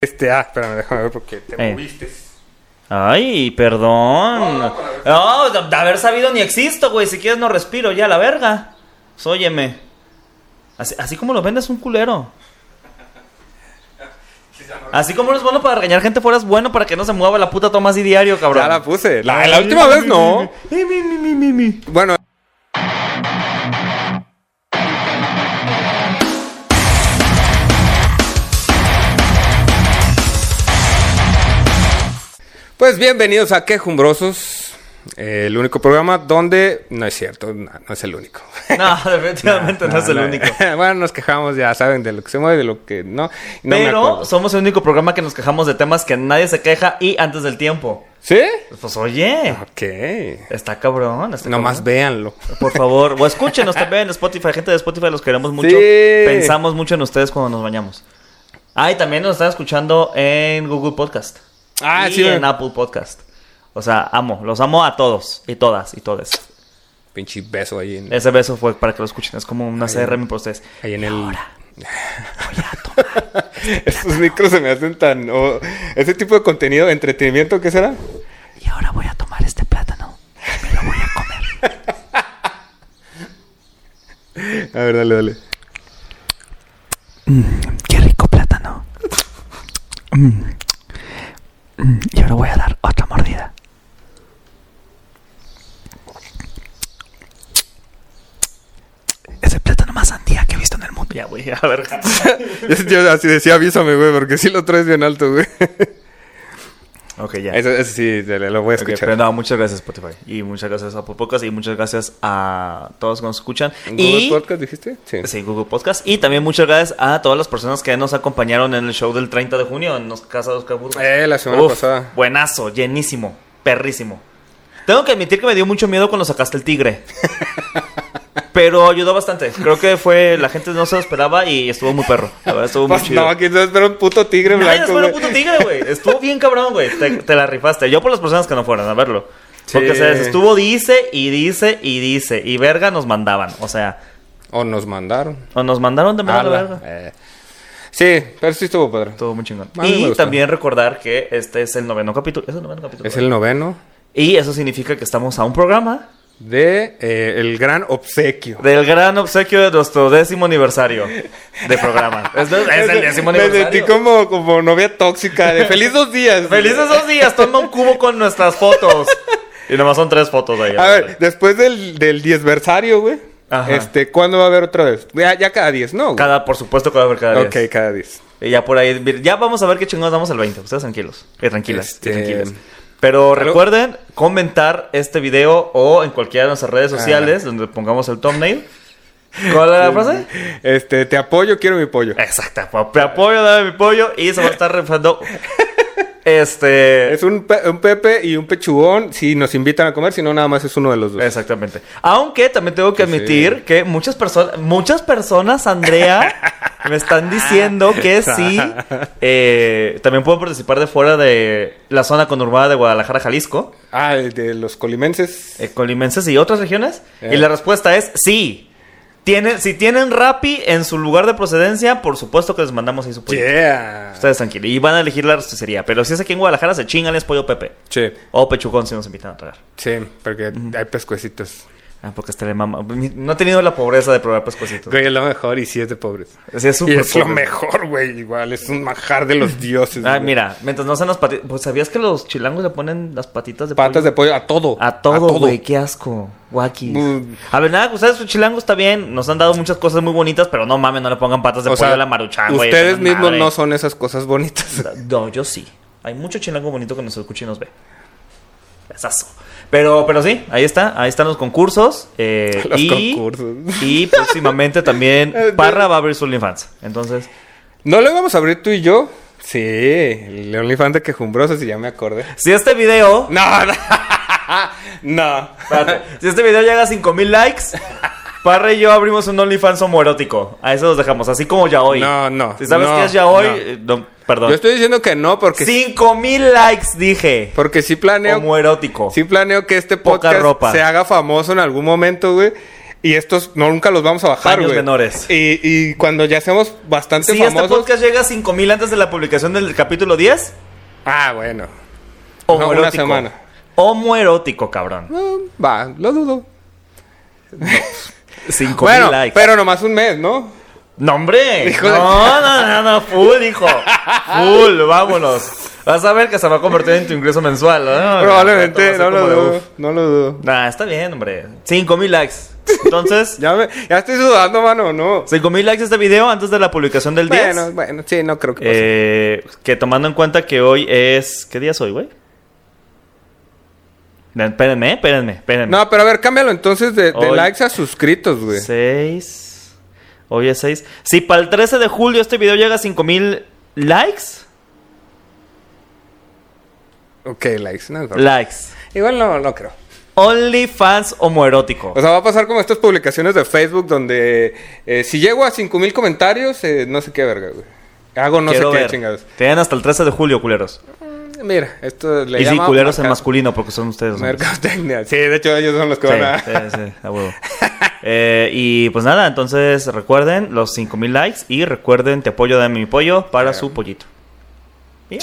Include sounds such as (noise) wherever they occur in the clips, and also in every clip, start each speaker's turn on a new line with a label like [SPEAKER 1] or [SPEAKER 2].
[SPEAKER 1] Este, ah, espérame, déjame ver porque te
[SPEAKER 2] Eh.
[SPEAKER 1] moviste.
[SPEAKER 2] Ay, perdón.
[SPEAKER 1] No, no, para ver.
[SPEAKER 2] No, de de haber sabido ni existo, güey. Si quieres no respiro, ya la verga. Pues, óyeme. Así, así como lo vendes un culero. Así como eres bueno para regañar gente, fueras bueno para que no se mueva la puta toma así diario, cabrón.
[SPEAKER 1] Ya la puse. La, la última vez no.
[SPEAKER 2] Mi, mi, mi, mi, mi, mi.
[SPEAKER 1] Bueno. Pues bienvenidos a Quejumbrosos, eh, el único programa donde, no es cierto, no, no es el único.
[SPEAKER 2] No, definitivamente no, es el único.
[SPEAKER 1] (laughs) bueno, nos quejamos, ya saben, de lo que se mueve, de lo que no. no me
[SPEAKER 2] Pero
[SPEAKER 1] acuerdo.
[SPEAKER 2] somos el único programa que nos quejamos de temas que nadie se queja y antes del tiempo.
[SPEAKER 1] ¿Sí?
[SPEAKER 2] Pues oye,
[SPEAKER 1] Ok.
[SPEAKER 2] está cabrón. Está
[SPEAKER 1] Nomás
[SPEAKER 2] cabrón.
[SPEAKER 1] véanlo.
[SPEAKER 2] Por favor, o escúchenos también en Spotify. Gente de Spotify, los queremos mucho.
[SPEAKER 1] Sí.
[SPEAKER 2] Pensamos mucho en ustedes cuando nos bañamos. Ah, y también nos están escuchando en Google Podcast.
[SPEAKER 1] Ah,
[SPEAKER 2] y
[SPEAKER 1] sí,
[SPEAKER 2] en
[SPEAKER 1] me-
[SPEAKER 2] Apple Podcast. O sea, amo, los amo a todos y todas y todes.
[SPEAKER 1] Pinche beso ahí en,
[SPEAKER 2] Ese beso fue para que lo escuchen, es como una CRM para ustedes.
[SPEAKER 1] Ahí en el. (laughs) Estos micros se me hacen tan. o- ese tipo de contenido, entretenimiento, ¿qué será?
[SPEAKER 2] Y ahora voy a tomar este plátano. Me lo voy a comer.
[SPEAKER 1] A ver, dale, dale.
[SPEAKER 2] Qué rico plátano. Mm. Y ahora voy a dar otra mordida. Es el plátano más sandía que he visto en el mundo. Ya,
[SPEAKER 1] (laughs)
[SPEAKER 2] güey, a ver.
[SPEAKER 1] Yo, yo así decía, avísame, güey, porque si lo traes bien alto, güey.
[SPEAKER 2] (laughs) ok, ya.
[SPEAKER 1] Eso, eso sí, dale, lo voy a
[SPEAKER 2] Ok,
[SPEAKER 1] escuchar.
[SPEAKER 2] pero no, muchas gracias Spotify. Y muchas gracias a Popocas y muchas gracias a todos que nos escuchan.
[SPEAKER 1] ¿Google
[SPEAKER 2] y...
[SPEAKER 1] Podcast dijiste? Sí.
[SPEAKER 2] Sí, Google Podcast. Y también muchas gracias a todas las personas que nos acompañaron en el show del 30 de junio en los Casa de Oscar Burgos.
[SPEAKER 1] Eh, la semana
[SPEAKER 2] Uf,
[SPEAKER 1] pasada.
[SPEAKER 2] Buenazo, llenísimo, perrísimo. Tengo que admitir que me dio mucho miedo cuando sacaste
[SPEAKER 1] (laughs)
[SPEAKER 2] el tigre. Pero ayudó bastante. Creo que fue. La gente no se lo esperaba y estuvo muy perro. La verdad, estuvo muy
[SPEAKER 1] Pues,
[SPEAKER 2] chido.
[SPEAKER 1] no, aquí no espera un puto tigre
[SPEAKER 2] Nadie
[SPEAKER 1] blanco,
[SPEAKER 2] espera
[SPEAKER 1] güey.
[SPEAKER 2] un puto tigre, güey. Estuvo bien cabrón, güey. Te, te la rifaste. Yo por las personas que no fueron a verlo. Porque
[SPEAKER 1] Sí.
[SPEAKER 2] se estuvo dice y dice y dice. Y verga nos mandaban. O sea,
[SPEAKER 1] O nos mandaron.
[SPEAKER 2] o nos mandaron de manera
[SPEAKER 1] Ala,
[SPEAKER 2] verga.
[SPEAKER 1] eh. Sí, pero sí estuvo padre.
[SPEAKER 2] Todo muy chingón.
[SPEAKER 1] A mí me
[SPEAKER 2] Y
[SPEAKER 1] gustó.
[SPEAKER 2] también recordar que este es el noveno capítulo. Es el noveno capítulo.
[SPEAKER 1] Es el noveno
[SPEAKER 2] Y eso significa que estamos a un programa
[SPEAKER 1] de eh, El Gran Obsequio.
[SPEAKER 2] del gran obsequio de nuestro décimo aniversario de programa.
[SPEAKER 1] (laughs)
[SPEAKER 2] es, es el décimo
[SPEAKER 1] Me sentí
[SPEAKER 2] aniversario.
[SPEAKER 1] como, como novia tóxica. De feliz dos
[SPEAKER 2] (laughs)
[SPEAKER 1] días.
[SPEAKER 2] Felices dos días, toma un cubo con nuestras fotos. Y nomás son tres fotos ahí.
[SPEAKER 1] A ver, después del, del diezversario, güey.
[SPEAKER 2] Ajá.
[SPEAKER 1] Este, ¿cuándo va a haber otra vez? Ya, ya cada 10, ¿no? güey?
[SPEAKER 2] Cada, por supuesto, cada, cada día.
[SPEAKER 1] Ok, cada 10.
[SPEAKER 2] Y ya por ahí, mire, ya vamos a ver qué chingados damos el 20. Ustedes tranquilos. Y tranquilas. y
[SPEAKER 1] Este-
[SPEAKER 2] tranquilas. Pero recuerden comentar este video o en cualquiera de nuestras redes
[SPEAKER 1] Ah.
[SPEAKER 2] sociales donde pongamos el thumbnail. ¿Cuál era la frase? Eh.
[SPEAKER 1] Este, te apoyo, quiero mi pollo.
[SPEAKER 2] Exacto. pa- pa- apoyo, dame mi pollo y se va a estar
[SPEAKER 1] (laughs)
[SPEAKER 2] rifando. Este.
[SPEAKER 1] Es un, pe- un Pepe y un Pechugón si nos invitan a comer, si no, nada más es uno de los dos.
[SPEAKER 2] Exactamente. Aunque también tengo que
[SPEAKER 1] Sí.
[SPEAKER 2] admitir que muchas personas, muchas personas, Andrea,
[SPEAKER 1] (laughs)
[SPEAKER 2] me están diciendo que sí, eh, también puedo participar de fuera de la zona conurbada de Guadalajara, Jalisco,
[SPEAKER 1] Ah, el de los colimenses.
[SPEAKER 2] eh, colimenses y otras regiones.
[SPEAKER 1] Eh.
[SPEAKER 2] Y la respuesta es sí. Tienen, si tienen Rappi en su lugar de procedencia, por supuesto que les mandamos ahí su pollo.
[SPEAKER 1] Yeah.
[SPEAKER 2] Ustedes tranquilos. Y van a elegir la rosticería. Pero si es aquí en Guadalajara, se chingan es pollo Pepe.
[SPEAKER 1] Sí,
[SPEAKER 2] O pechucón si nos invitan a tragar.
[SPEAKER 1] sí, porque hay pescuecitos.
[SPEAKER 2] Ah, porque está de mamá. No he tenido la pobreza de probar pescuecitos.
[SPEAKER 1] Güey, es lo mejor y sí es de pobres.
[SPEAKER 2] Sí, es
[SPEAKER 1] Y
[SPEAKER 2] súper
[SPEAKER 1] es lo
[SPEAKER 2] pobre.
[SPEAKER 1] mejor, güey. Igual, es un majar de los dioses.
[SPEAKER 2] Ah,
[SPEAKER 1] güey.
[SPEAKER 2] mira, mientras no sean las patitas. Pues sabías que los chilangos le ponen las patitas de
[SPEAKER 1] Patas
[SPEAKER 2] pollo?
[SPEAKER 1] de pollo a todo.
[SPEAKER 2] A todo, güey, qué asco. Guaki.
[SPEAKER 1] Mm.
[SPEAKER 2] A ver, nada, ustedes su chilango está bien. Nos han dado muchas cosas muy bonitas, pero no mames, no le pongan patas de pollo a la maruchan, güey.
[SPEAKER 1] Ustedes
[SPEAKER 2] esa
[SPEAKER 1] mismos
[SPEAKER 2] madre.
[SPEAKER 1] no son esas cosas bonitas.
[SPEAKER 2] No, yo sí. Hay mucho chilango bonito que nos escucha y nos ve. Besazo. Pero, pero sí, ahí está, ahí están los concursos. eh,
[SPEAKER 1] (laughs) Los
[SPEAKER 2] y,
[SPEAKER 1] concursos.
[SPEAKER 2] Y
[SPEAKER 1] (laughs)
[SPEAKER 2] próximamente también
[SPEAKER 1] Eh,
[SPEAKER 2] Parra va a abrir su OnlyFans. Entonces,
[SPEAKER 1] ¿No lo íbamos a abrir tú y yo? Sí, el OnlyFans de quejumbrosos si ya me acordé.
[SPEAKER 2] si este video,
[SPEAKER 1] No, (laughs) no. no.
[SPEAKER 2] espérate, (laughs) si este video llega a 5000 likes, Parra y yo abrimos un OnlyFans homoerótico. A eso los dejamos, así como ya hoy.
[SPEAKER 1] No, no,
[SPEAKER 2] Si sabes
[SPEAKER 1] no,
[SPEAKER 2] que es ya hoy,
[SPEAKER 1] no.
[SPEAKER 2] eh, no, perdón.
[SPEAKER 1] Yo estoy diciendo que no porque
[SPEAKER 2] 5000 likes dije.
[SPEAKER 1] porque sí planeo
[SPEAKER 2] Homoerótico.
[SPEAKER 1] sí planeo que este
[SPEAKER 2] Poca
[SPEAKER 1] podcast
[SPEAKER 2] ropa.
[SPEAKER 1] se haga famoso en algún momento, güey. Y estos no, nunca los vamos a bajar,
[SPEAKER 2] Paños
[SPEAKER 1] güey.
[SPEAKER 2] menores.
[SPEAKER 1] Y, y cuando ya seamos bastante
[SPEAKER 2] Si este
[SPEAKER 1] famosos.
[SPEAKER 2] podcast llega a 5000 antes de la publicación del capítulo 10,
[SPEAKER 1] Ah, bueno. No,
[SPEAKER 2] homoerótico.
[SPEAKER 1] una semana.
[SPEAKER 2] Homoerótico, cabrón.
[SPEAKER 1] Mm, Va, lo dudo.
[SPEAKER 2] 5000
[SPEAKER 1] Bueno,
[SPEAKER 2] likes.
[SPEAKER 1] pero nomás un mes, ¿no?
[SPEAKER 2] No, hombre.
[SPEAKER 1] Hijo de-
[SPEAKER 2] no, no, no, no, full, hijo. Full, vámonos. Vas a ver que se va a convertir en tu ingreso mensual. ¿no?
[SPEAKER 1] Probablemente,
[SPEAKER 2] Va
[SPEAKER 1] no
[SPEAKER 2] a ser como
[SPEAKER 1] lo
[SPEAKER 2] de,
[SPEAKER 1] dudo.
[SPEAKER 2] uf.
[SPEAKER 1] No lo dudo.
[SPEAKER 2] Nah, está bien, hombre. 5000 likes.
[SPEAKER 1] (laughs)
[SPEAKER 2] Entonces,
[SPEAKER 1] Ya, me- ya estoy sudando, mano, ¿no?
[SPEAKER 2] 5000 likes este video antes de la publicación del 10.
[SPEAKER 1] Bueno, bueno, sí, no creo que pase.
[SPEAKER 2] Eh, que tomando en cuenta que hoy es. ¿Qué día es hoy, güey? No, Espérenme, espérenme, espérenme.
[SPEAKER 1] No, pero a ver, cámbialo entonces de, de
[SPEAKER 2] Hoy-
[SPEAKER 1] likes a suscritos, güey.
[SPEAKER 2] 6. Hoy es 6. Si para el 13 de julio este video llega a 5000 likes.
[SPEAKER 1] Ok, likes. No, no.
[SPEAKER 2] Likes.
[SPEAKER 1] Igual no, no creo.
[SPEAKER 2] OnlyFans homoerótico.
[SPEAKER 1] O sea, va a pasar como estas publicaciones de Facebook donde eh, si llego a 5000 comentarios, eh, no sé qué verga, güey. Hago no
[SPEAKER 2] Quiero
[SPEAKER 1] sé qué
[SPEAKER 2] ver.
[SPEAKER 1] chingados.
[SPEAKER 2] Tienen hasta el 13 de julio, culeros.
[SPEAKER 1] Mira, esto le
[SPEAKER 2] y sí,
[SPEAKER 1] llama
[SPEAKER 2] culeros en
[SPEAKER 1] merca-
[SPEAKER 2] masculino, porque son ustedes. los hombres.
[SPEAKER 1] Mercadotecnia. Sí, de hecho ellos son los que
[SPEAKER 2] Sí,
[SPEAKER 1] van a...
[SPEAKER 2] sí, sí, a huevo. (laughs) Eh, y pues nada, entonces recuerden los 5000 likes y recuerden te apoyo de mi pollo para su pollito. ¿Bien?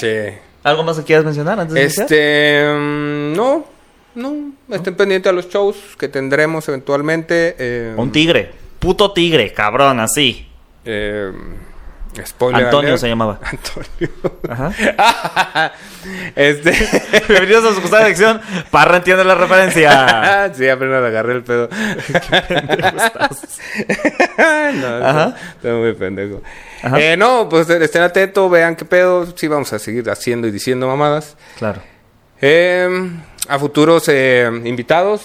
[SPEAKER 1] (laughs) Sí.
[SPEAKER 2] ¿Algo más que quieras mencionar antes de iniciar?
[SPEAKER 1] Este, mm, no, no, estén pendientes a los shows que tendremos eventualmente. eh,
[SPEAKER 2] Un tigre, puto tigre, cabrón, así.
[SPEAKER 1] eh, spoiler
[SPEAKER 2] Antonio
[SPEAKER 1] alert.
[SPEAKER 2] se llamaba.
[SPEAKER 1] (laughs) Antonio.
[SPEAKER 2] Ajá. (laughs)
[SPEAKER 1] (laughs) este,
[SPEAKER 2] Bienvenidos a su gustada sección. Parra entiende la referencia.
[SPEAKER 1] (laughs) sí, apenas le agarré el pedo. (laughs) no,
[SPEAKER 2] Ajá.
[SPEAKER 1] estoy- estoy muy pendejo.
[SPEAKER 2] Ajá.
[SPEAKER 1] Eh, no, pues estén atentos, vean qué pedo. Sí, vamos a seguir haciendo y diciendo mamadas.
[SPEAKER 2] Claro.
[SPEAKER 1] Eh, a futuros eh, invitados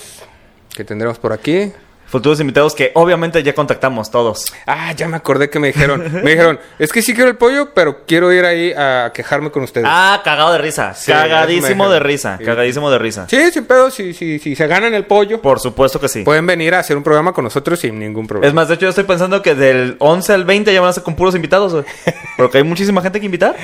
[SPEAKER 1] que tendremos por aquí.
[SPEAKER 2] Futuros invitados que obviamente ya contactamos todos.
[SPEAKER 1] Ah, ya me acordé que me dijeron. Me dijeron, es que sí quiero el pollo, pero quiero ir ahí a quejarme con ustedes.
[SPEAKER 2] Ah, cagado de risa.
[SPEAKER 1] Sí, eso me
[SPEAKER 2] cagadísimo
[SPEAKER 1] dijeron.
[SPEAKER 2] de risa.
[SPEAKER 1] Sí.
[SPEAKER 2] Cagadísimo de risa.
[SPEAKER 1] Sí, sin pedo, si, si, si se ganan el pollo,
[SPEAKER 2] Por supuesto que sí.
[SPEAKER 1] pueden venir a hacer un programa con nosotros sin ningún problema.
[SPEAKER 2] Es más, de hecho, yo estoy pensando que del 11 al 20 ya van a ser con puros invitados, güey. Porque hay muchísima gente
[SPEAKER 1] (laughs)
[SPEAKER 2] que invitar.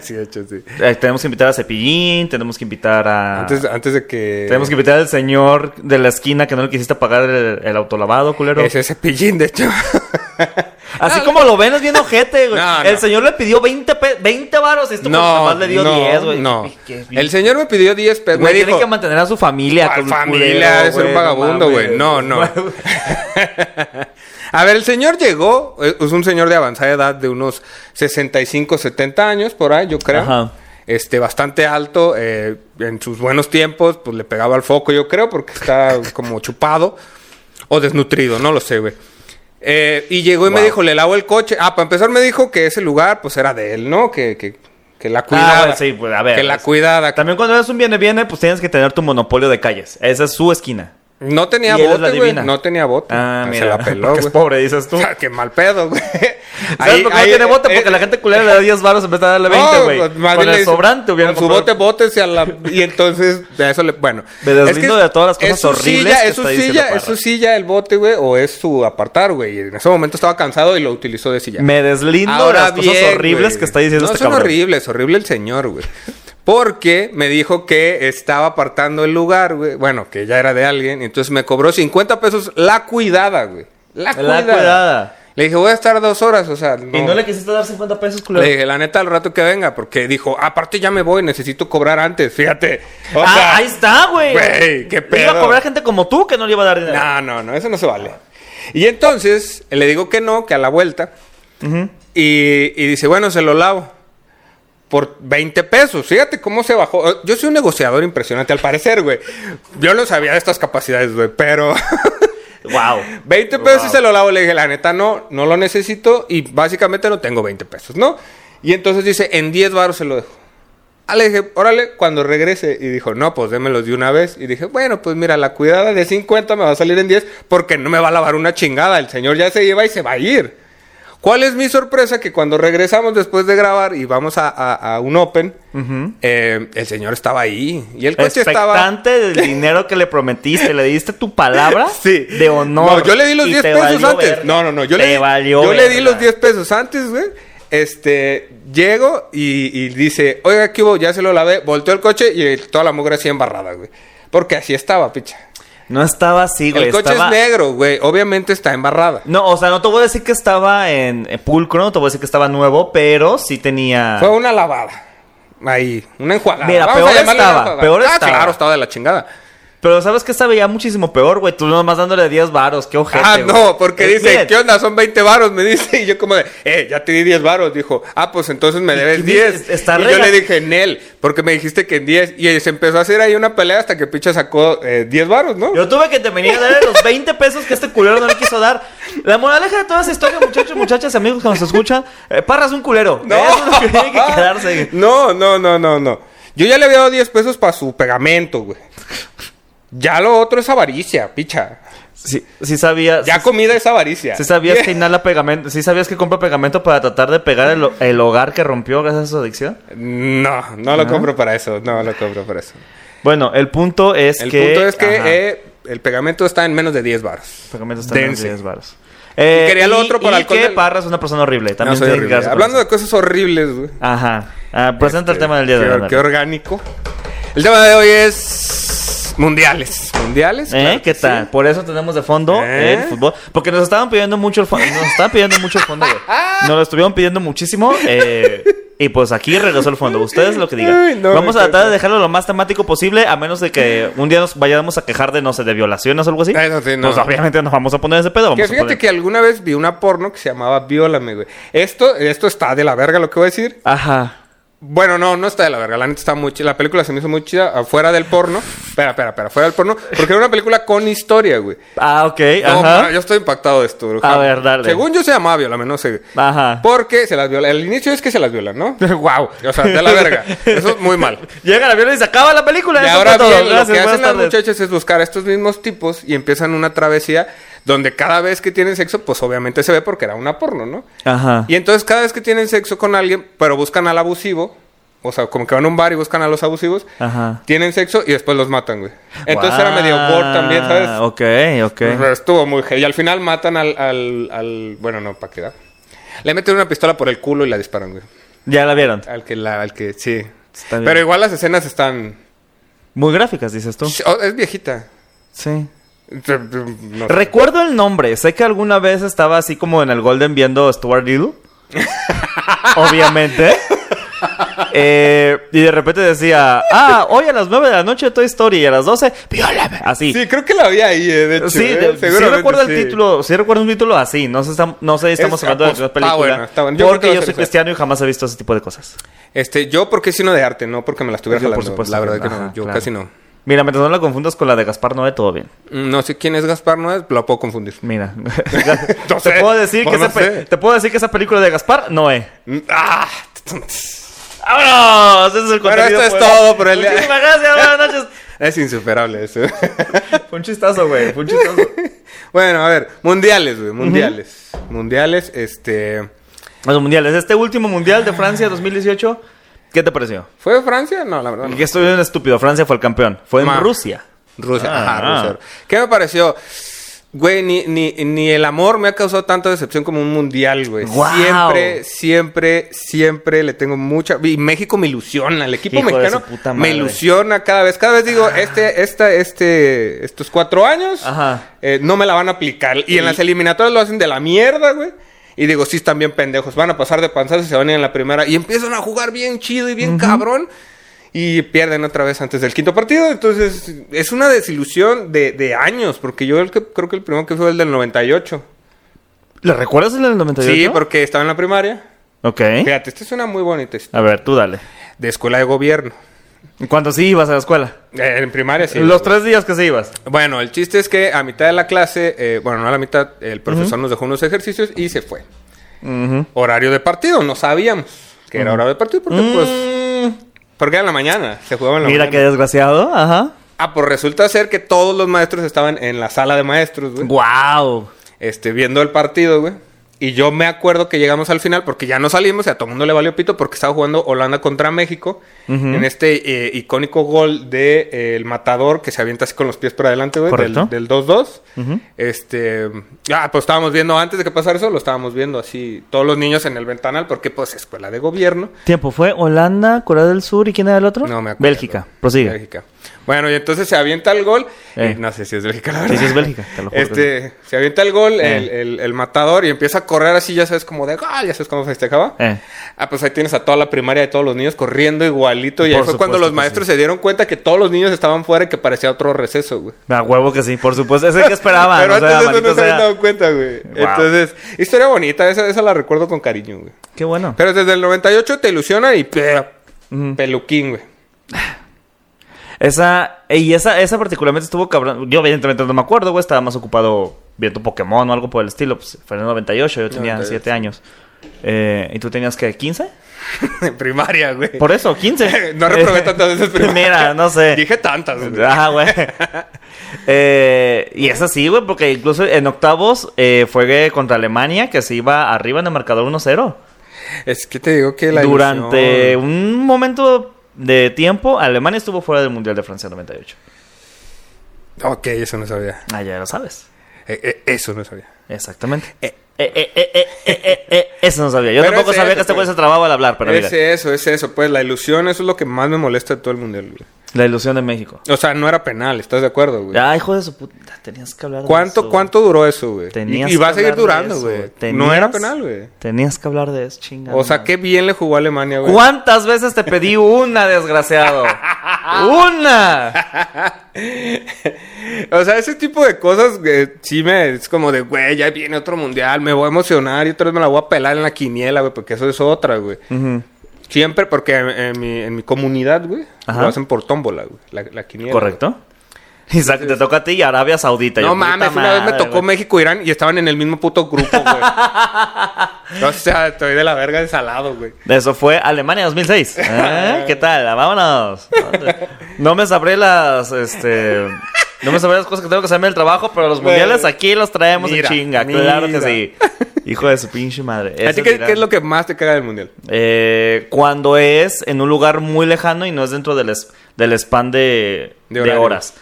[SPEAKER 1] sí, de hecho, sí.
[SPEAKER 2] Eh, tenemos que invitar a Cepillín, tenemos que invitar a.
[SPEAKER 1] Antes, eh, antes de que...
[SPEAKER 2] Tenemos que invitar al señor de la esquina que no le quisiste pagar el, el autolavado, culero.
[SPEAKER 1] Ese cepillín, de hecho.
[SPEAKER 2] Así como lo ven, es bien ojete, güey.
[SPEAKER 1] No, no.
[SPEAKER 2] El señor le pidió 20, pe- 20 varos y esto pues
[SPEAKER 1] no,
[SPEAKER 2] nomás le dio
[SPEAKER 1] no,
[SPEAKER 2] 10, güey.
[SPEAKER 1] no.
[SPEAKER 2] Qué- qué-
[SPEAKER 1] El señor me pidió 10 pesos. Me
[SPEAKER 2] Güey, tiene
[SPEAKER 1] dijo,
[SPEAKER 2] que mantener a su familia.
[SPEAKER 1] "Cuál
[SPEAKER 2] con
[SPEAKER 1] familia, es un vagabundo, güey. No, no.
[SPEAKER 2] (laughs)
[SPEAKER 1] A ver, el señor llegó, eh, es un señor de avanzada edad de unos 65, 70 años por ahí, yo creo.
[SPEAKER 2] Ajá.
[SPEAKER 1] Este, bastante alto, eh, en sus buenos tiempos, pues le pegaba al foco, yo creo, porque
[SPEAKER 2] (laughs)
[SPEAKER 1] está como chupado o desnutrido, no lo sé, güey. Eh, y llegó y me
[SPEAKER 2] Wow.
[SPEAKER 1] dijo, le lavo el coche. Ah, para empezar me dijo que ese lugar, pues era de él, ¿no? Que, que, que la cuidada.
[SPEAKER 2] Ah, bueno, sí, pues, a ver,
[SPEAKER 1] Que la
[SPEAKER 2] es-
[SPEAKER 1] cuidada.
[SPEAKER 2] También cuando eres un viene-viene, pues tienes que tener tu monopolio de calles. Esa es su esquina.
[SPEAKER 1] No tenía
[SPEAKER 2] Y él es la
[SPEAKER 1] bote, güey.
[SPEAKER 2] divina.
[SPEAKER 1] No tenía bote.
[SPEAKER 2] Ah,
[SPEAKER 1] Se
[SPEAKER 2] mira.
[SPEAKER 1] la peló,
[SPEAKER 2] (laughs) porque es
[SPEAKER 1] güey.
[SPEAKER 2] pobre, dices tú.
[SPEAKER 1] (laughs) O sea, qué mal pedo, güey.
[SPEAKER 2] (laughs)
[SPEAKER 1] eh,
[SPEAKER 2] ¿Sabes por qué no tiene bote? Porque la gente culera le da 10 baros en vez de darle 20, güey.
[SPEAKER 1] pues,
[SPEAKER 2] con el sobrante hubiera
[SPEAKER 1] hubieran Con su bote, pues, bote a
[SPEAKER 2] (laughs)
[SPEAKER 1] la... Y entonces, de eso le... Bueno.
[SPEAKER 2] Me deslindo de todas las cosas
[SPEAKER 1] es su
[SPEAKER 2] horribles
[SPEAKER 1] Silla,
[SPEAKER 2] que
[SPEAKER 1] es su
[SPEAKER 2] está diciendo
[SPEAKER 1] silla,
[SPEAKER 2] Parra.
[SPEAKER 1] es su silla el bote, güey, o es su apartar, güey. Y en ese momento estaba cansado y lo utilizó de silla.
[SPEAKER 2] Me deslindo de las cosas
[SPEAKER 1] bien,
[SPEAKER 2] horribles
[SPEAKER 1] güey.
[SPEAKER 2] que está diciendo
[SPEAKER 1] no,
[SPEAKER 2] este
[SPEAKER 1] son
[SPEAKER 2] cabrón.
[SPEAKER 1] horribles, horrible el señor, güey. Porque me dijo que estaba apartando el lugar, güey. Bueno, que ya era de alguien. y Entonces me cobró 50 pesos la cuidada, güey. La cuidada.
[SPEAKER 2] La cuidada.
[SPEAKER 1] Le dije, voy a estar dos horas, o sea, no.
[SPEAKER 2] Y no le quisiste dar 50 pesos,
[SPEAKER 1] Le
[SPEAKER 2] culero.
[SPEAKER 1] dije, la neta, al rato que venga, porque dijo, aparte ya me voy, necesito cobrar antes, fíjate. O
[SPEAKER 2] ah,
[SPEAKER 1] sea,
[SPEAKER 2] ahí está, güey.
[SPEAKER 1] güey, qué
[SPEAKER 2] Le Iba a
[SPEAKER 1] pedo.
[SPEAKER 2] cobrar gente como tú que no le iba a dar dinero.
[SPEAKER 1] No, no, no, eso no se vale. Y entonces le digo que no, que a la vuelta. y, y dice, bueno, se lo lavo. Por 20 pesos. Fíjate cómo se bajó. Eh, Yo soy un negociador impresionante, al parecer, güey. Yo no sabía de estas capacidades, güey, pero. (laughs)
[SPEAKER 2] Wow.
[SPEAKER 1] 20 pesos y se lo lavo. Le dije, la neta, no, no lo necesito y básicamente no tengo 20 pesos, ¿no? Y entonces dice, en 10 baros se lo dejo. Ah, le dije, órale, cuando regrese. Y dijo, no, pues démelos de una vez. Y dije, bueno, pues mira, la cuidada de 50 me va a salir en 10 porque no me va a lavar una chingada. El señor ya se lleva y se va a ir. ¿Cuál es mi sorpresa? Que cuando regresamos después de grabar y vamos a, a- a un open, eh, el señor estaba ahí. Y el coche estaba... (laughs)
[SPEAKER 2] Expectante del dinero que le prometiste, le diste tu palabra
[SPEAKER 1] Sí.
[SPEAKER 2] de honor.
[SPEAKER 1] No, yo le di los
[SPEAKER 2] y
[SPEAKER 1] 10
[SPEAKER 2] te
[SPEAKER 1] pesos
[SPEAKER 2] valió
[SPEAKER 1] antes.
[SPEAKER 2] verga.
[SPEAKER 1] No, no, no. Yo,
[SPEAKER 2] te
[SPEAKER 1] le, di-
[SPEAKER 2] valió
[SPEAKER 1] yo le di
[SPEAKER 2] verga.
[SPEAKER 1] los 10 pesos antes, güey. Este, llego y, y dice, oiga, ¿qué hubo? Ya se lo lavé. Volteó el coche y toda la mugre así embarrada, güey. Porque así estaba, picha.
[SPEAKER 2] No estaba así, güey.
[SPEAKER 1] el coche
[SPEAKER 2] estaba-
[SPEAKER 1] es negro, güey. Obviamente está embarrada.
[SPEAKER 2] No, o sea, no te voy a decir que estaba en en pulcro, no te voy a decir que estaba nuevo, pero sí tenía.
[SPEAKER 1] Fue una lavada. Ahí, una enjuagada.
[SPEAKER 2] Ah. Mira,
[SPEAKER 1] Vamos a
[SPEAKER 2] peor
[SPEAKER 1] llamarle una
[SPEAKER 2] estaba,
[SPEAKER 1] enjuagada.
[SPEAKER 2] peor
[SPEAKER 1] ah,
[SPEAKER 2] estaba.
[SPEAKER 1] claro, estaba de la chingada.
[SPEAKER 2] Pero sabes que estaba ya muchísimo peor, güey. Tú nomás dándole 10 varos, qué ojete.
[SPEAKER 1] ah,
[SPEAKER 2] güey.
[SPEAKER 1] no, porque
[SPEAKER 2] Eh,
[SPEAKER 1] dice,
[SPEAKER 2] miren,
[SPEAKER 1] ¿qué onda? Son 20 varos, me dice. Y yo como de, eh, ya te di 10 varos. Dijo, ah, pues entonces me
[SPEAKER 2] y
[SPEAKER 1] debes
[SPEAKER 2] dice,
[SPEAKER 1] 10.
[SPEAKER 2] está
[SPEAKER 1] y yo
[SPEAKER 2] rega-
[SPEAKER 1] le dije, Nel, porque me dijiste que en 10. Y se empezó a hacer ahí una pelea hasta que Picha sacó eh, 10 varos, ¿no?
[SPEAKER 2] Yo tuve que te venir a dar los 20 pesos que este culero no le quiso dar. La moraleja de toda esa historia, muchachos, muchachas, amigos que nos escuchan, eh, Parra es un culero.
[SPEAKER 1] No.
[SPEAKER 2] Eso es lo que tiene que
[SPEAKER 1] (laughs)
[SPEAKER 2] quedarse.
[SPEAKER 1] No, no, no, no, no. Yo ya le había dado 10 pesos para su pegamento, güey. Ya lo otro es avaricia, picha.
[SPEAKER 2] Sí, sí sabía.
[SPEAKER 1] Ya
[SPEAKER 2] sí-
[SPEAKER 1] comida es avaricia. (laughs)
[SPEAKER 2] sí sabías que inhala pegamento, sí sabías que compra pegamento para tratar de pegar el, el hogar que rompió gracias a su adicción.
[SPEAKER 1] No, no lo compro para eso. No lo compro para eso.
[SPEAKER 2] Bueno, el punto es
[SPEAKER 1] el
[SPEAKER 2] que.
[SPEAKER 1] punto es que
[SPEAKER 2] Ajá.
[SPEAKER 1] eh, el pegamento está en menos de 10 baros.
[SPEAKER 2] Pegamento está en unos
[SPEAKER 1] Dense.
[SPEAKER 2] 10 varos. Eh,
[SPEAKER 1] Y quería lo otro por
[SPEAKER 2] y
[SPEAKER 1] alcohol
[SPEAKER 2] que
[SPEAKER 1] del-
[SPEAKER 2] Parra es una persona horrible. También
[SPEAKER 1] No, soy
[SPEAKER 2] tiene que
[SPEAKER 1] horrible.
[SPEAKER 2] quedarse con
[SPEAKER 1] Hablando
[SPEAKER 2] eso.
[SPEAKER 1] de cosas horribles, güey.
[SPEAKER 2] Ajá. Ah, presenta el
[SPEAKER 1] Este,
[SPEAKER 2] tema del día de
[SPEAKER 1] qué-
[SPEAKER 2] hoy.
[SPEAKER 1] Qué orgánico. El tema de hoy es mundiales. Mundiales.
[SPEAKER 2] ¿Eh?
[SPEAKER 1] claro
[SPEAKER 2] ¿Qué
[SPEAKER 1] que
[SPEAKER 2] tal?
[SPEAKER 1] sí.
[SPEAKER 2] Por eso tenemos de fondo
[SPEAKER 1] ¿Eh?
[SPEAKER 2] el fútbol. Porque nos estaban pidiendo mucho el fondo. Nos estaban pidiendo mucho el fondo, güey.
[SPEAKER 1] (laughs)
[SPEAKER 2] Nos lo estuvieron pidiendo muchísimo. eh, y pues aquí regresó el fondo. Ustedes lo que
[SPEAKER 1] Ay,
[SPEAKER 2] digan.
[SPEAKER 1] no,
[SPEAKER 2] Vamos
[SPEAKER 1] me
[SPEAKER 2] a tratar
[SPEAKER 1] encanta.
[SPEAKER 2] de dejarlo lo más temático posible. A menos de que un día nos vayamos a quejar de, no sé, de violaciones o algo así.
[SPEAKER 1] Eso sí, no.
[SPEAKER 2] Pues obviamente nos vamos a poner ese pedo. Vamos
[SPEAKER 1] Que
[SPEAKER 2] a
[SPEAKER 1] fíjate
[SPEAKER 2] poner-
[SPEAKER 1] que alguna vez vi una porno que se llamaba Viólame, güey. Esto, esto está de la verga lo que voy a decir.
[SPEAKER 2] Ajá.
[SPEAKER 1] Bueno, no, no está de la verga. La neta está muy chida. La película se me hizo muy chida afuera del porno. Espera, espera, espera. Fuera del porno. Porque era una película con historia, güey.
[SPEAKER 2] Ah, ok.
[SPEAKER 1] No,
[SPEAKER 2] Ajá.
[SPEAKER 1] ma, yo estoy impactado de esto, bro.
[SPEAKER 2] A ver, dale.
[SPEAKER 1] Según yo se llamaba Viólame, no sé.
[SPEAKER 2] Ajá.
[SPEAKER 1] Porque se las viola. El inicio es que se las violan,
[SPEAKER 2] (laughs)
[SPEAKER 1] ¿no?
[SPEAKER 2] wow.
[SPEAKER 1] O sea, de la verga. Eso es muy
[SPEAKER 2] (laughs)
[SPEAKER 1] mal.
[SPEAKER 2] Llega el avión y se acaba la película.
[SPEAKER 1] Y
[SPEAKER 2] Eso
[SPEAKER 1] ahora
[SPEAKER 2] fue todo.
[SPEAKER 1] bien, lo
[SPEAKER 2] Gracias,
[SPEAKER 1] que hacen
[SPEAKER 2] buenas
[SPEAKER 1] las
[SPEAKER 2] tardes.
[SPEAKER 1] muchachas es buscar a estos mismos tipos y empiezan una travesía donde cada vez que tienen sexo, pues obviamente se ve porque era una porno, ¿no?
[SPEAKER 2] Ajá.
[SPEAKER 1] Y entonces cada vez que tienen sexo con alguien, pero buscan al abusivo, o sea, como que van a un bar y buscan a los abusivos,
[SPEAKER 2] Ajá.
[SPEAKER 1] tienen sexo y después los matan, güey. Entonces era medio gore
[SPEAKER 2] gore
[SPEAKER 1] también, ¿sabes?
[SPEAKER 2] Ah, Ok, ok.
[SPEAKER 1] Pero estuvo muy heavy. Y al final matan al, al, al- Bueno, no, para quedar. Le meten una pistola por el culo y la disparan, güey.
[SPEAKER 2] Ya la vieron.
[SPEAKER 1] Al que la, al que, sí.
[SPEAKER 2] Está bien.
[SPEAKER 1] Pero igual las escenas están.
[SPEAKER 2] Muy gráficas, dices tú.
[SPEAKER 1] Sh- oh, Es viejita.
[SPEAKER 2] Sí.
[SPEAKER 1] No.
[SPEAKER 2] Recuerdo el nombre. Sé que alguna vez estaba así como en el Golden viendo
[SPEAKER 1] (laughs)
[SPEAKER 2] Stuart Little. Obviamente. Eh, y de repente decía, ah, hoy a las 9 de la noche Toy Story y a las 12, viólame. Así.
[SPEAKER 1] Sí, creo que la vi ahí, eh, de hecho.
[SPEAKER 2] Sí,
[SPEAKER 1] eh,
[SPEAKER 2] de- sí
[SPEAKER 1] seguramente
[SPEAKER 2] recuerdo
[SPEAKER 1] sí.
[SPEAKER 2] el título, sí recuerdo un título así, no sé, estam- no sé si estamos
[SPEAKER 1] Es-
[SPEAKER 2] hablando de la misma
[SPEAKER 1] está
[SPEAKER 2] película.
[SPEAKER 1] bueno, está bueno. Yo creo que
[SPEAKER 2] porque
[SPEAKER 1] va a
[SPEAKER 2] yo
[SPEAKER 1] ser
[SPEAKER 2] soy
[SPEAKER 1] esa.
[SPEAKER 2] cristiano y jamás he visto ese tipo de cosas.
[SPEAKER 1] Este, yo porque sino de arte, no porque me la estuviera
[SPEAKER 2] Yo, por
[SPEAKER 1] jalando.
[SPEAKER 2] supuesto
[SPEAKER 1] La
[SPEAKER 2] que
[SPEAKER 1] verdad
[SPEAKER 2] no,
[SPEAKER 1] que no,
[SPEAKER 2] ajá,
[SPEAKER 1] yo
[SPEAKER 2] claro.
[SPEAKER 1] casi no.
[SPEAKER 2] Mira, mientras no la confundas con la de Gaspar Noé, todo bien.
[SPEAKER 1] Mm, No sé quién es Gaspar Noé, lo puedo confundir.
[SPEAKER 2] Mira, (laughs)
[SPEAKER 1] No
[SPEAKER 2] te,
[SPEAKER 1] sé,
[SPEAKER 2] puedo decir que
[SPEAKER 1] pues no
[SPEAKER 2] esa pe-
[SPEAKER 1] sé.
[SPEAKER 2] te puedo decir que esa película de Gaspar eh. Noé.
[SPEAKER 1] Mm, ¡Ah! (laughs)
[SPEAKER 2] ¡Vámonos! Ese es el
[SPEAKER 1] Bueno,
[SPEAKER 2] contenido
[SPEAKER 1] esto es
[SPEAKER 2] por hoy.
[SPEAKER 1] todo por el día.
[SPEAKER 2] Muchísimas gracias, buenas noches.
[SPEAKER 1] Es insuperable eso.
[SPEAKER 2] (laughs)
[SPEAKER 1] (laughs)
[SPEAKER 2] Fue un chistazo, güey, fue un chistazo.
[SPEAKER 1] bueno, a ver, mundiales, güey, mundiales. Mundiales, este.
[SPEAKER 2] (laughs) Los mundiales, este último mundial de Francia 2018, ¿qué te pareció?
[SPEAKER 1] ¿Fue Francia? No, la verdad. no.
[SPEAKER 2] Que estoy bien estúpido, Francia fue el campeón, fue en
[SPEAKER 1] Ma.
[SPEAKER 2] Rusia.
[SPEAKER 1] Rusia.
[SPEAKER 2] Ah.
[SPEAKER 1] Ajá, Rusia. ¿Qué me pareció? Güey, ni, ni, ni el amor me ha causado tanta decepción como un mundial, güey.
[SPEAKER 2] Guau.
[SPEAKER 1] Siempre, siempre, siempre le tengo mucha. Y México me ilusiona, el equipo
[SPEAKER 2] Hijo de
[SPEAKER 1] mexicano
[SPEAKER 2] su puta
[SPEAKER 1] me
[SPEAKER 2] madre.
[SPEAKER 1] ilusiona cada vez. Cada vez digo, este, esta, este, estos cuatro años
[SPEAKER 2] Ajá.
[SPEAKER 1] eh, no me la van a aplicar. Y, en las eliminatorias lo hacen de la mierda, güey. Y digo, sí, están bien pendejos. Van a pasar de panzas y se van a ir en la primera. Y empiezan a jugar bien chido y bien cabrón. Y pierden otra vez antes del quinto partido. Entonces, es una desilusión de, de años. Porque yo el que, creo que el primero que fue el del 98.
[SPEAKER 2] ¿Le recuerdas el del 98?
[SPEAKER 1] Sí, porque estaba en la primaria.
[SPEAKER 2] Ok.
[SPEAKER 1] Fíjate, esta es una muy bonita. historia.
[SPEAKER 2] A ver, tú dale.
[SPEAKER 1] De escuela de gobierno.
[SPEAKER 2] ¿Cuándo sí ibas a la escuela?
[SPEAKER 1] Eh, en primaria, sí.
[SPEAKER 2] Los tres días que sí ibas.
[SPEAKER 1] Bueno, el chiste es que a mitad de la clase, eh, bueno, no a la mitad, el profesor nos dejó unos ejercicios y se fue. Horario de partido, no sabíamos que era horario de partido porque pues... Porque era en la mañana, se jugaba en la
[SPEAKER 2] Mm. Mira qué
[SPEAKER 1] mañana.
[SPEAKER 2] desgraciado, ajá.
[SPEAKER 1] Ah, pues resulta ser que todos los maestros estaban en la sala de maestros, güey.
[SPEAKER 2] Wow.
[SPEAKER 1] Este, viendo el partido, güey. Y yo me acuerdo que llegamos al final porque ya no salimos y a todo el mundo le valió pito porque estaba jugando Holanda contra México en este eh, icónico gol de eh, el matador que se avienta así con los pies para adelante, güey, del
[SPEAKER 2] Correcto.
[SPEAKER 1] del 2-2. Este, ah, pues estábamos viendo antes de que pasara eso, lo estábamos viendo así todos los niños en el ventanal porque pues escuela de gobierno.
[SPEAKER 2] Tiempo fue Holanda, Corea del Sur y quién era el otro?
[SPEAKER 1] No me acuerdo.
[SPEAKER 2] Bélgica. Prosigue.
[SPEAKER 1] Bélgica. Bueno, y entonces se avienta el gol.
[SPEAKER 2] Eh.
[SPEAKER 1] y no sé si es Bélgica, la
[SPEAKER 2] Sí,
[SPEAKER 1] verdad.
[SPEAKER 2] sí es Bélgica, te lo juro. que
[SPEAKER 1] Este, se avienta el gol,
[SPEAKER 2] Eh.
[SPEAKER 1] el, el- el matador, y empieza a correr así, ya sabes, como de gol, ya sabes cómo festejaba.
[SPEAKER 2] sí. Eh.
[SPEAKER 1] Ah, pues ahí tienes a toda la primaria de todos los niños corriendo igualito. Y ahí
[SPEAKER 2] Por
[SPEAKER 1] fue cuando
[SPEAKER 2] supuesto
[SPEAKER 1] los
[SPEAKER 2] que
[SPEAKER 1] maestros se dieron cuenta que todos los niños estaban fuera y que parecía otro receso, güey.
[SPEAKER 2] A huevo que sí, por supuesto. Es el
[SPEAKER 1] (laughs)
[SPEAKER 2] que esperaban.
[SPEAKER 1] Pero
[SPEAKER 2] o sea,
[SPEAKER 1] antes de eso
[SPEAKER 2] maldito
[SPEAKER 1] no se habían
[SPEAKER 2] sea.
[SPEAKER 1] dado cuenta, güey.
[SPEAKER 2] Wow.
[SPEAKER 1] Entonces, historia bonita, esa, esa la recuerdo con cariño, güey.
[SPEAKER 2] Qué bueno.
[SPEAKER 1] Pero desde el 98 te ilusiona y pe-
[SPEAKER 2] Ujú.
[SPEAKER 1] peluquín, güey. (laughs)
[SPEAKER 2] Esa, y esa, esa particularmente estuvo cabrón. Yo, evidentemente, no me acuerdo, güey. Estaba más ocupado viendo Pokémon o algo por el estilo. Pues fue en el 98, yo tenía
[SPEAKER 1] 98.
[SPEAKER 2] 7 años. Eh, ¿Y tú tenías qué? ¿15?
[SPEAKER 1] En primaria, güey.
[SPEAKER 2] Por
[SPEAKER 1] (laughs)
[SPEAKER 2] eso, 15.
[SPEAKER 1] No reprobé tantas
[SPEAKER 2] (laughs)
[SPEAKER 1] veces primaria.
[SPEAKER 2] Mira, no sé.
[SPEAKER 1] (laughs) Dije
[SPEAKER 2] (laughs)
[SPEAKER 1] tantas, güey.
[SPEAKER 2] Ajá, Ah, güey. Eh, y es así, güey, porque incluso en octavos eh, fue contra Alemania que se iba arriba en el marcador 1-0.
[SPEAKER 1] Es que te digo que la
[SPEAKER 2] Durante
[SPEAKER 1] ilusión-
[SPEAKER 2] un momento de tiempo, Alemania estuvo fuera del Mundial de Francia 98.
[SPEAKER 1] Ok, eso no sabía.
[SPEAKER 2] Ah, ya lo sabes.
[SPEAKER 1] Eh, eh, eso no sabía.
[SPEAKER 2] Exactamente. Eh, eh, eh, eh, eh, eh, eh, Eso no sabía. Yo
[SPEAKER 1] Pero
[SPEAKER 2] tampoco
[SPEAKER 1] ese,
[SPEAKER 2] sabía
[SPEAKER 1] ese,
[SPEAKER 2] que este güey
[SPEAKER 1] pues.
[SPEAKER 2] se trababa al hablar, pero
[SPEAKER 1] es
[SPEAKER 2] mira.
[SPEAKER 1] eso, es eso. Pues la ilusión, eso es lo que más me molesta de todo el mundial, güey.
[SPEAKER 2] La ilusión de México.
[SPEAKER 1] O sea, no era penal, ¿estás de acuerdo, güey?
[SPEAKER 2] Ay, hijo de su puta. Tenías que hablar de eso,
[SPEAKER 1] ¿Cuánto,
[SPEAKER 2] güey.
[SPEAKER 1] ¿Cuánto duró eso, güey?
[SPEAKER 2] Tenías
[SPEAKER 1] Y, y va a
[SPEAKER 2] que
[SPEAKER 1] seguir
[SPEAKER 2] hablar de
[SPEAKER 1] durando,
[SPEAKER 2] eso,
[SPEAKER 1] güey. No
[SPEAKER 2] Tenías-
[SPEAKER 1] era penal, güey.
[SPEAKER 2] Tenías que hablar de eso, chingada.
[SPEAKER 1] O sea, qué bien le jugó a Alemania, güey.
[SPEAKER 2] ¿Cuántas veces te pedí una,
[SPEAKER 1] (laughs)
[SPEAKER 2] desgraciado? ¡Una!
[SPEAKER 1] O sea, ese tipo de cosas eh, sí me es como de, güey, ya viene otro mundial, me voy a emocionar y otra vez me la voy a pelar en la quiniela, güey, porque eso es otra, güey. Siempre, porque en, en mi, en mi comunidad, güey,
[SPEAKER 2] Ajá.
[SPEAKER 1] lo hacen por tómbola, güey, la, la quiniela.
[SPEAKER 2] ¿Correcto? Isaac, te toca a ti y Arabia Saudita.
[SPEAKER 1] güey.
[SPEAKER 2] Yo,
[SPEAKER 1] No
[SPEAKER 2] puta
[SPEAKER 1] mames, una vez me
[SPEAKER 2] madre,
[SPEAKER 1] tocó
[SPEAKER 2] güey.
[SPEAKER 1] México-Irán y estaban en el mismo puto grupo, güey.
[SPEAKER 2] (laughs)
[SPEAKER 1] o sea, estoy de la verga ensalado, güey.
[SPEAKER 2] Eso fue
[SPEAKER 1] (laughs)
[SPEAKER 2] Alemania 2006. ¿Eh? ¿Qué tal? Vámonos. No me sabré las, este... No me sabré las cosas que tengo que saber del trabajo, pero los
[SPEAKER 1] Güey.
[SPEAKER 2] mundiales aquí los traemos
[SPEAKER 1] Mira,
[SPEAKER 2] en chinga. Claro que
[SPEAKER 1] mira.
[SPEAKER 2] sí. Hijo de su pinche madre.
[SPEAKER 1] ¿A
[SPEAKER 2] Ese
[SPEAKER 1] ti qué,
[SPEAKER 2] dirá.
[SPEAKER 1] qué es lo que más te caga del mundial?
[SPEAKER 2] Eh, cuando es en un lugar muy lejano y no es dentro del, es- del span de,
[SPEAKER 1] De
[SPEAKER 2] de
[SPEAKER 1] horario. Mm.
[SPEAKER 2] horas.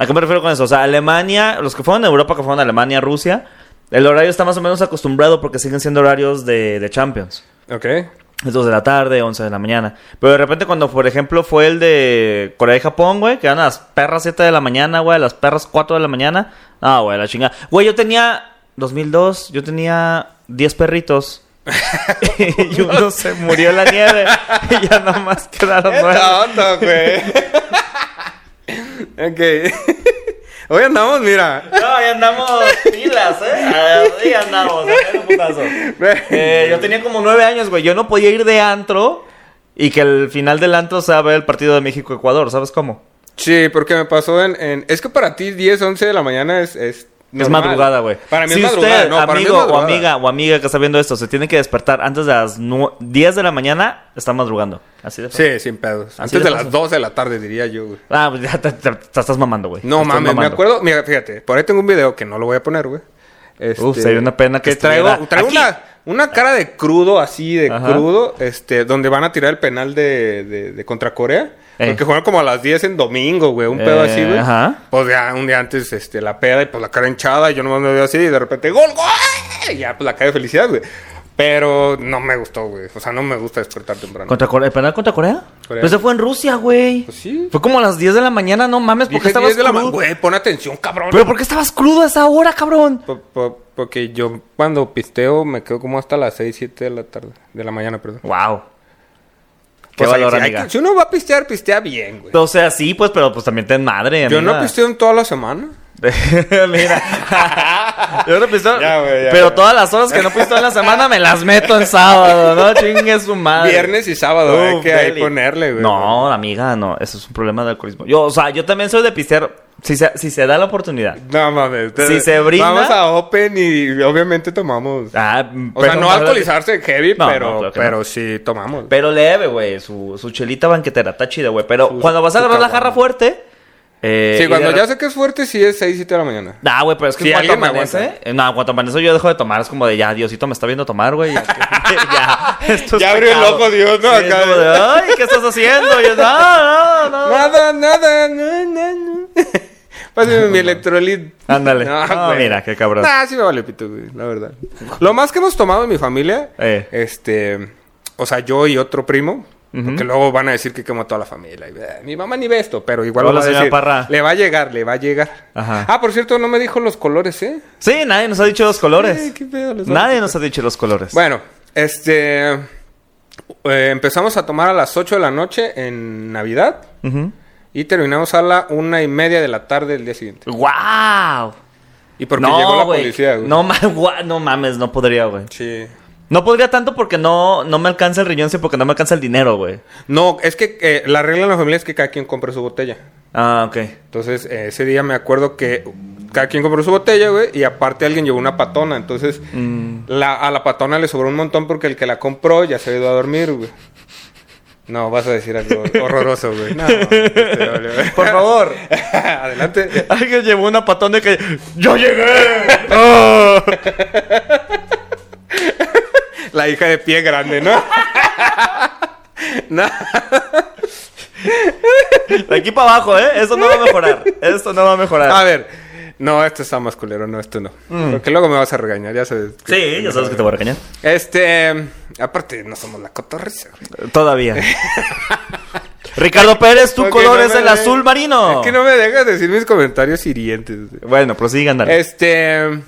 [SPEAKER 2] ¿A qué me refiero con eso? O sea, Alemania, los que fueron a Europa, que fueron a Alemania, Rusia, el horario está más o menos acostumbrado porque siguen siendo horarios de, de Champions.
[SPEAKER 1] ¿Ok?
[SPEAKER 2] Es 2 de la tarde, 11 de la mañana. Pero de repente cuando, por ejemplo, fue el de Corea y Japón, güey, que eran a las perras 7 de la mañana, güey, a las perras 4 de la mañana. Ah, güey, la chingada. Güey, yo tenía 2002, yo tenía 10 perritos. y uno se murió en la nieve. y ya nomás quedaron nueve.
[SPEAKER 1] tonto, güey!
[SPEAKER 2] (laughs)
[SPEAKER 1] ok. (laughs) Hoy andamos, mira.
[SPEAKER 2] No, ya andamos pilas, ¿eh? Ahí andamos, acá en putazo. Eh, yo tenía como nueve años, güey. Yo no podía ir de antro y que el final del antro sea ver el partido de México-Ecuador, ¿sabes cómo?
[SPEAKER 1] Sí, porque me pasó en, en- Es que para ti 10, 11 de la mañana es... Es,
[SPEAKER 2] Es
[SPEAKER 1] normal.
[SPEAKER 2] madrugada, güey.
[SPEAKER 1] Para mí
[SPEAKER 2] si
[SPEAKER 1] es madrugada,
[SPEAKER 2] usted,
[SPEAKER 1] no,
[SPEAKER 2] amigo
[SPEAKER 1] para mí es
[SPEAKER 2] o
[SPEAKER 1] madrugada.
[SPEAKER 2] amiga o amiga que está viendo esto, se tiene que despertar antes de las nu- 10 de la mañana, está madrugando. Así de fácil.
[SPEAKER 1] Sí, sin pedos.
[SPEAKER 2] Así
[SPEAKER 1] Antes
[SPEAKER 2] le
[SPEAKER 1] de
[SPEAKER 2] pasa.
[SPEAKER 1] las 2 de la tarde, diría yo, güey.
[SPEAKER 2] Ah, pues ya te, te- te estás mamando, güey. Te
[SPEAKER 1] No
[SPEAKER 2] estás
[SPEAKER 1] mames, me
[SPEAKER 2] mamando.
[SPEAKER 1] acuerdo... Mira, fíjate. Por ahí tengo un video que no lo voy a poner, güey. Este,
[SPEAKER 2] Uf, sería una pena que
[SPEAKER 1] traigo,
[SPEAKER 2] estuviera
[SPEAKER 1] traigo
[SPEAKER 2] aquí.
[SPEAKER 1] una, una cara de crudo, así de
[SPEAKER 2] Ajá.
[SPEAKER 1] crudo, este, donde van a tirar el penal de, de, de contra Corea.
[SPEAKER 2] Ey.
[SPEAKER 1] Porque jugaron como a las 10 en domingo, güey, un pedo
[SPEAKER 2] Eh,
[SPEAKER 1] así, güey.
[SPEAKER 2] ajá.
[SPEAKER 1] Pues ya un día antes, este, la peda y pues la cara hinchada, y yo nomás me veo así y de repente, ¡gol, gol! Y ya, pues la cara de felicidad, güey. Pero no me gustó, güey. O sea, no me gusta despertar temprano.
[SPEAKER 2] ¿Contra Corea? ¿El penal contra Corea?
[SPEAKER 1] Corea.
[SPEAKER 2] Pues se fue en Rusia, güey.
[SPEAKER 1] Pues sí.
[SPEAKER 2] Fue como a las 10 de la mañana, no mames, porque
[SPEAKER 1] Dije
[SPEAKER 2] estabas
[SPEAKER 1] 10 de la ma-
[SPEAKER 2] crudo.
[SPEAKER 1] Güey, pon atención, cabrón.
[SPEAKER 2] Pero ¿por qué estabas crudo a esa hora, cabrón?
[SPEAKER 1] Po- po- porque yo cuando pisteo me quedo como hasta las 6, 7 de la tarde. De la mañana, perdón.
[SPEAKER 2] Wow. Qué
[SPEAKER 1] O sea,
[SPEAKER 2] valor,
[SPEAKER 1] si Pues hay
[SPEAKER 2] amiga.
[SPEAKER 1] que- si uno va a pistear, pistea bien, güey.
[SPEAKER 2] O sea, sí, pues, pero pues también ten madre,
[SPEAKER 1] Yo no
[SPEAKER 2] amiga.
[SPEAKER 1] pisteo en toda la semana.
[SPEAKER 2] (laughs)
[SPEAKER 1] (laughs)
[SPEAKER 2] Mira. Yo no pisto-
[SPEAKER 1] Ya, güey, ya,
[SPEAKER 2] pero
[SPEAKER 1] güey.
[SPEAKER 2] todas las horas que no pisto en la semana me las meto en
[SPEAKER 1] (laughs)
[SPEAKER 2] sábado, ¿no? Chingue su madre.
[SPEAKER 1] Viernes y sábado, hay
[SPEAKER 2] Ah, Uf,
[SPEAKER 1] que ahí
[SPEAKER 2] Deli.
[SPEAKER 1] ponerle, güey.
[SPEAKER 2] No, amiga, no. Eso es un problema de alcoholismo. Yo, o sea, yo también soy de pistear si se, si se da la oportunidad.
[SPEAKER 1] No mames. te-
[SPEAKER 2] Si se brinda-
[SPEAKER 1] Vamos a Open y obviamente tomamos.
[SPEAKER 2] Ah,
[SPEAKER 1] O sea,
[SPEAKER 2] pero-
[SPEAKER 1] no alcoholizarse heavy,
[SPEAKER 2] No, no,
[SPEAKER 1] pero,
[SPEAKER 2] claro que
[SPEAKER 1] pero
[SPEAKER 2] no.
[SPEAKER 1] sí tomamos.
[SPEAKER 2] Pero leve, güey. Su, su chelita banquetera. Está chida, güey. Pero
[SPEAKER 1] Su-
[SPEAKER 2] cuando vas a
[SPEAKER 1] su
[SPEAKER 2] agarrar la
[SPEAKER 1] caguama.
[SPEAKER 2] jarra fuerte... eh, y
[SPEAKER 1] sí,
[SPEAKER 2] de
[SPEAKER 1] cuando
[SPEAKER 2] re-
[SPEAKER 1] ya sé que es fuerte, sí es 6, 7 de la mañana.
[SPEAKER 2] Nah, güey, pero es que
[SPEAKER 1] Si
[SPEAKER 2] en cuanto
[SPEAKER 1] alguien me
[SPEAKER 2] amanece,
[SPEAKER 1] aguanta.
[SPEAKER 2] eh, no, en cuanto amanece yo dejo de tomar, es como de ya, Diosito me está viendo tomar, güey. (laughs) Ya,
[SPEAKER 1] (laughs)
[SPEAKER 2] ya, esto es
[SPEAKER 1] Ya abrió el
[SPEAKER 2] pecado.
[SPEAKER 1] ojo Dios, ¿no?
[SPEAKER 2] Sí, es
[SPEAKER 1] Acá
[SPEAKER 2] como
[SPEAKER 1] de-
[SPEAKER 2] de, ay, ¿qué estás haciendo? Y yo, no, no, no.
[SPEAKER 1] Nada, nada, no, no, no. (laughs) Pásame mi electrolit. (laughs)
[SPEAKER 2] Ándale.
[SPEAKER 1] No,
[SPEAKER 2] Ah,
[SPEAKER 1] güey.
[SPEAKER 2] mira, qué cabrón.
[SPEAKER 1] Nah, sí me vale pito, güey, la
[SPEAKER 2] (laughs)
[SPEAKER 1] verdad. Lo más que hemos tomado en mi familia,
[SPEAKER 2] Eh.
[SPEAKER 1] este, o sea, yo y otro primo,
[SPEAKER 2] Ujú.
[SPEAKER 1] Porque luego van a decir que quemó a toda la familia. Y, "Eh, mi mamá ni ve esto, pero igual
[SPEAKER 2] Hola,
[SPEAKER 1] lo va a
[SPEAKER 2] señora
[SPEAKER 1] decir.
[SPEAKER 2] Parra.
[SPEAKER 1] Le va a llegar, le va a llegar.
[SPEAKER 2] Ajá.
[SPEAKER 1] Ah, por cierto, no me dijo los colores, ¿eh?
[SPEAKER 2] Sí, nadie nos ha dicho los colores.
[SPEAKER 1] Eh, qué pedo, les va a
[SPEAKER 2] Nadie
[SPEAKER 1] tocar.
[SPEAKER 2] nos ha dicho los colores.
[SPEAKER 1] Bueno, este... eh, empezamos a tomar a las 8 de la noche en Navidad
[SPEAKER 2] Ujú.
[SPEAKER 1] y terminamos a la una y media de la tarde del día siguiente.
[SPEAKER 2] ¡Wow!
[SPEAKER 1] Y porque llegó la policía, güey.
[SPEAKER 2] No, ma- gua- no mames, no podría, güey.
[SPEAKER 1] Sí.
[SPEAKER 2] No podría tanto porque no, no me alcanza el riñón, sí, porque no me alcanza el dinero, güey.
[SPEAKER 1] No, es que eh, la regla en la familia es que cada quien compre su botella.
[SPEAKER 2] Ah, ok.
[SPEAKER 1] Entonces, eh, ese día me acuerdo que cada quien compró su botella, güey, y aparte alguien llevó una patona. Entonces, la, a la patona le sobró un montón porque el que la compró ya se había ido a dormir, güey. No, vas a decir (laughs) algo horroroso, güey. No, te vale, güey.
[SPEAKER 2] Por favor.
[SPEAKER 1] (laughs) Adelante.
[SPEAKER 2] Alguien llevó una patón de que yo (laughs) llegué. Oh.
[SPEAKER 1] La hija de pie grande, ¿no? (laughs) no.
[SPEAKER 2] De aquí para abajo, ¿eh? Eso no va a mejorar. Esto no va a mejorar.
[SPEAKER 1] A ver. No, esto está más culero, no, esto no.
[SPEAKER 2] Mm.
[SPEAKER 1] Porque luego me vas a regañar, ya sabes.
[SPEAKER 2] sí, ya sabes que te voy a regañar.
[SPEAKER 1] Este, aparte, no somos la cotorriza, güey. (laughs)
[SPEAKER 2] Todavía. Ricardo Pérez, tu
[SPEAKER 1] Porque
[SPEAKER 2] color
[SPEAKER 1] no
[SPEAKER 2] es
[SPEAKER 1] me
[SPEAKER 2] el
[SPEAKER 1] de-
[SPEAKER 2] azul marino.
[SPEAKER 1] Es que no me dejas decir mis comentarios hirientes.
[SPEAKER 2] Bueno, prosigan, dale.
[SPEAKER 1] Este.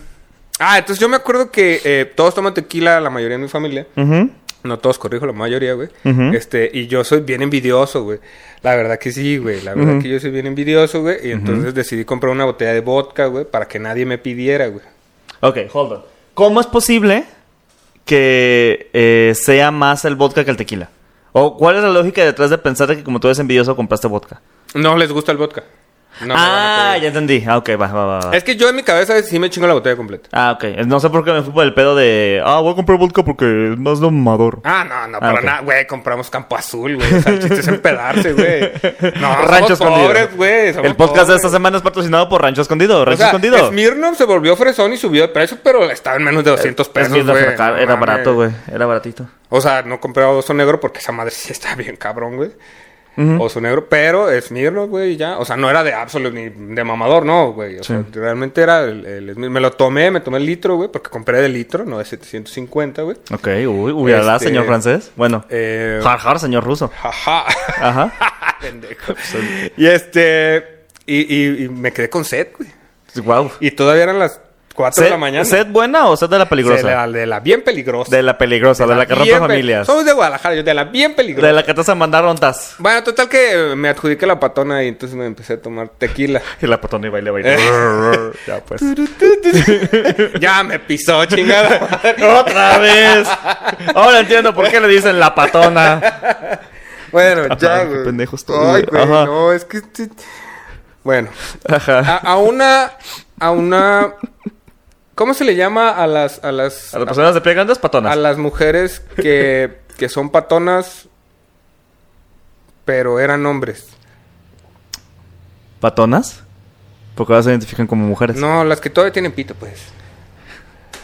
[SPEAKER 1] Ah, entonces yo me acuerdo que eh, todos toman tequila, la mayoría de mi familia.
[SPEAKER 2] Ujú.
[SPEAKER 1] No todos, corrijo, la mayoría, güey.
[SPEAKER 2] Mm. Ujú.
[SPEAKER 1] Este, y yo soy bien envidioso, güey. La verdad que sí, güey. La verdad que yo soy bien envidioso, güey. Y entonces decidí comprar una botella de vodka, güey, para que nadie me pidiera, güey.
[SPEAKER 2] Ok, hold on. ¿Cómo es posible que eh, sea más el vodka que el tequila? ¿O cuál es la lógica detrás de pensar que como tú eres envidioso compraste vodka?
[SPEAKER 1] No les gusta el vodka. No me van a
[SPEAKER 2] ah,
[SPEAKER 1] pedir.
[SPEAKER 2] ya entendí. Ah, ok, va, va, va. va.
[SPEAKER 1] Es que yo en mi cabeza sí me chingo la botella completa.
[SPEAKER 2] Ah, ok. No sé por qué me fui por el pedo de... Ah, voy a comprar vodka porque es más domador.
[SPEAKER 1] Ah, no, no,
[SPEAKER 2] Ah,
[SPEAKER 1] para
[SPEAKER 2] ok.
[SPEAKER 1] nada, güey, compramos Campo Azul, güey. O sea, el chiste es empedarse, güey.
[SPEAKER 2] (laughs)
[SPEAKER 1] No,
[SPEAKER 2] Rancho
[SPEAKER 1] Rancho somos
[SPEAKER 2] Escondido.
[SPEAKER 1] pobres, güey. somos
[SPEAKER 2] El podcast de
[SPEAKER 1] pobres.
[SPEAKER 2] esta semana es patrocinado por Rancho Escondido.
[SPEAKER 1] O
[SPEAKER 2] Rancho
[SPEAKER 1] sea,
[SPEAKER 2] Escondido. Eh,
[SPEAKER 1] Smirnoff se volvió fresón y subió de precio, pero estaba en menos de 200 pesos,
[SPEAKER 2] Es mi-
[SPEAKER 1] güey.
[SPEAKER 2] era
[SPEAKER 1] No
[SPEAKER 2] era
[SPEAKER 1] mames.
[SPEAKER 2] barato, güey. Era baratito.
[SPEAKER 1] O sea, no compré Oso Negro porque esa madre sí está bien cabrón, güey. Oso Negro, pero Smirnoff, güey, y ya. O sea, no era de Absolute ni de mamador, no, güey. O sea, realmente era el, el Smirnoff. Me lo tomé, me tomé el litro, güey, porque compré de litro, no de 750, güey.
[SPEAKER 2] Ok, uy, uy, alá,
[SPEAKER 1] Este-
[SPEAKER 2] señor francés. Bueno.
[SPEAKER 1] Eh,
[SPEAKER 2] Jar, jar, señor ruso.
[SPEAKER 1] Ajá.
[SPEAKER 2] Ajá.
[SPEAKER 1] (laughs) Pendejo. Y este. Y, y- y me quedé con sed, güey.
[SPEAKER 2] Wow.
[SPEAKER 1] Y todavía eran las 4 de la mañana.
[SPEAKER 2] ¿Sed buena o sed de la peligrosa?
[SPEAKER 1] De la, de la bien peligrosa.
[SPEAKER 2] De la peligrosa, de, la, que
[SPEAKER 1] bien
[SPEAKER 2] rompe
[SPEAKER 1] pe-
[SPEAKER 2] familias.
[SPEAKER 1] Somos de Guadalajara, yo de la bien peligrosa.
[SPEAKER 2] De la que te a mandar ontas.
[SPEAKER 1] Bueno, total que eh, me adjudiqué la patona y entonces me empecé a tomar
[SPEAKER 2] (laughs)
[SPEAKER 1] tequila.
[SPEAKER 2] Y la patona y baile, baile.
[SPEAKER 1] Eh.
[SPEAKER 2] (laughs) ya pues.
[SPEAKER 1] ya me pisó, chingada.
[SPEAKER 2] (laughs)
[SPEAKER 1] madre.
[SPEAKER 2] ¡Otra vez! Ahora entiendo por qué le dicen la patona.
[SPEAKER 1] bueno, ya,
[SPEAKER 2] qué
[SPEAKER 1] güey.
[SPEAKER 2] pendejo estoy,
[SPEAKER 1] Ay,
[SPEAKER 2] güey.
[SPEAKER 1] güey,
[SPEAKER 2] Ajá.
[SPEAKER 1] no, es que... este- Bueno,
[SPEAKER 2] Ajá.
[SPEAKER 1] a, a una... A una... ¿Cómo se le llama a las... A las...
[SPEAKER 2] A las personas de pie grandes,
[SPEAKER 1] a
[SPEAKER 2] patonas.
[SPEAKER 1] las mujeres que, que son patonas, pero eran hombres.
[SPEAKER 2] ¿Patonas? Porque ahora se identifican como mujeres.
[SPEAKER 1] No, las que todavía tienen pito, pues.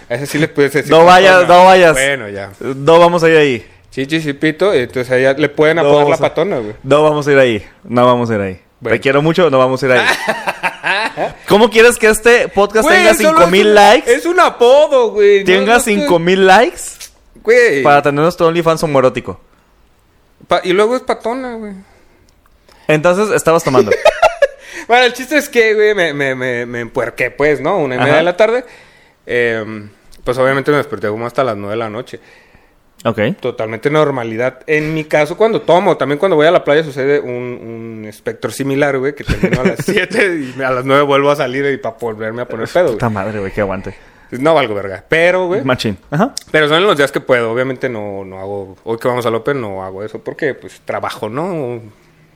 [SPEAKER 1] A esas sí les puedes decir.
[SPEAKER 2] No
[SPEAKER 1] patona.
[SPEAKER 2] vayas, no vayas.
[SPEAKER 1] Bueno, ya.
[SPEAKER 2] No vamos a ir ahí.
[SPEAKER 1] Chichis y pito, entonces allá le pueden
[SPEAKER 2] No
[SPEAKER 1] apoyar la
[SPEAKER 2] vamos a-
[SPEAKER 1] patona, güey.
[SPEAKER 2] No vamos a ir ahí. No vamos a ir ahí.
[SPEAKER 1] Bueno.
[SPEAKER 2] Te quiero mucho, no vamos a ir ahí.
[SPEAKER 1] (laughs)
[SPEAKER 2] ¿Cómo quieres que este podcast
[SPEAKER 1] Güey,
[SPEAKER 2] tenga
[SPEAKER 1] solo
[SPEAKER 2] 5000
[SPEAKER 1] es un-
[SPEAKER 2] likes?
[SPEAKER 1] Es un apodo, güey. No,
[SPEAKER 2] Tenga
[SPEAKER 1] no te-
[SPEAKER 2] 5000 likes
[SPEAKER 1] Güey.
[SPEAKER 2] para tener nuestro OnlyFans homoerótico.
[SPEAKER 1] Pa- y luego es patona, güey.
[SPEAKER 2] Entonces estabas
[SPEAKER 1] (laughs)
[SPEAKER 2] tomando.
[SPEAKER 1] Bueno, el chiste es que, güey, me, me, me, me empuerqué, pues, ¿no? Una y media
[SPEAKER 2] Ajá.
[SPEAKER 1] de la tarde. Eh, pues obviamente me desperté como hasta las nueve de la noche.
[SPEAKER 2] ok.
[SPEAKER 1] totalmente normalidad. En mi caso, cuando tomo, también cuando voy a la playa sucede un, un espectro similar, güey, que termino a las (laughs) 7 y a las 9 vuelvo a salir y para volverme a poner pedo,
[SPEAKER 2] Puta
[SPEAKER 1] güey.
[SPEAKER 2] madre, güey, que aguante.
[SPEAKER 1] No valgo verga. Pero, güey.
[SPEAKER 2] Machín. Ajá.
[SPEAKER 1] Pero son en los días que puedo. Obviamente no, no hago. Hoy que vamos al Open no hago eso porque, pues, trabajo, ¿no?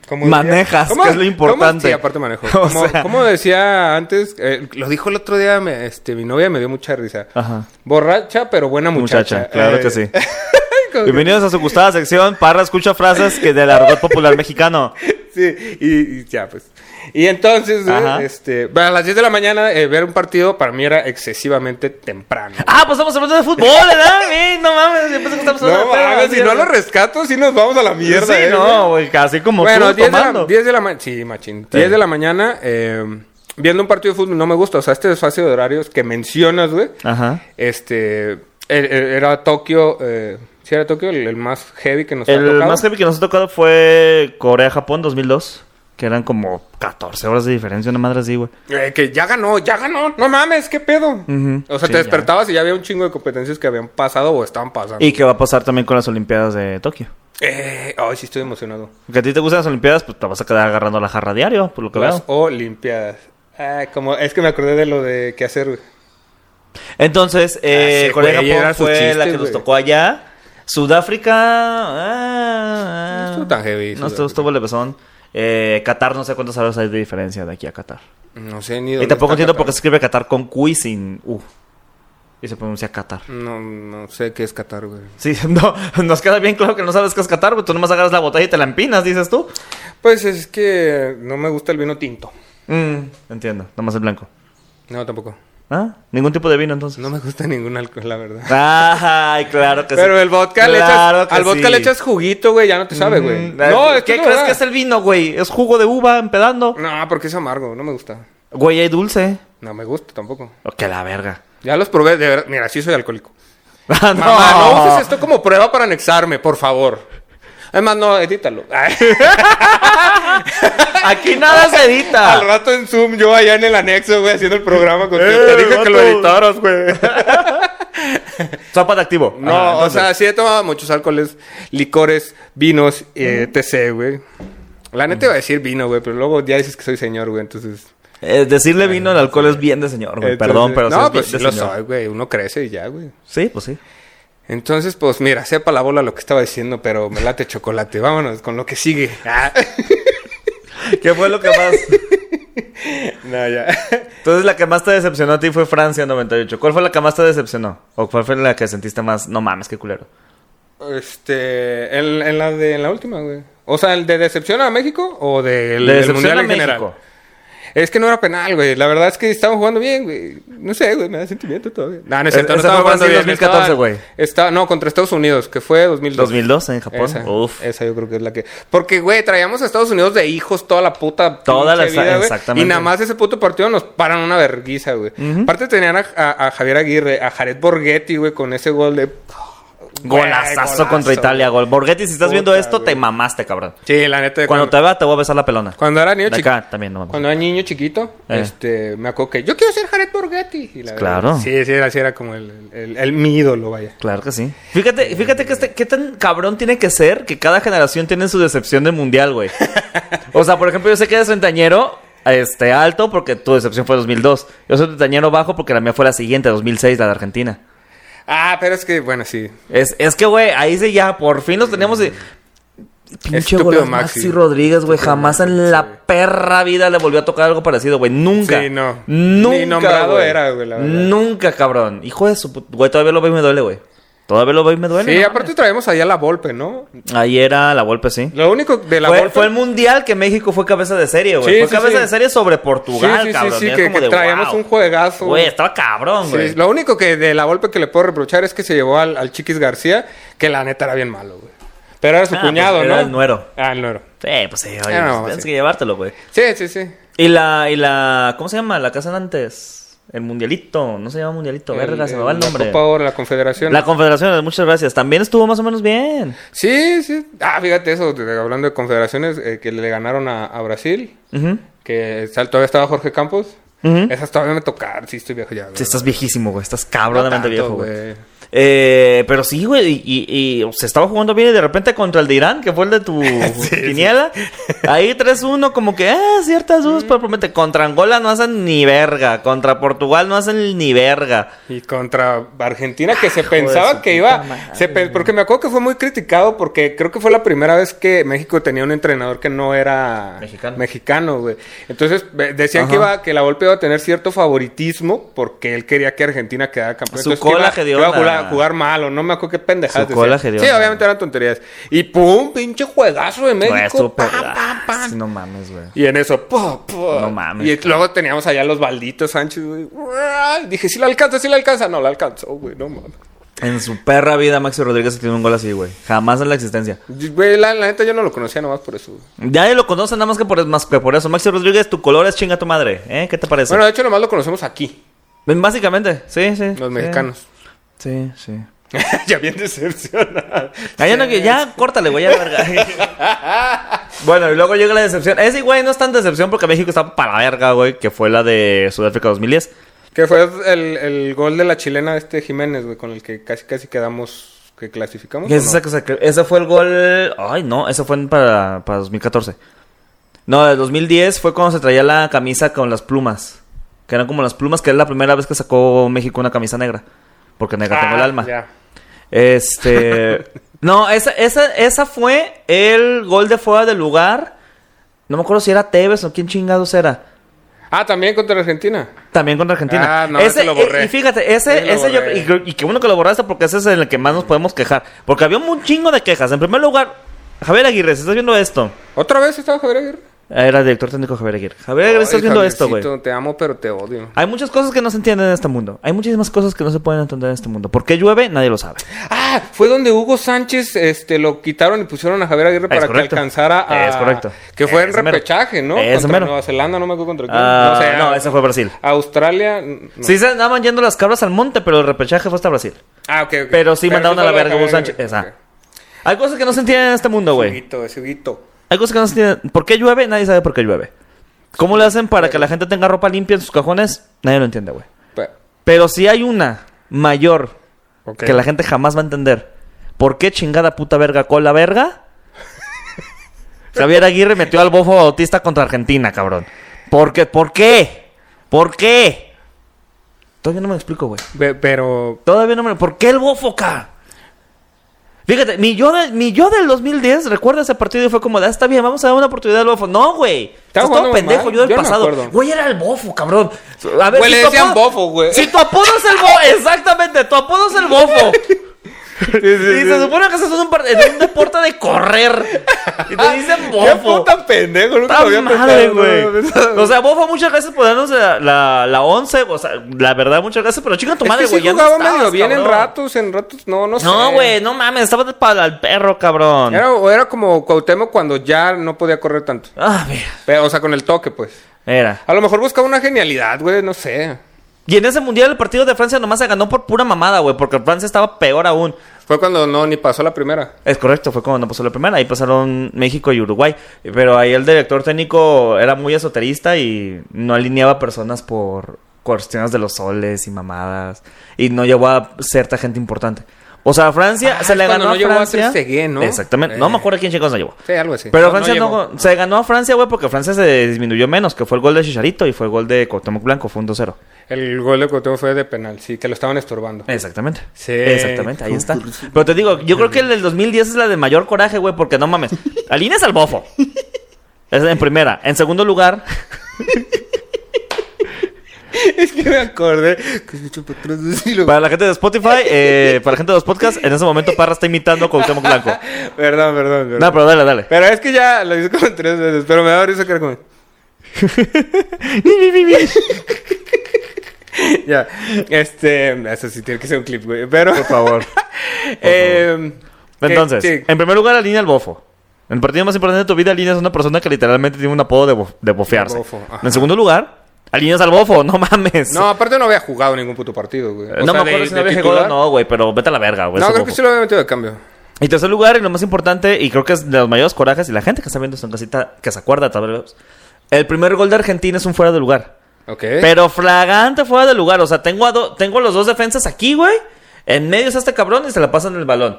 [SPEAKER 1] Como decía-
[SPEAKER 2] Manejas,
[SPEAKER 1] ¿Cómo-
[SPEAKER 2] que es lo importante.
[SPEAKER 1] cómo- sí, aparte manejo.
[SPEAKER 2] (laughs) O
[SPEAKER 1] Como,
[SPEAKER 2] sea-
[SPEAKER 1] como decía antes, eh, lo dijo el otro día me- este, mi novia, me dio mucha risa.
[SPEAKER 2] Ajá.
[SPEAKER 1] Borracha, pero buena muchacha.
[SPEAKER 2] Muchacha, claro
[SPEAKER 1] Eh, (laughs)
[SPEAKER 2] que sí.
[SPEAKER 1] como que-
[SPEAKER 2] Bienvenidos a su gustada sección. Parra escucha frases que del argot popular mexicano.
[SPEAKER 1] Sí, y, y ya, pues. Y entonces, güey,
[SPEAKER 2] Ajá.
[SPEAKER 1] este, bueno, a las 10 de la mañana, eh, ver un partido para mí era excesivamente temprano.
[SPEAKER 2] Ah, pues estamos hablando de
[SPEAKER 1] (laughs)
[SPEAKER 2] fútbol, ¿verdad? Sí, no mames, yo pensé que estamos hablando
[SPEAKER 1] no,
[SPEAKER 2] de perra,
[SPEAKER 1] mames, si no
[SPEAKER 2] mierda.
[SPEAKER 1] lo rescato, sí nos vamos a la mierda.
[SPEAKER 2] Sí,
[SPEAKER 1] eh,
[SPEAKER 2] no,
[SPEAKER 1] güey.
[SPEAKER 2] güey, casi como
[SPEAKER 1] Bueno,
[SPEAKER 2] tú
[SPEAKER 1] 10 de, la,
[SPEAKER 2] tomando.
[SPEAKER 1] 10 de la mañana, sí, machín. 10 de la mañana, eh, viendo un partido de fútbol no me gusta. O sea, este desfase de horarios que mencionas, güey,
[SPEAKER 2] Ajá.
[SPEAKER 1] este, er- er- era e-, Tokio, eh, ¿Sí era Tokio el, el más heavy que nos ha
[SPEAKER 2] El
[SPEAKER 1] tocado?
[SPEAKER 2] más heavy que nos ha tocado fue Corea-Japón 2002. Que eran como 14 horas de diferencia, una madre así, güey.
[SPEAKER 1] Eh, que ya ganó, ya ganó. No mames, qué pedo. O sea,
[SPEAKER 2] sí,
[SPEAKER 1] te
[SPEAKER 2] ya.
[SPEAKER 1] despertabas y ya había un chingo de competencias que habían pasado o estaban pasando.
[SPEAKER 2] Y que va a pasar también con las Olimpiadas de Tokio.
[SPEAKER 1] Eh, Ay, sí estoy emocionado.
[SPEAKER 2] Que a ti te gustan las Olimpiadas, pues te vas a quedar agarrando la jarra diario, por lo que
[SPEAKER 1] Las
[SPEAKER 2] veo.
[SPEAKER 1] Olimpiadas. Ah, como, es que me acordé de lo de qué hacer, güey.
[SPEAKER 2] Entonces, eh,
[SPEAKER 1] ese Ah, güey era
[SPEAKER 2] Corea-Japón
[SPEAKER 1] su
[SPEAKER 2] fue
[SPEAKER 1] chiste,
[SPEAKER 2] la que nos
[SPEAKER 1] güey.
[SPEAKER 2] tocó allá. Sudáfrica. ah,
[SPEAKER 1] No estuvo tan heavy,
[SPEAKER 2] No
[SPEAKER 1] Sudáfrica.
[SPEAKER 2] estuvo, estuvo levesón. Eh, Qatar, no sé cuántas horas hay de diferencia de aquí a Qatar.
[SPEAKER 1] No sé ni dónde
[SPEAKER 2] Y tampoco
[SPEAKER 1] está
[SPEAKER 2] entiendo por qué
[SPEAKER 1] Qatar.
[SPEAKER 2] se escribe Qatar con Q y sin U. Y se pronuncia Qatar.
[SPEAKER 1] No, no sé qué es Qatar, güey.
[SPEAKER 2] Sí, (laughs) no, nos queda bien claro que no sabes qué es Qatar, güey. Tú nomás agarras la botella y te la empinas, dices tú.
[SPEAKER 1] Pues es que no me gusta el vino tinto.
[SPEAKER 2] Mm, entiendo, nomás el blanco.
[SPEAKER 1] No, tampoco.
[SPEAKER 2] ¿Ah? ¿Ningún tipo de vino entonces?
[SPEAKER 1] No me gusta (laughs) ningún alcohol, la verdad.
[SPEAKER 2] (laughs) Ay, claro que sí.
[SPEAKER 1] Pero el vodka le
[SPEAKER 2] Claro
[SPEAKER 1] echas,
[SPEAKER 2] que
[SPEAKER 1] al vodka
[SPEAKER 2] sí.
[SPEAKER 1] le echas juguito, güey, ya no te sabe, güey.
[SPEAKER 2] Mm,
[SPEAKER 1] No, es
[SPEAKER 2] ¿Qué
[SPEAKER 1] que
[SPEAKER 2] crees que es el vino, güey? ¿Es jugo de uva empedando?
[SPEAKER 1] No, porque es amargo, no me gusta.
[SPEAKER 2] Güey, hay dulce.
[SPEAKER 1] No me gusta tampoco.
[SPEAKER 2] Oh, que la verga. (laughs)
[SPEAKER 1] Ya los probé, de verdad. Mira, sí soy alcohólico.
[SPEAKER 2] Ah, no.
[SPEAKER 1] Mamá, no uses esto como prueba para anexarme, por favor. Además, no, edítalo. (laughs) Ay,
[SPEAKER 2] Aquí nada
[SPEAKER 1] (laughs)
[SPEAKER 2] se
[SPEAKER 1] Al
[SPEAKER 2] edita.
[SPEAKER 1] rato en Zoom, yo allá en el anexo, güey, haciendo el programa con
[SPEAKER 2] Eh,
[SPEAKER 1] Te dije que lo
[SPEAKER 2] vato.
[SPEAKER 1] editaras, güey.
[SPEAKER 2] (laughs) Sopa de activo.
[SPEAKER 1] No,
[SPEAKER 2] Ah,
[SPEAKER 1] o
[SPEAKER 2] entonces.
[SPEAKER 1] sea, sí he tomado muchos alcoholes, licores, vinos, eh, etc, güey. La neta iba a decir vino, güey, pero luego ya dices que soy señor, güey, entonces...
[SPEAKER 2] Eh, decirle vino al alcohol es bien de señor, güey.
[SPEAKER 1] entonces-
[SPEAKER 2] Perdón, pero sí
[SPEAKER 1] No,
[SPEAKER 2] es bien
[SPEAKER 1] pues sí
[SPEAKER 2] de
[SPEAKER 1] lo
[SPEAKER 2] señor.
[SPEAKER 1] soy, güey. Uno crece y ya, güey.
[SPEAKER 2] Sí, pues sí.
[SPEAKER 1] Entonces, pues mira, sepa la bola lo que estaba diciendo, pero me late chocolate. Vámonos con lo que sigue. Ah.
[SPEAKER 2] ¿Qué fue lo que más?
[SPEAKER 1] no, ya.
[SPEAKER 2] Entonces, la que más te decepcionó a ti fue Francia 98. ¿Cuál fue la que más te decepcionó? ¿O cuál fue la que sentiste más? No mames, qué culero.
[SPEAKER 1] (laughs) Este, en, en la de en la última, güey. O sea, el de decepción a México o del,
[SPEAKER 2] Le
[SPEAKER 1] del
[SPEAKER 2] decepciona
[SPEAKER 1] mundial
[SPEAKER 2] a
[SPEAKER 1] en general.
[SPEAKER 2] México.
[SPEAKER 1] Es que no era penal, güey. La verdad es que estaban jugando bien, güey. No sé, güey, me da sentimiento todavía. No, no es cierto, no
[SPEAKER 2] Ese
[SPEAKER 1] estaban
[SPEAKER 2] fue
[SPEAKER 1] jugando
[SPEAKER 2] Brasil
[SPEAKER 1] bien.
[SPEAKER 2] 2014,
[SPEAKER 1] Estaban-
[SPEAKER 2] güey.
[SPEAKER 1] estaba- no, contra Estados Unidos, que fue 2002.
[SPEAKER 2] 2002 en Japón.
[SPEAKER 1] Esa,
[SPEAKER 2] Uf.
[SPEAKER 1] esa yo creo que es la que. Porque, güey, traíamos a Estados Unidos de hijos toda la puta.
[SPEAKER 2] Toda la-
[SPEAKER 1] pinche vida, güey.
[SPEAKER 2] exactamente.
[SPEAKER 1] Y nada más ese puto partido nos paran una verguiza, güey. Aparte tenían a, a- a Javier Aguirre, a Jared Borghetti, güey, con ese gol de. Güey,
[SPEAKER 2] Golazazo
[SPEAKER 1] golazo,
[SPEAKER 2] contra Italia, gol. Borghetti, si estás viendo
[SPEAKER 1] Puta,
[SPEAKER 2] esto, te
[SPEAKER 1] güey.
[SPEAKER 2] mamaste, cabrón.
[SPEAKER 1] Sí, la neta.
[SPEAKER 2] Cuando te vea, te voy a besar la pelona.
[SPEAKER 1] Cuando era niño
[SPEAKER 2] De
[SPEAKER 1] chiquito.
[SPEAKER 2] acá también, no mames.
[SPEAKER 1] Cuando era niño chiquito,
[SPEAKER 2] Eh.
[SPEAKER 1] este, me acuerdo que yo quiero ser Jared Borghetti. Y la-
[SPEAKER 2] Claro.
[SPEAKER 1] Sí, sí, era, sí, era como el, el- el- mi ídolo, vaya.
[SPEAKER 2] Claro que sí. Fíjate, fíjate que este, qué tan cabrón tiene que ser que cada generación tiene su decepción del
[SPEAKER 1] (laughs)
[SPEAKER 2] mundial, güey. O sea, por ejemplo, yo sé que eres treintañero este, alto porque tu decepción fue 2002. Yo soy treintañero bajo porque la mía fue la siguiente, 2006, la de Argentina.
[SPEAKER 1] Ah, pero es que, bueno, sí.
[SPEAKER 2] Es, es que, güey, ahí sí ya, por fin los tenemos. y- Pinche
[SPEAKER 1] Estúpido
[SPEAKER 2] gol,
[SPEAKER 1] Maxi.
[SPEAKER 2] Maxi. Rodríguez, güey. Jamás en la perra vida le volvió a tocar algo parecido, güey. Nunca.
[SPEAKER 1] Sí, no.
[SPEAKER 2] Nunca.
[SPEAKER 1] Ni nombrado
[SPEAKER 2] güey.
[SPEAKER 1] era, güey, la verdad.
[SPEAKER 2] Nunca, cabrón. Hijo de su put- Güey, todavía lo veo y me duele, güey. Todavía lo veo y me duele.
[SPEAKER 1] sí,
[SPEAKER 2] no eh.
[SPEAKER 1] aparte traemos allá la Volpe, ¿no?
[SPEAKER 2] mames. Ahí era la golpe, sí.
[SPEAKER 1] Lo único de la
[SPEAKER 2] Fue,
[SPEAKER 1] Volpe.
[SPEAKER 2] fue el mundial que México fue cabeza de serie, güey.
[SPEAKER 1] Sí,
[SPEAKER 2] fue
[SPEAKER 1] sí,
[SPEAKER 2] cabeza
[SPEAKER 1] sí.
[SPEAKER 2] de serie sobre
[SPEAKER 1] Sí,
[SPEAKER 2] Portugal,
[SPEAKER 1] sí, sí,
[SPEAKER 2] cabrón.
[SPEAKER 1] sí,
[SPEAKER 2] Es
[SPEAKER 1] que,
[SPEAKER 2] como
[SPEAKER 1] que
[SPEAKER 2] de,
[SPEAKER 1] traíamos
[SPEAKER 2] wow.
[SPEAKER 1] un juegazo.
[SPEAKER 2] Güey, estaba cabrón,
[SPEAKER 1] Sí,
[SPEAKER 2] güey.
[SPEAKER 1] lo único que de la Volpe que le puedo reprochar es que se llevó al, al Chiquis García, que la neta era bien malo, güey. Pero era su
[SPEAKER 2] Ah,
[SPEAKER 1] cuñado,
[SPEAKER 2] pues,
[SPEAKER 1] ¿no?
[SPEAKER 2] era el nuero.
[SPEAKER 1] Ah, el nuero.
[SPEAKER 2] Sí, pues sí, oye,
[SPEAKER 1] Era una
[SPEAKER 2] pues, tienes
[SPEAKER 1] mamacita.
[SPEAKER 2] que llevártelo, güey.
[SPEAKER 1] Sí, sí, sí.
[SPEAKER 2] Y la, y la, ¿cómo se llama? La casa de antes. El mundialito, no se llama mundialito, verga,
[SPEAKER 1] El-
[SPEAKER 2] se me va el
[SPEAKER 1] la
[SPEAKER 2] nombre.
[SPEAKER 1] Copa Oro, la Confederación.
[SPEAKER 2] La confederación, muchas gracias. También estuvo más o menos bien.
[SPEAKER 1] Sí, sí. Ah, fíjate eso, de- hablando de confederaciones eh, que le ganaron a, a Brasil,
[SPEAKER 2] Ujú.
[SPEAKER 1] que sal- todavía estaba Jorge Campos.
[SPEAKER 2] Ujú.
[SPEAKER 1] Esas todavía me tocaron, sí estoy viejo ya. güey.
[SPEAKER 2] Sí, estás viejísimo, güey. Estás
[SPEAKER 1] No tanto,
[SPEAKER 2] cabronamente viejo, güey. Eh, pero sí, güey, y, y- y se estaba jugando bien y de repente contra el de Irán, que fue el
[SPEAKER 1] (laughs)
[SPEAKER 2] de tu quiniela. Ahí 3-1, como que, eh, ciertas dudas, pero promete. Contra Angola no hacen ni verga. Contra Portugal no hacen ni verga.
[SPEAKER 1] Y contra Argentina,
[SPEAKER 2] (laughs)
[SPEAKER 1] que se
[SPEAKER 2] de
[SPEAKER 1] pensaba
[SPEAKER 2] su
[SPEAKER 1] que
[SPEAKER 2] puta
[SPEAKER 1] iba.
[SPEAKER 2] madre,
[SPEAKER 1] se pe- porque me acuerdo que fue muy criticado, porque creo que fue la primera vez que México tenía un entrenador que no era
[SPEAKER 2] Mexicano.
[SPEAKER 1] mexicano, güey. Entonces ve- decían
[SPEAKER 2] Ajá.
[SPEAKER 1] que iba que la golpe iba a tener cierto favoritismo, porque él quería que Argentina quedara campeón.
[SPEAKER 2] Su
[SPEAKER 1] Entonces, que iba-
[SPEAKER 2] cola
[SPEAKER 1] que
[SPEAKER 2] hedionda.
[SPEAKER 1] Iba a jugar, jugar malo, no me acuerdo qué pendejadas.
[SPEAKER 2] Su cola
[SPEAKER 1] decían. Sí,
[SPEAKER 2] hedionda.
[SPEAKER 1] obviamente eran tonterías. Y pum, pinche juegazo de México.
[SPEAKER 2] Güey, estuvo
[SPEAKER 1] pam,
[SPEAKER 2] perra-
[SPEAKER 1] pam, pam.
[SPEAKER 2] Sí, No mames, güey.
[SPEAKER 1] Y en eso, po, po.
[SPEAKER 2] No mames.
[SPEAKER 1] Y luego teníamos allá los balditos Sánchez, güey. Uah, Dije, si la alcanza, si la alcanza. No la alcanzó, güey, no mames.
[SPEAKER 2] En su perra vida, Maxi Rodríguez tiene un gol así, güey. Jamás en la existencia.
[SPEAKER 1] Y, Güey, la, la neta yo no lo conocía nomás por eso. güey.
[SPEAKER 2] Nadie lo conoce nada más que por, más que por eso. Maxi Rodríguez, tu color es chinga tu madre. ¿Eh? ¿Qué te parece?
[SPEAKER 1] Bueno, de hecho nomás lo conocemos aquí,
[SPEAKER 2] Básicamente, sí, sí.
[SPEAKER 1] los
[SPEAKER 2] sí.
[SPEAKER 1] mexicanos.
[SPEAKER 2] Sí, sí.
[SPEAKER 1] (laughs) ya bien decepcionado.
[SPEAKER 2] Ah, ya, no- ya, córtale, güey, ya la verga. bueno, y luego llega la decepción. Ese, güey, no es tan decepción porque México está para la verga, güey, que fue la de Sudáfrica 2010.
[SPEAKER 1] Que fue el, el gol de la chilena este Jiménez, güey, con el que casi casi quedamos, que clasificamos.
[SPEAKER 2] Que
[SPEAKER 1] ¿o
[SPEAKER 2] es esa
[SPEAKER 1] no?
[SPEAKER 2] cosa que- ese fue el gol. Ay, no, ese fue en- para, para 2014. No, de 2010 fue cuando se traía la camisa con las plumas. Que eran como las plumas, que es la primera vez que sacó México una camisa negra. Porque negra tengo el
[SPEAKER 1] Ah,
[SPEAKER 2] alma.
[SPEAKER 1] ya. (laughs)
[SPEAKER 2] Este. no, esa, esa, esa fue el gol de fuera del lugar. No me acuerdo si era Tevez o quién chingados era.
[SPEAKER 1] Ah, también contra Argentina.
[SPEAKER 2] También contra Argentina.
[SPEAKER 1] Ah, no,
[SPEAKER 2] ese,
[SPEAKER 1] ese lo borré.
[SPEAKER 2] eh, y fíjate, ese,
[SPEAKER 1] Ese lo
[SPEAKER 2] ese yo-
[SPEAKER 1] borré.
[SPEAKER 2] y, creo- y qué bueno que lo borraste porque ese es en el que más nos podemos quejar. Porque había un chingo de quejas. En primer lugar, Javier Aguirre, si estás viendo esto. Ah,
[SPEAKER 1] ¿Otra vez estaba Javier Aguirre?
[SPEAKER 2] Era el director técnico Javier Aguirre. Javier Aguirre, estás
[SPEAKER 1] Ay,
[SPEAKER 2] viendo esto, güey.
[SPEAKER 1] Javiercito, Te amo, pero te odio.
[SPEAKER 2] Hay muchas cosas que no se entienden en este mundo. Hay muchísimas cosas que no se pueden entender en este mundo. ¿Por qué llueve? Nadie lo sabe.
[SPEAKER 1] Ah, fue donde Hugo Sánchez este, lo quitaron y pusieron a Javier Aguirre
[SPEAKER 2] Es
[SPEAKER 1] para que
[SPEAKER 2] correcto.
[SPEAKER 1] alcanzara a.
[SPEAKER 2] Es correcto.
[SPEAKER 1] Que fue
[SPEAKER 2] Es
[SPEAKER 1] en
[SPEAKER 2] mero.
[SPEAKER 1] repechaje, ¿no?
[SPEAKER 2] Es
[SPEAKER 1] contra
[SPEAKER 2] mero.
[SPEAKER 1] Nueva Zelanda, Pues, no me acuerdo contra quién.
[SPEAKER 2] Ah,
[SPEAKER 1] O sea,
[SPEAKER 2] no, ese fue Brasil.
[SPEAKER 1] Australia. n- no.
[SPEAKER 2] Sí, se andaban yendo las cabras al monte, pero el repechaje fue hasta Brasil.
[SPEAKER 1] Ah, ok, ok.
[SPEAKER 2] Pero sí mandaron a la
[SPEAKER 1] fue
[SPEAKER 2] verga a Hugo
[SPEAKER 1] Javier Aguirre.
[SPEAKER 2] Sánchez. Esa.
[SPEAKER 1] Ok.
[SPEAKER 2] Hay cosas que no se entienden en este mundo, güey.
[SPEAKER 1] Huguito, ese Huguito.
[SPEAKER 2] Hay cosas que no se entienden. ¿Por qué llueve? Nadie sabe por qué llueve. ¿Cómo le hacen para que la gente tenga ropa limpia en sus cajones? Nadie lo entiende, güey.
[SPEAKER 1] Pe-
[SPEAKER 2] Pero si hay una mayor
[SPEAKER 1] ok.
[SPEAKER 2] que la gente jamás va a entender. ¿Por qué chingada puta verga con la verga? Javier Aguirre metió al bofo Bautista contra Argentina, cabrón. ¿Por qué? ¿Por qué? ¿Por qué? Todavía no me explico, güey.
[SPEAKER 1] Pe- Pero. (laughs)
[SPEAKER 2] Todavía no me... ¿Por qué el Bofoca? Fíjate, mi yo, de- mi yo del 2010 recuerda ese partido y fue como, "Ah, está bien, vamos a dar una oportunidad al Bofo. No, güey. Estás
[SPEAKER 1] Estaba
[SPEAKER 2] todo
[SPEAKER 1] jugando
[SPEAKER 2] pendejo,
[SPEAKER 1] mal.
[SPEAKER 2] yo del
[SPEAKER 1] Yo no me
[SPEAKER 2] pasado.
[SPEAKER 1] acuerdo.
[SPEAKER 2] Güey, era el Bofo, cabrón. A ver,
[SPEAKER 1] Güey, le
[SPEAKER 2] tu
[SPEAKER 1] decían
[SPEAKER 2] apodo-
[SPEAKER 1] Bofo, güey.
[SPEAKER 2] Si tu apodo es el Bofo,
[SPEAKER 1] (laughs)
[SPEAKER 2] exactamente, tu apodo es el Bofo. y se supone que estás en un, par- en un deporte de correr. Y te
[SPEAKER 1] (laughs)
[SPEAKER 2] dicen Bofo.
[SPEAKER 1] ¡Qué puta pendejo! Nunca lo
[SPEAKER 2] Puta
[SPEAKER 1] había
[SPEAKER 2] madre,
[SPEAKER 1] pensado, no
[SPEAKER 2] güey.
[SPEAKER 1] lo había pensado.
[SPEAKER 2] O sea, Bofa, muchas gracias por darnos la, la, la once. O sea, la verdad, muchas gracias. Pero chinga tu
[SPEAKER 1] Es
[SPEAKER 2] madre,
[SPEAKER 1] que
[SPEAKER 2] güey.
[SPEAKER 1] sí
[SPEAKER 2] ya no
[SPEAKER 1] jugaba
[SPEAKER 2] estabas,
[SPEAKER 1] medio bien en
[SPEAKER 2] cabrón.
[SPEAKER 1] ratos, en ratos no, no sé.
[SPEAKER 2] No, güey, no mames. Estabas de pala al perro, cabrón.
[SPEAKER 1] Era, o era como Cuauhtémoc cuando ya no podía correr tanto.
[SPEAKER 2] Ah, mira.
[SPEAKER 1] Pero, o sea, con el toque, pues.
[SPEAKER 2] Era.
[SPEAKER 1] A lo mejor buscaba una genialidad, güey, no sé.
[SPEAKER 2] Y en ese mundial, el partido de Francia nomás se ganó por pura mamada, güey. Porque Francia estaba peor aún.
[SPEAKER 1] Fue cuando no, ni pasó la primera.
[SPEAKER 2] Es correcto, fue cuando pasó la primera. Ahí pasaron México y Uruguay. Pero ahí el director técnico era muy esoterista y no alineaba personas por cuestiones de los soles y mamadas. Y no llevó a cierta gente importante. O sea, Francia
[SPEAKER 1] Ah,
[SPEAKER 2] se
[SPEAKER 1] es
[SPEAKER 2] le
[SPEAKER 1] cuando no
[SPEAKER 2] ganó a
[SPEAKER 1] llegó a
[SPEAKER 2] Francia.
[SPEAKER 1] Trezeguet, ¿no?
[SPEAKER 2] Exactamente. No
[SPEAKER 1] Eh.
[SPEAKER 2] me acuerdo quién chicos no llevó.
[SPEAKER 1] Sí, algo así.
[SPEAKER 2] Pero
[SPEAKER 1] No, no
[SPEAKER 2] Francia no,
[SPEAKER 1] llegó.
[SPEAKER 2] se ganó a Francia, güey, porque Francia se disminuyó menos, que fue el gol de Chicharito y fue el gol de Cuauhtémoc Blanco, fue un 2-0.
[SPEAKER 1] El gol de Cuauhtémoc fue de penal, sí, que lo estaban estorbando.
[SPEAKER 2] Exactamente.
[SPEAKER 1] Sí.
[SPEAKER 2] Exactamente, ahí está. Pero te digo, yo creo que el del 2010 es la de mayor coraje, güey, porque
[SPEAKER 1] (laughs)
[SPEAKER 2] no mames. Alineas al bofo. Es en primera. En segundo lugar,
[SPEAKER 1] (laughs) es que me acordé que se echó para atrás así, lo-
[SPEAKER 2] para la gente de Spotify, eh, para la gente de los podcasts, en ese momento Parra está imitando a Cuauhtémoc Blanco.
[SPEAKER 1] Perdón, perdón, perdón.
[SPEAKER 2] No, pero
[SPEAKER 1] (laughs)
[SPEAKER 2] dale, dale.
[SPEAKER 1] Pero es que ya lo hice como tres veces, pero me da risa que era como... (laughs) ya, este... Eso sí tiene que ser un clip, güey, pero... Em, Por (laughs) favor. em-
[SPEAKER 2] Entonces, en primer lugar, alinea al bofo. En el partido más importante de tu vida, alineas a una persona que literalmente tiene un apodo de, bo- de bofearse.
[SPEAKER 1] De bofo, ajá.
[SPEAKER 2] en segundo lugar, alineas al bofo, no mames.
[SPEAKER 1] No, aparte no había jugado ningún puto partido, güey.
[SPEAKER 2] Eh, no me acuerdo si no había llegado o no, güey, pero vete a la verga, güey.
[SPEAKER 1] No,
[SPEAKER 2] ese
[SPEAKER 1] creo
[SPEAKER 2] bofo.
[SPEAKER 1] que sí lo había metido de cambio.
[SPEAKER 2] Y tercer lugar, y lo más importante, y creo que es de los mayores corajes, y la gente que está viendo esto en casita, que se acuerda tal vez, el primer gol de Argentina es un fuera de lugar.
[SPEAKER 1] Ok.
[SPEAKER 2] Pero flagante fuera de lugar. O sea, tengo a, do- tengo a los dos defensas aquí, güey. En medio está este cabrón y se la pasan el balón.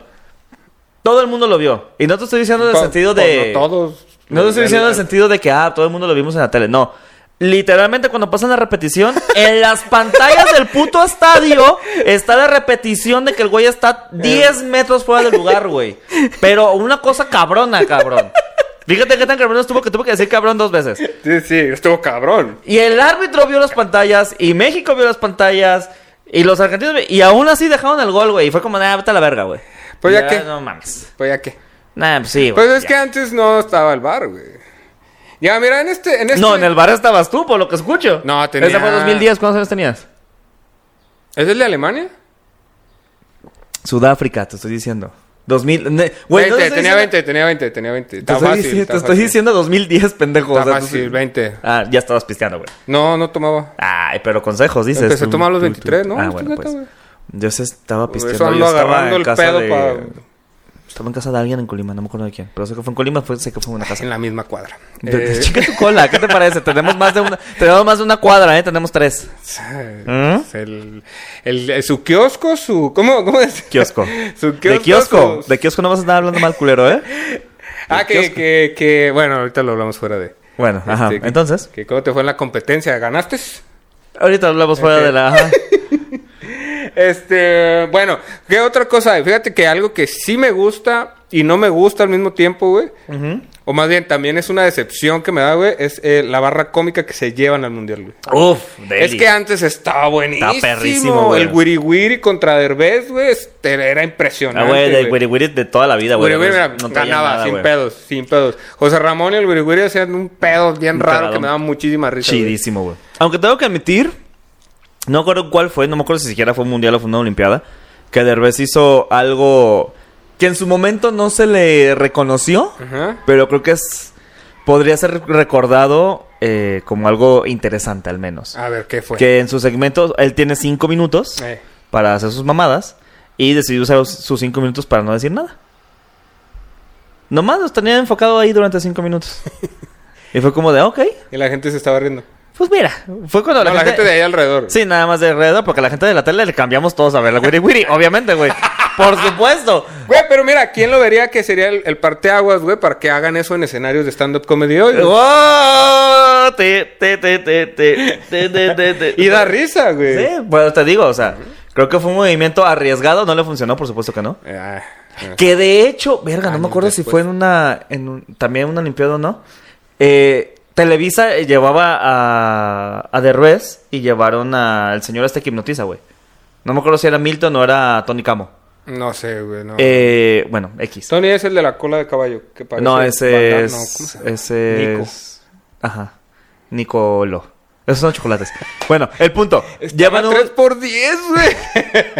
[SPEAKER 2] Todo el mundo lo vio. Y no te estoy diciendo en el
[SPEAKER 1] Pa-
[SPEAKER 2] sentido
[SPEAKER 1] pa-
[SPEAKER 2] de...
[SPEAKER 1] No todos.
[SPEAKER 2] No te estoy diciendo en
[SPEAKER 1] El-
[SPEAKER 2] el sentido de que, ah, todo el mundo lo vimos en la tele. No. Literalmente, cuando pasan la repetición,
[SPEAKER 1] (laughs)
[SPEAKER 2] en las pantallas del puto estadio está la repetición de que el güey está 10
[SPEAKER 1] Eh.
[SPEAKER 2] metros fuera del lugar, güey. Pero una cosa cabrona, cabrón. Fíjate qué tan cabrón estuvo que tuve que decir cabrón dos veces.
[SPEAKER 1] Sí, sí, estuvo cabrón.
[SPEAKER 2] Y el árbitro vio las pantallas, y México vio las pantallas, y los argentinos. vi- Y aún así dejaron el gol, güey. Y fue como, nah, vete a la verga, güey.
[SPEAKER 1] Pues ya
[SPEAKER 2] Y, "Ah,
[SPEAKER 1] qué".
[SPEAKER 2] No mames.
[SPEAKER 1] Pues ya qué.
[SPEAKER 2] Nah, pues sí, güey.
[SPEAKER 1] Pues es
[SPEAKER 2] ya.
[SPEAKER 1] que antes no estaba el bar, güey. Ya, mira, en este. En este
[SPEAKER 2] No, en el bar estabas tú, por lo que escucho.
[SPEAKER 1] No, tenía-
[SPEAKER 2] Ese fue 2010, ¿cuántos años tenías?
[SPEAKER 1] ¿Es el de Alemania?
[SPEAKER 2] Sudáfrica, te estoy diciendo. 2000, ne-
[SPEAKER 1] 20,
[SPEAKER 2] güey, no te estoy
[SPEAKER 1] tenía
[SPEAKER 2] diciendo-
[SPEAKER 1] 20, tenía 20, tenía 20.
[SPEAKER 2] Te
[SPEAKER 1] Está
[SPEAKER 2] estoy,
[SPEAKER 1] fácil.
[SPEAKER 2] diciendo,
[SPEAKER 1] está
[SPEAKER 2] te estoy
[SPEAKER 1] fácil.
[SPEAKER 2] diciendo pues, 2010, pendejo.
[SPEAKER 1] Está
[SPEAKER 2] o sea, tú-
[SPEAKER 1] fácil, 20.
[SPEAKER 2] Ah, ya estabas pisteando, güey.
[SPEAKER 1] No, no tomaba.
[SPEAKER 2] Ay, pero consejos dices.
[SPEAKER 1] Empecé a
[SPEAKER 2] tú,
[SPEAKER 1] tomar a los
[SPEAKER 2] tú, tú.
[SPEAKER 1] 23, ¿no?
[SPEAKER 2] Ah,
[SPEAKER 1] Esto
[SPEAKER 2] bueno,
[SPEAKER 1] neta,
[SPEAKER 2] pues.
[SPEAKER 1] güey.
[SPEAKER 2] Yo se estaba
[SPEAKER 1] Por
[SPEAKER 2] pisteando.
[SPEAKER 1] eso ando
[SPEAKER 2] yo estaba
[SPEAKER 1] agarrando
[SPEAKER 2] en
[SPEAKER 1] el
[SPEAKER 2] casa
[SPEAKER 1] pedo
[SPEAKER 2] de...
[SPEAKER 1] pa-
[SPEAKER 2] Estaba en casa de alguien en Colima, no me acuerdo de quién. Pero sé que fue en Colima, fue, sé que fue en una casa.
[SPEAKER 1] en la misma cuadra.
[SPEAKER 2] De-
[SPEAKER 1] Eh,
[SPEAKER 2] Chica tu cola, ¿qué te parece? tenemos más de una, tenemos más de una cuadra, ¿eh? Tenemos tres. ¿Mm?
[SPEAKER 1] es el, el- eh, su kiosco, su... ¿Cómo, cómo es?
[SPEAKER 2] Kiosco.
[SPEAKER 1] (laughs) Su
[SPEAKER 2] de kiosco.
[SPEAKER 1] su-
[SPEAKER 2] De kiosco no vas a estar hablando mal, culero, ¿eh?
[SPEAKER 1] ah, que,
[SPEAKER 2] kiosco.
[SPEAKER 1] que, que... Bueno, ahorita lo hablamos fuera de...
[SPEAKER 2] Bueno, ajá.
[SPEAKER 1] Este, que-
[SPEAKER 2] Entonces,
[SPEAKER 1] que ¿Cómo te fue en la competencia? ¿Ganaste?
[SPEAKER 2] ahorita hablamos fuera de
[SPEAKER 1] (laughs)
[SPEAKER 2] la. ajá.
[SPEAKER 1] Este, bueno, ¿qué otra cosa? hay? Fíjate que algo que sí me gusta y no me gusta al mismo tiempo, güey.
[SPEAKER 2] Ujú.
[SPEAKER 1] O más bien, también es una decepción que me da, güey. Es eh, la barra cómica que se llevan al mundial, güey.
[SPEAKER 2] Uf,
[SPEAKER 1] Es
[SPEAKER 2] deli.
[SPEAKER 1] que antes estaba buenísimo.
[SPEAKER 2] perrísimo, güey.
[SPEAKER 1] El wiri wiri contra Derbez, güey. este, Era
[SPEAKER 2] Ah,
[SPEAKER 1] impresionante.
[SPEAKER 2] güey, de
[SPEAKER 1] güey.
[SPEAKER 2] Wiri Wiri de toda la vida, güey.
[SPEAKER 1] Wiri Wiri, mira,
[SPEAKER 2] No traía
[SPEAKER 1] ganaba
[SPEAKER 2] nada,
[SPEAKER 1] sin
[SPEAKER 2] güey.
[SPEAKER 1] pedos, sin pedos. José Ramón y el wiri wiri hacían un pedo bien
[SPEAKER 2] Un
[SPEAKER 1] raro
[SPEAKER 2] cagadón.
[SPEAKER 1] que me daba muchísima risa. güey.
[SPEAKER 2] Chidísimo, güey. Aunque tengo que admitir, no acuerdo cuál fue, no me acuerdo si siquiera fue un mundial o fue una olimpiada, que Derbez hizo algo que en su momento no se le reconoció,
[SPEAKER 1] Ajá.
[SPEAKER 2] pero creo que es podría ser recordado eh, como algo interesante al menos.
[SPEAKER 1] A ver, ¿qué fue?
[SPEAKER 2] Que en sus segmentos, él tiene cinco minutos
[SPEAKER 1] Ah, pues. Eh,
[SPEAKER 2] para hacer sus mamadas y decidió usar los- sus cinco minutos para no decir nada. Nomás los tenía enfocado ahí durante
[SPEAKER 1] (laughs)
[SPEAKER 2] cinco minutos. y fue como de, ok,
[SPEAKER 1] y la gente se estaba riendo.
[SPEAKER 2] pues mira, fue cuando
[SPEAKER 1] No, la, gente... de ahí alrededor.
[SPEAKER 2] Sí, nada más de alrededor, porque a la gente de la tele le cambiamos todos a ver la Wiri Wiri, obviamente, güey. Por
[SPEAKER 1] (laughs)
[SPEAKER 2] supuesto.
[SPEAKER 1] Güey, pero mira, ¿quién lo vería que sería el, el parteaguas, güey, para que hagan eso en escenarios de stand-up comedy hoy? güey?
[SPEAKER 2] ¡Oh! Te, te, te, te, te, te, te, te, te.
[SPEAKER 1] Y da risa, güey.
[SPEAKER 2] Sí, bueno, te digo, o sea, creo que fue un movimiento arriesgado, no le funcionó, por supuesto que no.
[SPEAKER 1] Ah, ah.
[SPEAKER 2] Que de hecho, verga, no me
[SPEAKER 1] Años
[SPEAKER 2] acuerdo si
[SPEAKER 1] después.
[SPEAKER 2] fue en una, en un- también una Olimpiada o no. Eh, Televisa llevaba a, a Derbez y llevaron al señor este que hipnotiza, güey. No me acuerdo si era Milton o era Tony Camo.
[SPEAKER 1] ah, No sé, güey, no.
[SPEAKER 2] Eh, bueno, X.
[SPEAKER 1] Ah. Tony es el de la cola de caballo. Que parece
[SPEAKER 2] No, ese
[SPEAKER 1] Bandana,
[SPEAKER 2] es.
[SPEAKER 1] no, ¿cómo se llama?
[SPEAKER 2] ese
[SPEAKER 1] Nico.
[SPEAKER 2] es. Ajá. Nicolo. Esos son chocolates. Bueno, el punto. Llevan un-
[SPEAKER 1] 3 por 10, güey.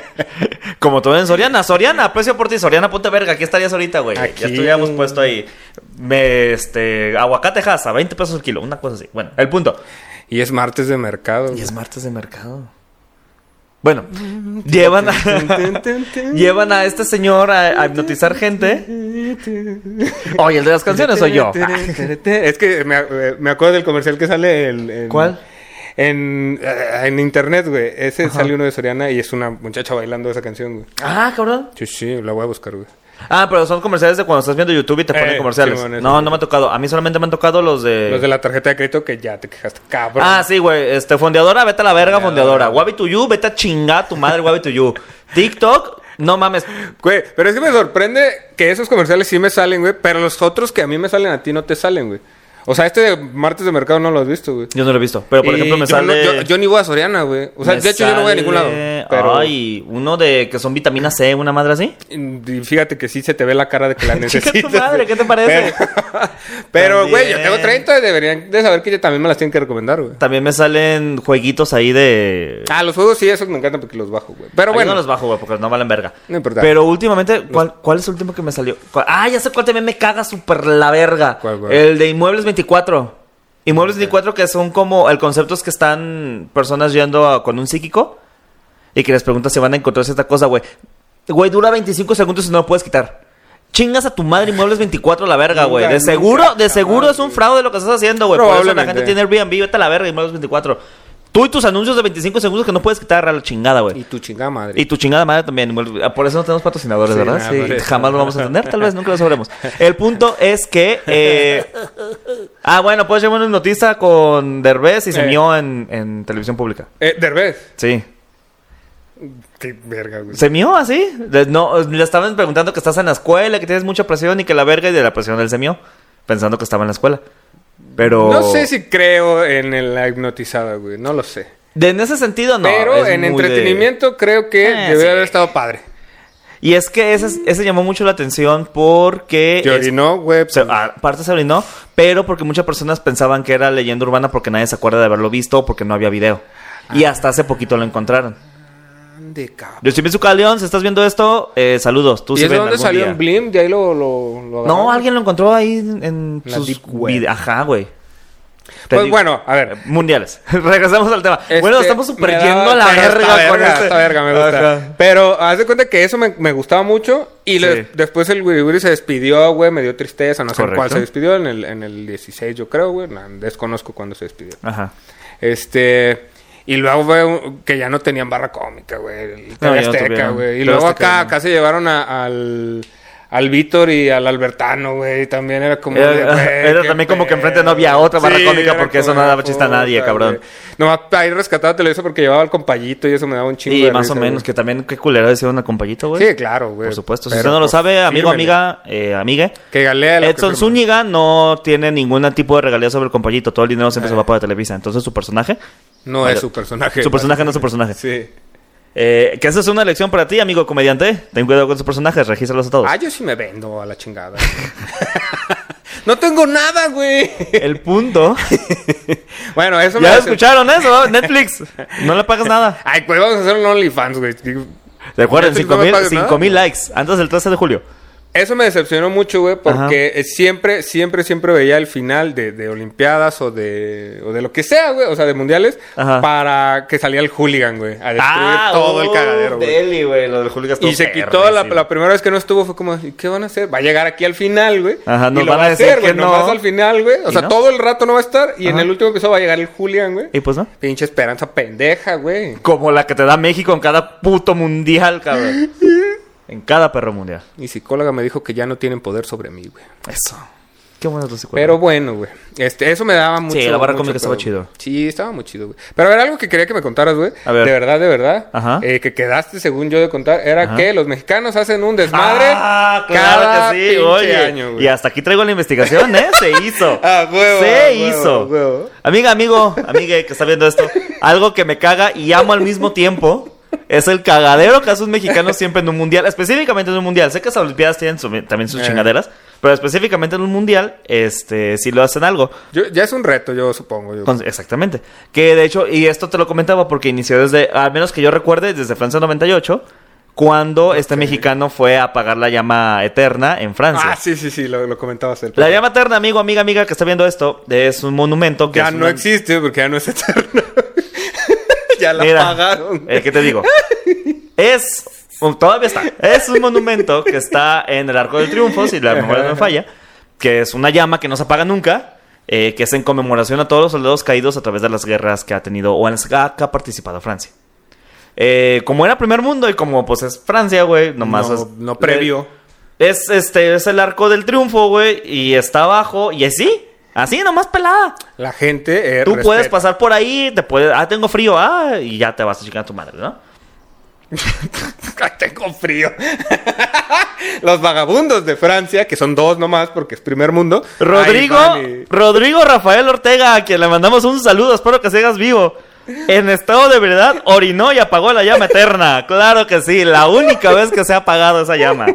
[SPEAKER 1] (laughs)
[SPEAKER 2] Como todo en Soriana. Soriana, precio por ti. Soriana, punta verga. Aquí estarías ahorita, güey.
[SPEAKER 1] Aquí.
[SPEAKER 2] Ya estuviéramos puesto ahí. Me, este, aguacate jasa, 20 pesos el kilo. Una cosa así. Bueno, el punto.
[SPEAKER 1] Y es martes de mercado.
[SPEAKER 2] Y
[SPEAKER 1] güey.
[SPEAKER 2] es martes de mercado. Bueno, llevan a, (laughs) llevan a este señor a, a hipnotizar gente.
[SPEAKER 1] (laughs)
[SPEAKER 2] Oye, el de las canciones soy yo. Ah.
[SPEAKER 1] es que me, eh, me acuerdo del comercial que sale en... en-
[SPEAKER 2] ¿Cuál?
[SPEAKER 1] En, eh, en internet, güey. Ese
[SPEAKER 2] Ajá.
[SPEAKER 1] sale uno de Soriana y es una muchacha bailando esa canción, güey.
[SPEAKER 2] Ah, cabrón.
[SPEAKER 1] Sí, sí, la voy a buscar, güey.
[SPEAKER 2] Ah, pero son comerciales de cuando estás viendo YouTube y te ponen
[SPEAKER 1] Eh,
[SPEAKER 2] comerciales.
[SPEAKER 1] Simón, eso.
[SPEAKER 2] no, no me ha tocado. A mí solamente me han tocado los de.
[SPEAKER 1] Los de la tarjeta de crédito que ya te quejaste, cabrón.
[SPEAKER 2] Ah, sí, güey. Este, fondeadora, vete a la verga, fondeadora.
[SPEAKER 1] Fondeadora.
[SPEAKER 2] Wabi to you, vete a chingar a tu madre, Wabi to you. TikTok, no mames.
[SPEAKER 1] Güey, pero es que me sorprende que esos comerciales sí me salen, güey, pero los otros que a mí me salen a ti no te salen, güey. O sea, este de martes de mercado no lo has visto, güey.
[SPEAKER 2] Yo no lo he visto. Pero, por
[SPEAKER 1] Y
[SPEAKER 2] ejemplo, me
[SPEAKER 1] yo no-
[SPEAKER 2] sale...
[SPEAKER 1] yo, yo ni voy a Soriana, güey. O sea,
[SPEAKER 2] me
[SPEAKER 1] de hecho yo no voy a ningún lado.
[SPEAKER 2] sale-
[SPEAKER 1] Pero
[SPEAKER 2] Ay, uno de... Que son vitamina C, una madre así.
[SPEAKER 1] y fíjate que sí se te ve la cara de
[SPEAKER 2] (laughs)
[SPEAKER 1] que la
[SPEAKER 2] Chica,
[SPEAKER 1] necesitas.
[SPEAKER 2] tu madre, ¿qué te parece?
[SPEAKER 1] Pero- (laughs) Pero, güey, yo
[SPEAKER 2] También.
[SPEAKER 1] tengo 30 y deberían de saber que yo también me las tienen que recomendar, güey.
[SPEAKER 2] También me salen jueguitos ahí de...
[SPEAKER 1] Ah, los juegos sí, esos me encantan porque los bajo, güey. Pero
[SPEAKER 2] Ahí
[SPEAKER 1] bueno.
[SPEAKER 2] no los bajo, güey, porque no valen verga.
[SPEAKER 1] No importa.
[SPEAKER 2] Pero últimamente, ¿cuál, cuál es el último que me salió? ¿Cuál- Ah, ya sé cuál también me caga super la verga.
[SPEAKER 1] ¿Cuál, güey?
[SPEAKER 2] El de Inmuebles 24. Inmuebles 24 que son como... El concepto es que están personas yendo a- con un psíquico y que les pregunta si van a encontrar cierta cosa, güey. Güey, dura 25 segundos y no lo puedes quitar. Chingas a tu madre Inmuebles 24 a la verga, güey.
[SPEAKER 1] Nunca,
[SPEAKER 2] De
[SPEAKER 1] nunca,
[SPEAKER 2] seguro, de
[SPEAKER 1] jamás,
[SPEAKER 2] seguro es un
[SPEAKER 1] güey.
[SPEAKER 2] fraude lo que estás haciendo, güey. Por eso la gente
[SPEAKER 1] Probablemente.
[SPEAKER 2] tiene Airbnb, vete a la verga Inmuebles 24. Tú y tus anuncios de 25 segundos que no puedes quitar a la chingada, güey.
[SPEAKER 1] Y tu chingada madre.
[SPEAKER 2] Y tu chingada madre también. Mol- Por eso no tenemos patrocinadores,
[SPEAKER 1] Sí,
[SPEAKER 2] ¿verdad?
[SPEAKER 1] nada,
[SPEAKER 2] Sí,
[SPEAKER 1] por eso.
[SPEAKER 2] jamás lo vamos a tener, tal vez nunca lo sabremos. El punto es que.
[SPEAKER 1] (laughs)
[SPEAKER 2] eh, ah, bueno, pues llevó una noticia con Derbez y se
[SPEAKER 1] Eh.
[SPEAKER 2] mió en, en televisión pública.
[SPEAKER 1] Eh, Derbez.
[SPEAKER 2] Sí.
[SPEAKER 1] Qué verga, güey.
[SPEAKER 2] ¿Se mió así? Le- No, le estaban preguntando que estás en la escuela, que tienes mucha presión y que la verga y de la presión él se mió, pensando que estaba en la escuela. Pero.
[SPEAKER 1] No sé si creo en el- la hipnotizada, güey. No lo sé.
[SPEAKER 2] De- en ese sentido, no.
[SPEAKER 1] Pero
[SPEAKER 2] es
[SPEAKER 1] en
[SPEAKER 2] muy de-
[SPEAKER 1] entretenimiento creo que
[SPEAKER 2] Eh,
[SPEAKER 1] debió
[SPEAKER 2] sí.
[SPEAKER 1] haber estado padre.
[SPEAKER 2] Y es que ese, ese llamó mucho la atención porque.
[SPEAKER 1] Te orinó, güey.
[SPEAKER 2] Eh,
[SPEAKER 1] pues,
[SPEAKER 2] Se- aparte se orinó, pero porque muchas personas pensaban que era leyenda urbana porque nadie se acuerda de haberlo visto o porque no había video.
[SPEAKER 1] Ah.
[SPEAKER 2] Y hasta hace poquito lo encontraron.
[SPEAKER 1] Ande, cabrón.
[SPEAKER 2] Yo soy Mizuka León, si estás viendo esto, eh, saludos. Tú
[SPEAKER 1] ¿Y
[SPEAKER 2] sí
[SPEAKER 1] es de
[SPEAKER 2] ven
[SPEAKER 1] dónde
[SPEAKER 2] algún
[SPEAKER 1] salió
[SPEAKER 2] día.
[SPEAKER 1] en Blim? De ahí lo, lo, lo
[SPEAKER 2] No,
[SPEAKER 1] agarraron.
[SPEAKER 2] alguien lo encontró ahí en en
[SPEAKER 1] La
[SPEAKER 2] sus
[SPEAKER 1] Deep Web.
[SPEAKER 2] vide- Ajá, güey. Te
[SPEAKER 1] Pues
[SPEAKER 2] digo,
[SPEAKER 1] bueno, a ver.
[SPEAKER 2] eh, Mundiales. (laughs) Regresamos al tema. bueno,
[SPEAKER 1] Este,
[SPEAKER 2] estamos super
[SPEAKER 1] me daba-
[SPEAKER 2] yendo a la
[SPEAKER 1] pero está
[SPEAKER 2] verga con este.
[SPEAKER 1] está verga, me gusta.
[SPEAKER 2] Ajá.
[SPEAKER 1] Pero haz de cuenta que eso me, me gustaba mucho. Y le-
[SPEAKER 2] Sí.
[SPEAKER 1] después el Wiri Wiri se despidió, güey. Me dio tristeza. No sé en cuál
[SPEAKER 2] Correcto.
[SPEAKER 1] se despidió. En el, en el 16, yo creo, güey. no, desconozco cuándo se despidió.
[SPEAKER 2] Ajá.
[SPEAKER 1] Este. Y luego fue un- que ya no tenían barra cómica, güey. El TV
[SPEAKER 2] ya no
[SPEAKER 1] Azteca,
[SPEAKER 2] tuvieron.
[SPEAKER 1] güey. Y
[SPEAKER 2] TV
[SPEAKER 1] luego
[SPEAKER 2] Azteca
[SPEAKER 1] acá,
[SPEAKER 2] ya no.
[SPEAKER 1] acá se llevaron a- al. Al Víctor y al Albertano, güey. y También era como.
[SPEAKER 2] Era-
[SPEAKER 1] de, güey,
[SPEAKER 2] era
[SPEAKER 1] qué
[SPEAKER 2] también como que
[SPEAKER 1] pedo.
[SPEAKER 2] enfrente no había otra barra cómica
[SPEAKER 1] era
[SPEAKER 2] porque
[SPEAKER 1] como
[SPEAKER 2] eso no
[SPEAKER 1] una
[SPEAKER 2] daba chiste a nadie, cabrón.
[SPEAKER 1] güey. Nomás ahí rescataba Televisa porque llevaba al compayito y eso me daba un chingo.
[SPEAKER 2] Y
[SPEAKER 1] de
[SPEAKER 2] más
[SPEAKER 1] risa,
[SPEAKER 2] o menos,
[SPEAKER 1] güey.
[SPEAKER 2] que también qué culero decir una compañita, güey.
[SPEAKER 1] Sí, claro, güey.
[SPEAKER 2] Por supuesto. Si
[SPEAKER 1] Pero,
[SPEAKER 2] usted no lo
[SPEAKER 1] pues,
[SPEAKER 2] sabe, amigo,
[SPEAKER 1] fírmele.
[SPEAKER 2] amiga, eh, amigue.
[SPEAKER 1] Que galea. la
[SPEAKER 2] Edson
[SPEAKER 1] que-
[SPEAKER 2] Zúñiga no tiene ningún tipo de regalía sobre el compañito. Todo el dinero siempre
[SPEAKER 1] Eh.
[SPEAKER 2] se va para Televisa. Entonces, su personaje.
[SPEAKER 1] No es su personaje.
[SPEAKER 2] Su personaje no es su personaje.
[SPEAKER 1] Sí.
[SPEAKER 2] Eh, que esa es una lección para ti, amigo comediante. Ten cuidado con sus personajes, regístralos a todos.
[SPEAKER 1] Ah, yo sí me vendo a la chingada. (laughs) no tengo nada, güey.
[SPEAKER 2] El
[SPEAKER 1] (laughs)
[SPEAKER 2] punto.
[SPEAKER 1] Bueno, eso me
[SPEAKER 2] ya
[SPEAKER 1] hace-
[SPEAKER 2] escucharon eso, Netflix. No le
[SPEAKER 1] (laughs)
[SPEAKER 2] pagas nada.
[SPEAKER 1] Ay, pues vamos a hacer un OnlyFans, güey. Netflix
[SPEAKER 2] Recuerden, 5
[SPEAKER 1] no me
[SPEAKER 2] mil
[SPEAKER 1] paga nada.
[SPEAKER 2] likes antes del 13 de julio.
[SPEAKER 1] Eso me decepcionó mucho, güey, porque eh, siempre, siempre, siempre veía el final de, de Olimpiadas o de, o de lo que sea, güey, o sea, de mundiales,
[SPEAKER 2] Ajá.
[SPEAKER 1] para que salía el hooligan, güey, a destruir todo el
[SPEAKER 2] oh,
[SPEAKER 1] cagadero, güey.
[SPEAKER 2] Deli, güey. Lo del Julio estuvo
[SPEAKER 1] Y se quitó la,
[SPEAKER 2] perrísimo.
[SPEAKER 1] la primera vez que no estuvo, fue como, ¿y qué van a hacer? Va a llegar aquí al final, güey.
[SPEAKER 2] Ajá,
[SPEAKER 1] y
[SPEAKER 2] nos
[SPEAKER 1] lo
[SPEAKER 2] van
[SPEAKER 1] va
[SPEAKER 2] a decir
[SPEAKER 1] hacer, güey,
[SPEAKER 2] que
[SPEAKER 1] nomás
[SPEAKER 2] no.
[SPEAKER 1] al final, güey. O
[SPEAKER 2] ¿Y
[SPEAKER 1] sea,
[SPEAKER 2] no?
[SPEAKER 1] todo el rato no va a estar. Y en
[SPEAKER 2] Ajá.
[SPEAKER 1] el último episodio va a llegar el Julián, güey.
[SPEAKER 2] Y pues no.
[SPEAKER 1] Pinche esperanza pendeja, güey.
[SPEAKER 2] Como la que te da México en cada puto mundial, cabrón. en cada perro mundial.
[SPEAKER 1] Mi psicóloga me dijo que ya no tienen poder sobre mí, güey.
[SPEAKER 2] Eso. Qué bueno tu secuela.
[SPEAKER 1] Pero bueno, güey. Este, eso me daba mucho.
[SPEAKER 2] la barra
[SPEAKER 1] mucho
[SPEAKER 2] cómica estaba
[SPEAKER 1] pedo.
[SPEAKER 2] chido.
[SPEAKER 1] Sí, estaba muy chido, güey. Pero a ver, algo que quería que me contaras, güey.
[SPEAKER 2] A ver.
[SPEAKER 1] De verdad, de verdad.
[SPEAKER 2] Ajá.
[SPEAKER 1] eh, que quedaste, según yo, de contar. Era
[SPEAKER 2] Ajá.
[SPEAKER 1] que los mexicanos hacen un desmadre.
[SPEAKER 2] Ah, claro
[SPEAKER 1] cada
[SPEAKER 2] que sí,
[SPEAKER 1] pinche
[SPEAKER 2] oye.
[SPEAKER 1] año, güey.
[SPEAKER 2] y hasta aquí traigo la investigación, ¿eh? Se hizo.
[SPEAKER 1] (laughs) Ah, huevo,
[SPEAKER 2] Se
[SPEAKER 1] ah, huevo,
[SPEAKER 2] hizo.
[SPEAKER 1] huevo.
[SPEAKER 2] Amiga, amigo, amigue que está viendo esto, algo que me caga y amo al mismo tiempo. Es el cagadero que hace un mexicano siempre en un mundial, específicamente en un mundial. Sé que las Olimpiadas tienen su- también sus
[SPEAKER 1] Eh.
[SPEAKER 2] chingaderas, pero específicamente en un mundial, este, si lo hacen algo.
[SPEAKER 1] Yo- ya es un reto, yo supongo. Yo.
[SPEAKER 2] Con- exactamente. Que de hecho, y esto te lo comentaba porque inició desde, al menos que yo recuerde, desde Francia 98, cuando este mexicano fue a apagar la llama eterna en Francia.
[SPEAKER 1] Ah, sí, sí, sí, lo, lo comentabas el
[SPEAKER 2] La llama eterna, amigo, amiga, amiga que está viendo esto, es un monumento que
[SPEAKER 1] Ya
[SPEAKER 2] es
[SPEAKER 1] no
[SPEAKER 2] una-
[SPEAKER 1] existe porque ya no es eterno. (laughs) ya la
[SPEAKER 2] Mira,
[SPEAKER 1] pagaron.
[SPEAKER 2] eh, ¿Qué te digo? Es. un- Todavía está. Es un monumento que está en el Arco del Triunfo, si la memoria no me falla, que es una llama que no se apaga nunca, eh, que es en conmemoración a todos los soldados caídos a través de las guerras que ha tenido o en las que ha que ha participado Francia. Eh, como era primer mundo y como pues es Francia, güey, nomás
[SPEAKER 1] no,
[SPEAKER 2] es-
[SPEAKER 1] no previo.
[SPEAKER 2] Es este, es el arco del triunfo, güey, y está abajo, y así, así nomás pelada.
[SPEAKER 1] La gente. eh,
[SPEAKER 2] Tú puedes
[SPEAKER 1] respeta.
[SPEAKER 2] pasar por ahí, te puedes, ah, tengo frío, ah, y ya te vas a chingar a tu madre, ¿no?
[SPEAKER 1] (laughs) Ay, Tengo frío. Los vagabundos de Francia, que son dos nomás porque es primer mundo.
[SPEAKER 2] Rodrigo,
[SPEAKER 1] ahí van y-
[SPEAKER 2] Rodrigo Rafael Ortega, a quien le mandamos un saludo, espero que sigas vivo. En estado de verdad, orinó y apagó la llama eterna. Claro que sí, la única vez que se ha apagado esa llama.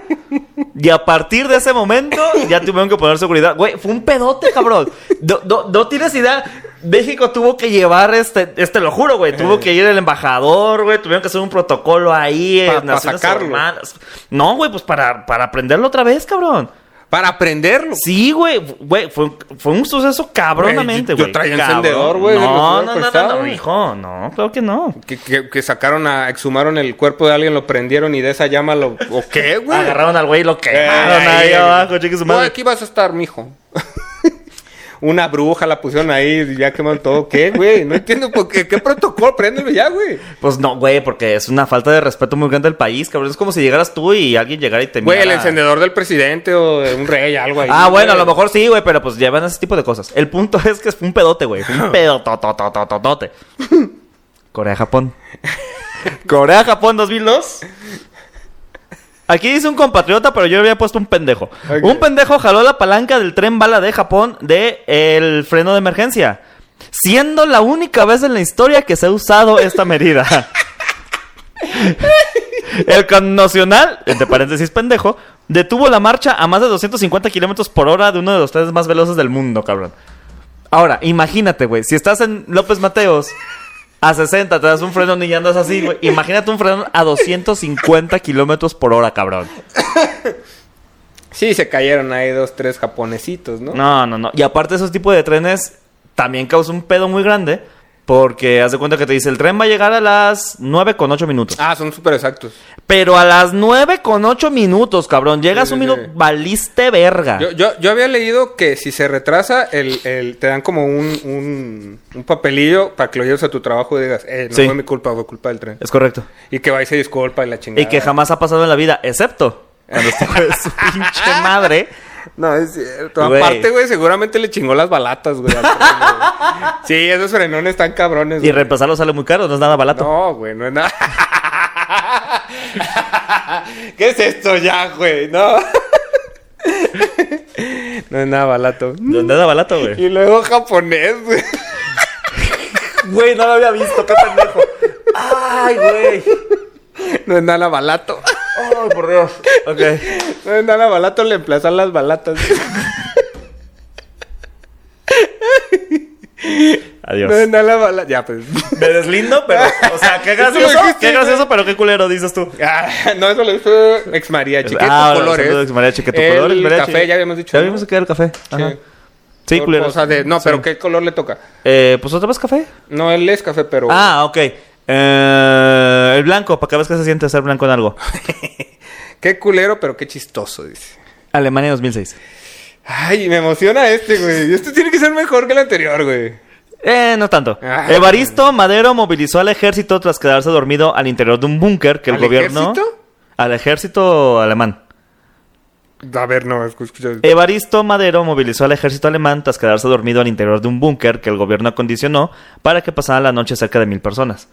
[SPEAKER 2] Y a partir de ese momento, ya tuvieron que poner seguridad. Güey, fue un pedote, cabrón. No, no- no tienes idea. México tuvo que llevar este, este lo juro, güey. Tuvo que ir el embajador, güey. Tuvieron que hacer un protocolo ahí.
[SPEAKER 1] Pa-
[SPEAKER 2] en
[SPEAKER 1] pa
[SPEAKER 2] Naciones
[SPEAKER 1] sacarlo.
[SPEAKER 2] Hermanas. No, güey, pues para, para aprenderlo otra vez, cabrón.
[SPEAKER 1] Para aprenderlo.
[SPEAKER 2] Sí, güey, güey, fue, fue un suceso cabronamente,
[SPEAKER 1] Güey, yo-
[SPEAKER 2] güey.
[SPEAKER 1] yo traía
[SPEAKER 2] Cabrón.
[SPEAKER 1] encendedor, güey, se los
[SPEAKER 2] No,
[SPEAKER 1] hubiera
[SPEAKER 2] no, no, no,
[SPEAKER 1] prestado.
[SPEAKER 2] no, hijo, no, claro que no.
[SPEAKER 1] Que, que- que sacaron a. Exhumaron el cuerpo de alguien, lo prendieron y de esa llama lo. ¿O qué, güey?
[SPEAKER 2] (laughs) Agarraron al güey y lo
[SPEAKER 1] Eh,
[SPEAKER 2] quemaron ahí
[SPEAKER 1] eh,
[SPEAKER 2] abajo, chique su
[SPEAKER 1] no,
[SPEAKER 2] madre.
[SPEAKER 1] aquí vas a estar, mijo. (laughs) Una bruja la pusieron ahí y ya quemaron todo. ¿Qué, güey? No entiendo por qué. ¿Qué protocolo? Préndelo ya, güey.
[SPEAKER 2] Pues no, güey, porque es una falta de respeto muy grande al país, cabrón. Es como si llegaras tú y alguien llegara y te
[SPEAKER 1] Güey, el
[SPEAKER 2] mirara.
[SPEAKER 1] encendedor del presidente o de un rey, algo ahí.
[SPEAKER 2] Ah, bueno, a lo
[SPEAKER 1] güey.
[SPEAKER 2] mejor sí, güey, pero pues llevan ese tipo de cosas. El punto (laughs) es que fue un pedote, güey. Fue
[SPEAKER 1] (laughs)
[SPEAKER 2] un pedotototototote. Corea-Japón. Corea-Japón 2002. Aquí dice un compatriota, pero yo había puesto un pendejo.
[SPEAKER 1] Ok.
[SPEAKER 2] Un pendejo jaló la palanca del tren bala de Japón de el freno de emergencia, siendo la única vez en la historia que se ha usado esta medida. El con- nacional, entre paréntesis pendejo, detuvo la marcha a más de 250 kilómetros por hora de uno de los trenes más veloces del mundo, cabrón. Ahora, imagínate, güey, si estás en López Mateos a 60, te das un freno y andas así, güey. Imagínate un freno a 250 kilómetros por hora, cabrón.
[SPEAKER 1] Sí, se cayeron ahí dos, tres japonesitos, ¿no?
[SPEAKER 2] No, no, no. Y aparte, esos tipos de trenes también causó un pedo muy grande. Porque haz de cuenta que te dice, el tren va a llegar a las 9 con 8 minutos.
[SPEAKER 1] Ah, son súper exactos.
[SPEAKER 2] Pero a las 9 con 8 minutos, cabrón. Llegas
[SPEAKER 1] Sí,
[SPEAKER 2] un
[SPEAKER 1] sí,
[SPEAKER 2] minuto,
[SPEAKER 1] sí.
[SPEAKER 2] valiste verga.
[SPEAKER 1] Yo, yo, yo había leído que si se retrasa, el, el- te dan como un, un, un papelillo para que lo lleves a tu trabajo y digas, eh, no
[SPEAKER 2] Sí.
[SPEAKER 1] fue mi culpa, fue culpa del tren.
[SPEAKER 2] Es correcto.
[SPEAKER 1] Y que va y se disculpa y la chingada.
[SPEAKER 2] Y que jamás ha pasado en la vida, excepto cuando
[SPEAKER 1] (laughs)
[SPEAKER 2] este hijo de su pinche madre.
[SPEAKER 1] No, es cierto.
[SPEAKER 2] Güey.
[SPEAKER 1] Aparte, güey, seguramente le chingó las balatas, güey. al tren,
[SPEAKER 2] (laughs)
[SPEAKER 1] güey. sí, esos frenones están cabrones.
[SPEAKER 2] Y
[SPEAKER 1] güey.
[SPEAKER 2] reemplazarlo sale muy caro, no es nada barato.
[SPEAKER 1] No, güey, no es nada. (laughs) ¿Qué es esto ya, güey? No. (laughs) no es nada barato.
[SPEAKER 2] No, es nada barato, güey.
[SPEAKER 1] Y luego japonés, güey.
[SPEAKER 2] Güey, no lo había visto, qué pendejo. Ay, güey.
[SPEAKER 1] No es nada balato.
[SPEAKER 2] Ay, por Dios. Ok.
[SPEAKER 1] No es nada balato le emplazan las balatas.
[SPEAKER 2] Adiós.
[SPEAKER 1] No es nada balato. Ya, pues.
[SPEAKER 2] Me deslindo, pero. O sea, qué
[SPEAKER 1] Eso lo
[SPEAKER 2] gracioso.
[SPEAKER 1] dijiste,
[SPEAKER 2] Qué gracioso, pero qué culero dices tú.
[SPEAKER 1] Ah, no, eso lo hizo ex María Chiquito
[SPEAKER 2] Ah,
[SPEAKER 1] Colores.
[SPEAKER 2] saludos, María Chiquito
[SPEAKER 1] El
[SPEAKER 2] Colores, María
[SPEAKER 1] café,
[SPEAKER 2] Chiquito.
[SPEAKER 1] ya habíamos dicho.
[SPEAKER 2] Ya
[SPEAKER 1] ¿no?
[SPEAKER 2] vimos que era el café. Ajá.
[SPEAKER 1] Sí.
[SPEAKER 2] Sí,
[SPEAKER 1] Por
[SPEAKER 2] culeros.
[SPEAKER 1] cosa de- no,
[SPEAKER 2] Sí.
[SPEAKER 1] pero ¿qué color le toca?
[SPEAKER 2] Eh, pues otra vez café.
[SPEAKER 1] No, él es café, pero.
[SPEAKER 2] Ah, ok. Eh, el blanco, para que veas que se siente ser blanco en algo.
[SPEAKER 1] Qué culero, pero qué chistoso, dice.
[SPEAKER 2] Alemania 2006.
[SPEAKER 1] Ay, me emociona este, güey. Este tiene que ser mejor que el anterior, güey.
[SPEAKER 2] Eh, no tanto.
[SPEAKER 1] Ah.
[SPEAKER 2] Evaristo Madero movilizó al ejército tras quedarse dormido al interior de un búnker que el
[SPEAKER 1] ¿Al
[SPEAKER 2] gobierno.
[SPEAKER 1] ejército?
[SPEAKER 2] Al ejército alemán.
[SPEAKER 1] A ver, no, escucha.
[SPEAKER 2] Evaristo Madero movilizó al ejército alemán tras quedarse dormido al interior de un búnker que el gobierno acondicionó para que pasaran la noche cerca de mil personas.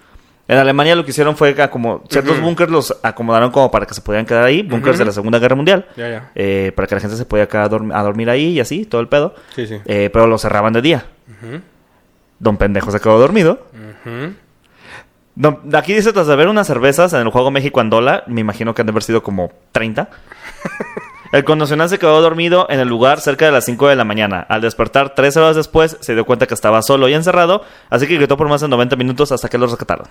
[SPEAKER 2] En Alemania lo que hicieron fue que como ciertos búnkers los acomodaron como para que se pudieran quedar ahí, búnkers de la Segunda Guerra Mundial,
[SPEAKER 1] Ya, ya.
[SPEAKER 2] eh, para que la gente se pudiera quedar a, dorm- a dormir ahí y así, todo el pedo,
[SPEAKER 1] Sí, sí.
[SPEAKER 2] Eh, pero los cerraban de día.
[SPEAKER 1] Ujú.
[SPEAKER 2] Don Pendejo se quedó dormido.
[SPEAKER 1] Ujú.
[SPEAKER 2] No, aquí dice, tras beber unas cervezas en el juego México-Andola, me imagino que han de haber sido como (laughs) 30. El connacional se quedó dormido en el lugar cerca de las 5 de la mañana. Al despertar tres horas después, se dio cuenta que estaba solo y encerrado, así que gritó por más de 90 minutos hasta que lo rescataron.